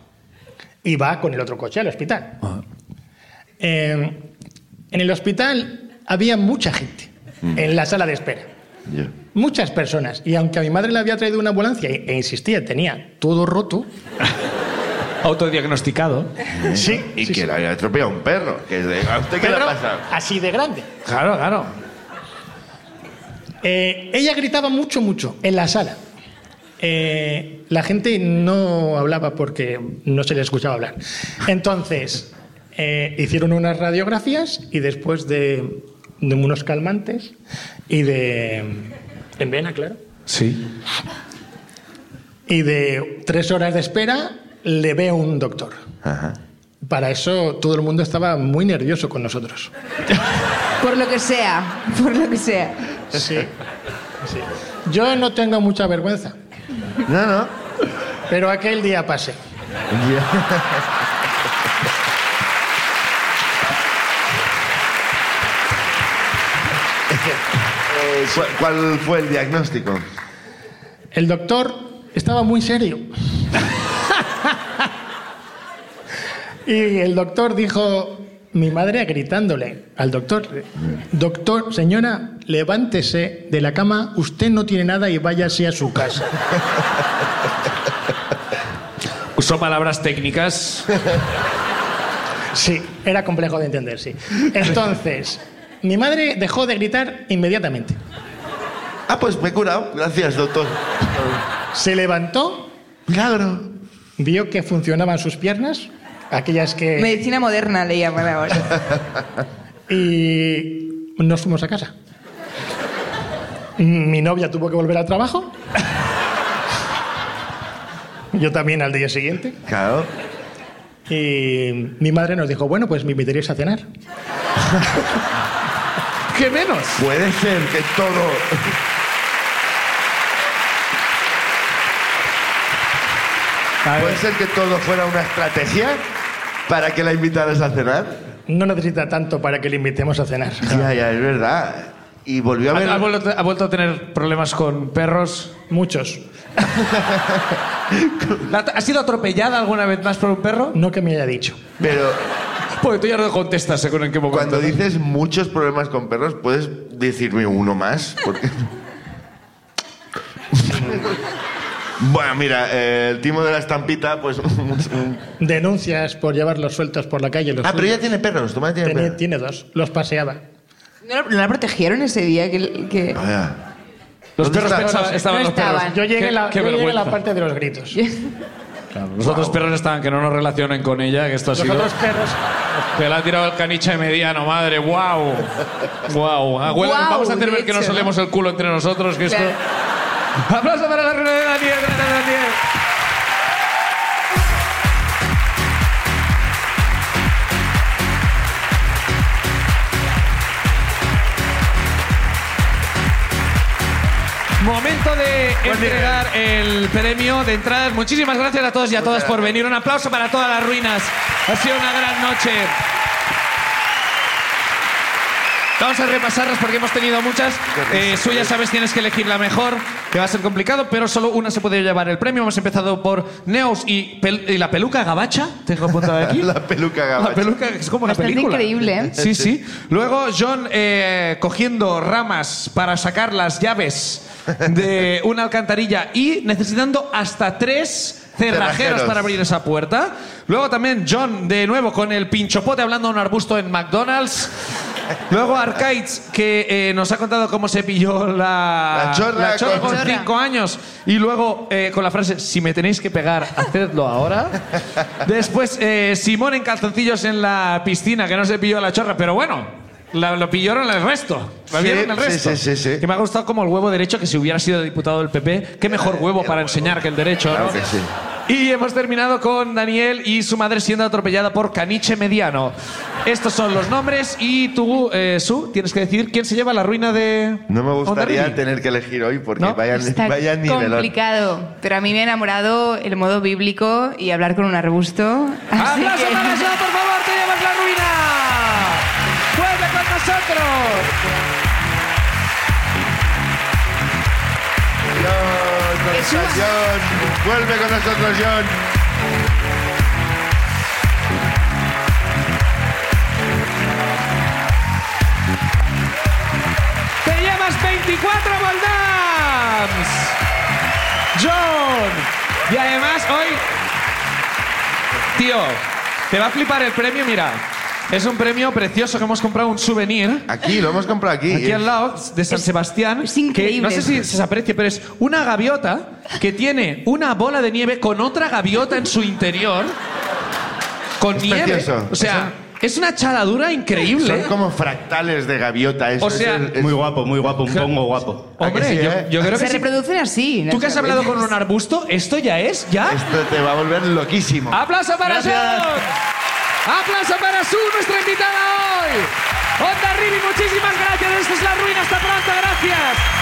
[SPEAKER 9] y va con el otro coche al hospital. Eh, en el hospital había mucha gente en la sala de espera.
[SPEAKER 2] Yo.
[SPEAKER 9] Muchas personas. Y aunque a mi madre le había traído una ambulancia e e insistía, tenía todo roto.
[SPEAKER 6] Autodiagnosticado.
[SPEAKER 9] Sí.
[SPEAKER 2] ¿Eh? Y
[SPEAKER 9] sí,
[SPEAKER 2] que
[SPEAKER 9] sí.
[SPEAKER 2] le había atropellado un perro. Que es de, ¿A usted qué le
[SPEAKER 9] Pero
[SPEAKER 2] ha pasado?
[SPEAKER 9] así de grande.
[SPEAKER 6] Claro, claro.
[SPEAKER 9] Eh, ella gritaba mucho, mucho en la sala. eh, la gente no hablaba porque no se le escuchaba hablar. Entonces, eh, hicieron unas radiografías y después de, de unos calmantes y de... En vena, claro.
[SPEAKER 6] Sí.
[SPEAKER 9] Y de tres horas de espera le ve un doctor.
[SPEAKER 2] Ajá.
[SPEAKER 9] Para eso todo el mundo estaba muy nervioso con nosotros.
[SPEAKER 4] Por lo que sea, por lo que sea.
[SPEAKER 9] Sí. sí. Yo no tengo mucha vergüenza,
[SPEAKER 2] No, no.
[SPEAKER 9] pero aquel día pasé.
[SPEAKER 2] Eh, ¿cu- ¿Cuál fue el diagnóstico?
[SPEAKER 9] El doctor estaba muy serio. y el doctor dijo, mi madre gritándole al doctor, doctor, señora, levántese de la cama, usted no tiene nada y váyase a su casa.
[SPEAKER 1] Usó palabras técnicas.
[SPEAKER 9] Sí, era complejo de entender, sí. Entonces, mi madre dejó de gritar inmediatamente.
[SPEAKER 2] Ah, pues me he curado. Gracias, doctor.
[SPEAKER 9] Se levantó,
[SPEAKER 2] Milagro.
[SPEAKER 9] vio que funcionaban sus piernas, aquellas
[SPEAKER 1] Eh.
[SPEAKER 9] que...
[SPEAKER 4] Medicina moderna le llaman ahora.
[SPEAKER 9] y nos fuimos a casa. Mi novia tuvo que volver al trabajo. Yo también al día siguiente.
[SPEAKER 2] Claro.
[SPEAKER 9] Y mi madre nos dijo, bueno, pues me invitarías a cenar.
[SPEAKER 1] ¿Qué menos?
[SPEAKER 2] Puede ser que todo. Puede ser que todo fuera una estrategia para que la invitaras a cenar.
[SPEAKER 9] No necesita tanto para que le invitemos a cenar.
[SPEAKER 2] Ya, ya, es verdad. Y volvió a
[SPEAKER 1] ¿Ha,
[SPEAKER 2] ver.
[SPEAKER 1] ha vuelto, ha vuelto a tener problemas con perros?
[SPEAKER 9] Muchos.
[SPEAKER 1] ¿La- ¿Ha sido atropellada alguna vez más por un perro?
[SPEAKER 9] No que me haya dicho.
[SPEAKER 2] Pero
[SPEAKER 1] Porque tú ya no contestas según en qué momento.
[SPEAKER 2] cuando dices muchos problemas con perros, ¿puedes decirme uno más? Porque- bueno, mira, eh, el timo de la estampita, pues. un-
[SPEAKER 9] Denuncias por llevarlos sueltos por la calle. Los
[SPEAKER 2] ah, pero
[SPEAKER 9] suyos.
[SPEAKER 2] ella tiene perros, tu madre tiene
[SPEAKER 9] Tenía-
[SPEAKER 2] perros.
[SPEAKER 9] tiene dos. Los paseaba.
[SPEAKER 4] ¿No, lo- no la protegieron ese día? Que, que-
[SPEAKER 2] Vaya.
[SPEAKER 1] Los
[SPEAKER 2] ¿Dónde
[SPEAKER 1] perros
[SPEAKER 2] está?
[SPEAKER 1] pensaban- estaban
[SPEAKER 4] No
[SPEAKER 1] los perros.
[SPEAKER 4] estaban.
[SPEAKER 9] Yo llegué,
[SPEAKER 1] Qué-
[SPEAKER 9] la-
[SPEAKER 1] qué
[SPEAKER 9] yo llegué a
[SPEAKER 1] vergüenza. Pues
[SPEAKER 9] la parte de los gritos.
[SPEAKER 1] Los otros perros estaban que no nos relacionen con ella, que esto ha
[SPEAKER 9] Los
[SPEAKER 1] sido.
[SPEAKER 9] otros perros...
[SPEAKER 1] Te la ha tirado el caniche de mediano, madre. ¡Guau! ¡Guau! Abuela,
[SPEAKER 4] Guau,
[SPEAKER 1] vamos a hacer
[SPEAKER 4] de
[SPEAKER 1] ver que
[SPEAKER 4] hecho,
[SPEAKER 1] nos
[SPEAKER 4] ¿no?
[SPEAKER 1] solemos el culo entre nosotros, que esto.
[SPEAKER 4] Claro.
[SPEAKER 1] ¡Aplauso para la reina de Daniel! ¡Gracias, Daniel! Momento de entregar el premio de entradas. Muchísimas gracias a todos y a todas por venir. Un aplauso para todas las ruinas. Ha sido una gran noche. Vamos a repasarlas porque hemos tenido muchas. Eh, Su, ya sabes, tienes que elegir la mejor, que va a ser complicado, pero solo una se puede llevar el premio. Hemos empezado por Neos y, pel- y la peluca gabacha. Tengo apuntada aquí.
[SPEAKER 2] La peluca gabacha.
[SPEAKER 1] La peluca es como una
[SPEAKER 4] Bastante
[SPEAKER 1] película.
[SPEAKER 4] increíble, ¿eh?
[SPEAKER 1] Sí, sí. Luego John eh, cogiendo ramas para sacar las llaves de una alcantarilla y necesitando hasta tres cerrajeros
[SPEAKER 2] Cerrajeros.
[SPEAKER 1] para abrir esa puerta. Luego también John de nuevo con el pinchopote hablando a un arbusto en McDonald's. Luego Arcades, que eh, nos ha contado cómo se pilló la,
[SPEAKER 2] La chorra
[SPEAKER 1] con
[SPEAKER 2] con-
[SPEAKER 1] cinco años. Y luego eh, con la frase, si me tenéis que pegar, hacedlo ahora. Después eh, Simón en calzoncillos en la piscina, que no se pilló la chorra, pero bueno, la- lo pillaron el resto. Lo
[SPEAKER 2] Sí,
[SPEAKER 1] vieron el
[SPEAKER 2] sí, sí,
[SPEAKER 1] resto.
[SPEAKER 2] sí, sí.
[SPEAKER 1] Que me ha gustado como el huevo derecho, que si hubiera sido diputado del PP, qué mejor huevo para enseñar que el derecho. ¿no?
[SPEAKER 2] Claro que sí.
[SPEAKER 1] Y hemos terminado con Daniel y su madre siendo atropellada por Caniche Mediano. Estos son los nombres y tú, eh, Su, tienes que decidir quién se lleva la ruina de...
[SPEAKER 2] No me gustaría
[SPEAKER 1] Hondarribia.
[SPEAKER 2] tener que elegir hoy porque
[SPEAKER 1] ¿No?
[SPEAKER 2] vayan,
[SPEAKER 4] Está
[SPEAKER 2] vayan nivelón.
[SPEAKER 4] complicado, pero a mí me ha enamorado el modo bíblico y hablar con un arbusto. así
[SPEAKER 1] ¡Aplauso
[SPEAKER 4] que-
[SPEAKER 1] para Joan, por favor! ¡Te llevas la ruina! ¡Vuelve con nosotros!
[SPEAKER 2] John, ¿dónde estás, John? Vuelve con nosotros, John.
[SPEAKER 1] ¡Te llevas 24 Voldams! ¡John! Y además hoy... Tío, te va a flipar el premio, mira. Es un premio precioso que hemos comprado, un souvenir.
[SPEAKER 2] Aquí, lo hemos comprado aquí.
[SPEAKER 1] Aquí al lado de San
[SPEAKER 4] Es-
[SPEAKER 1] Sebastián,
[SPEAKER 4] es
[SPEAKER 1] que
[SPEAKER 4] increíble.
[SPEAKER 1] no sé si se aprecia, pero es una gaviota que tiene una bola de nieve con otra gaviota en su interior, con nieve.
[SPEAKER 2] precioso.
[SPEAKER 1] O sea, es una charadura
[SPEAKER 2] Son
[SPEAKER 1] increíble. ¿eh?
[SPEAKER 2] como fractales de gaviota. eso
[SPEAKER 1] O sea,
[SPEAKER 2] es el- es-
[SPEAKER 7] Muy guapo, muy guapo, un pongo guapo.
[SPEAKER 1] Hombre,
[SPEAKER 2] ¿A que sí,
[SPEAKER 1] yo,
[SPEAKER 2] eh?
[SPEAKER 1] yo creo que
[SPEAKER 4] Se
[SPEAKER 1] sí.
[SPEAKER 4] reproducen así.
[SPEAKER 1] tú que has hablado con un arbusto, esto ya es, ya.
[SPEAKER 2] Esto te va a volver loquísimo.
[SPEAKER 1] ¡Aplauso para Sun!
[SPEAKER 2] Gracias.
[SPEAKER 1] ¡Aplauso para Sun, nuestra invitada hoy! Onda Rivi, muchísimas gracias. Esto es La Ruina. Hasta pronto, gracias.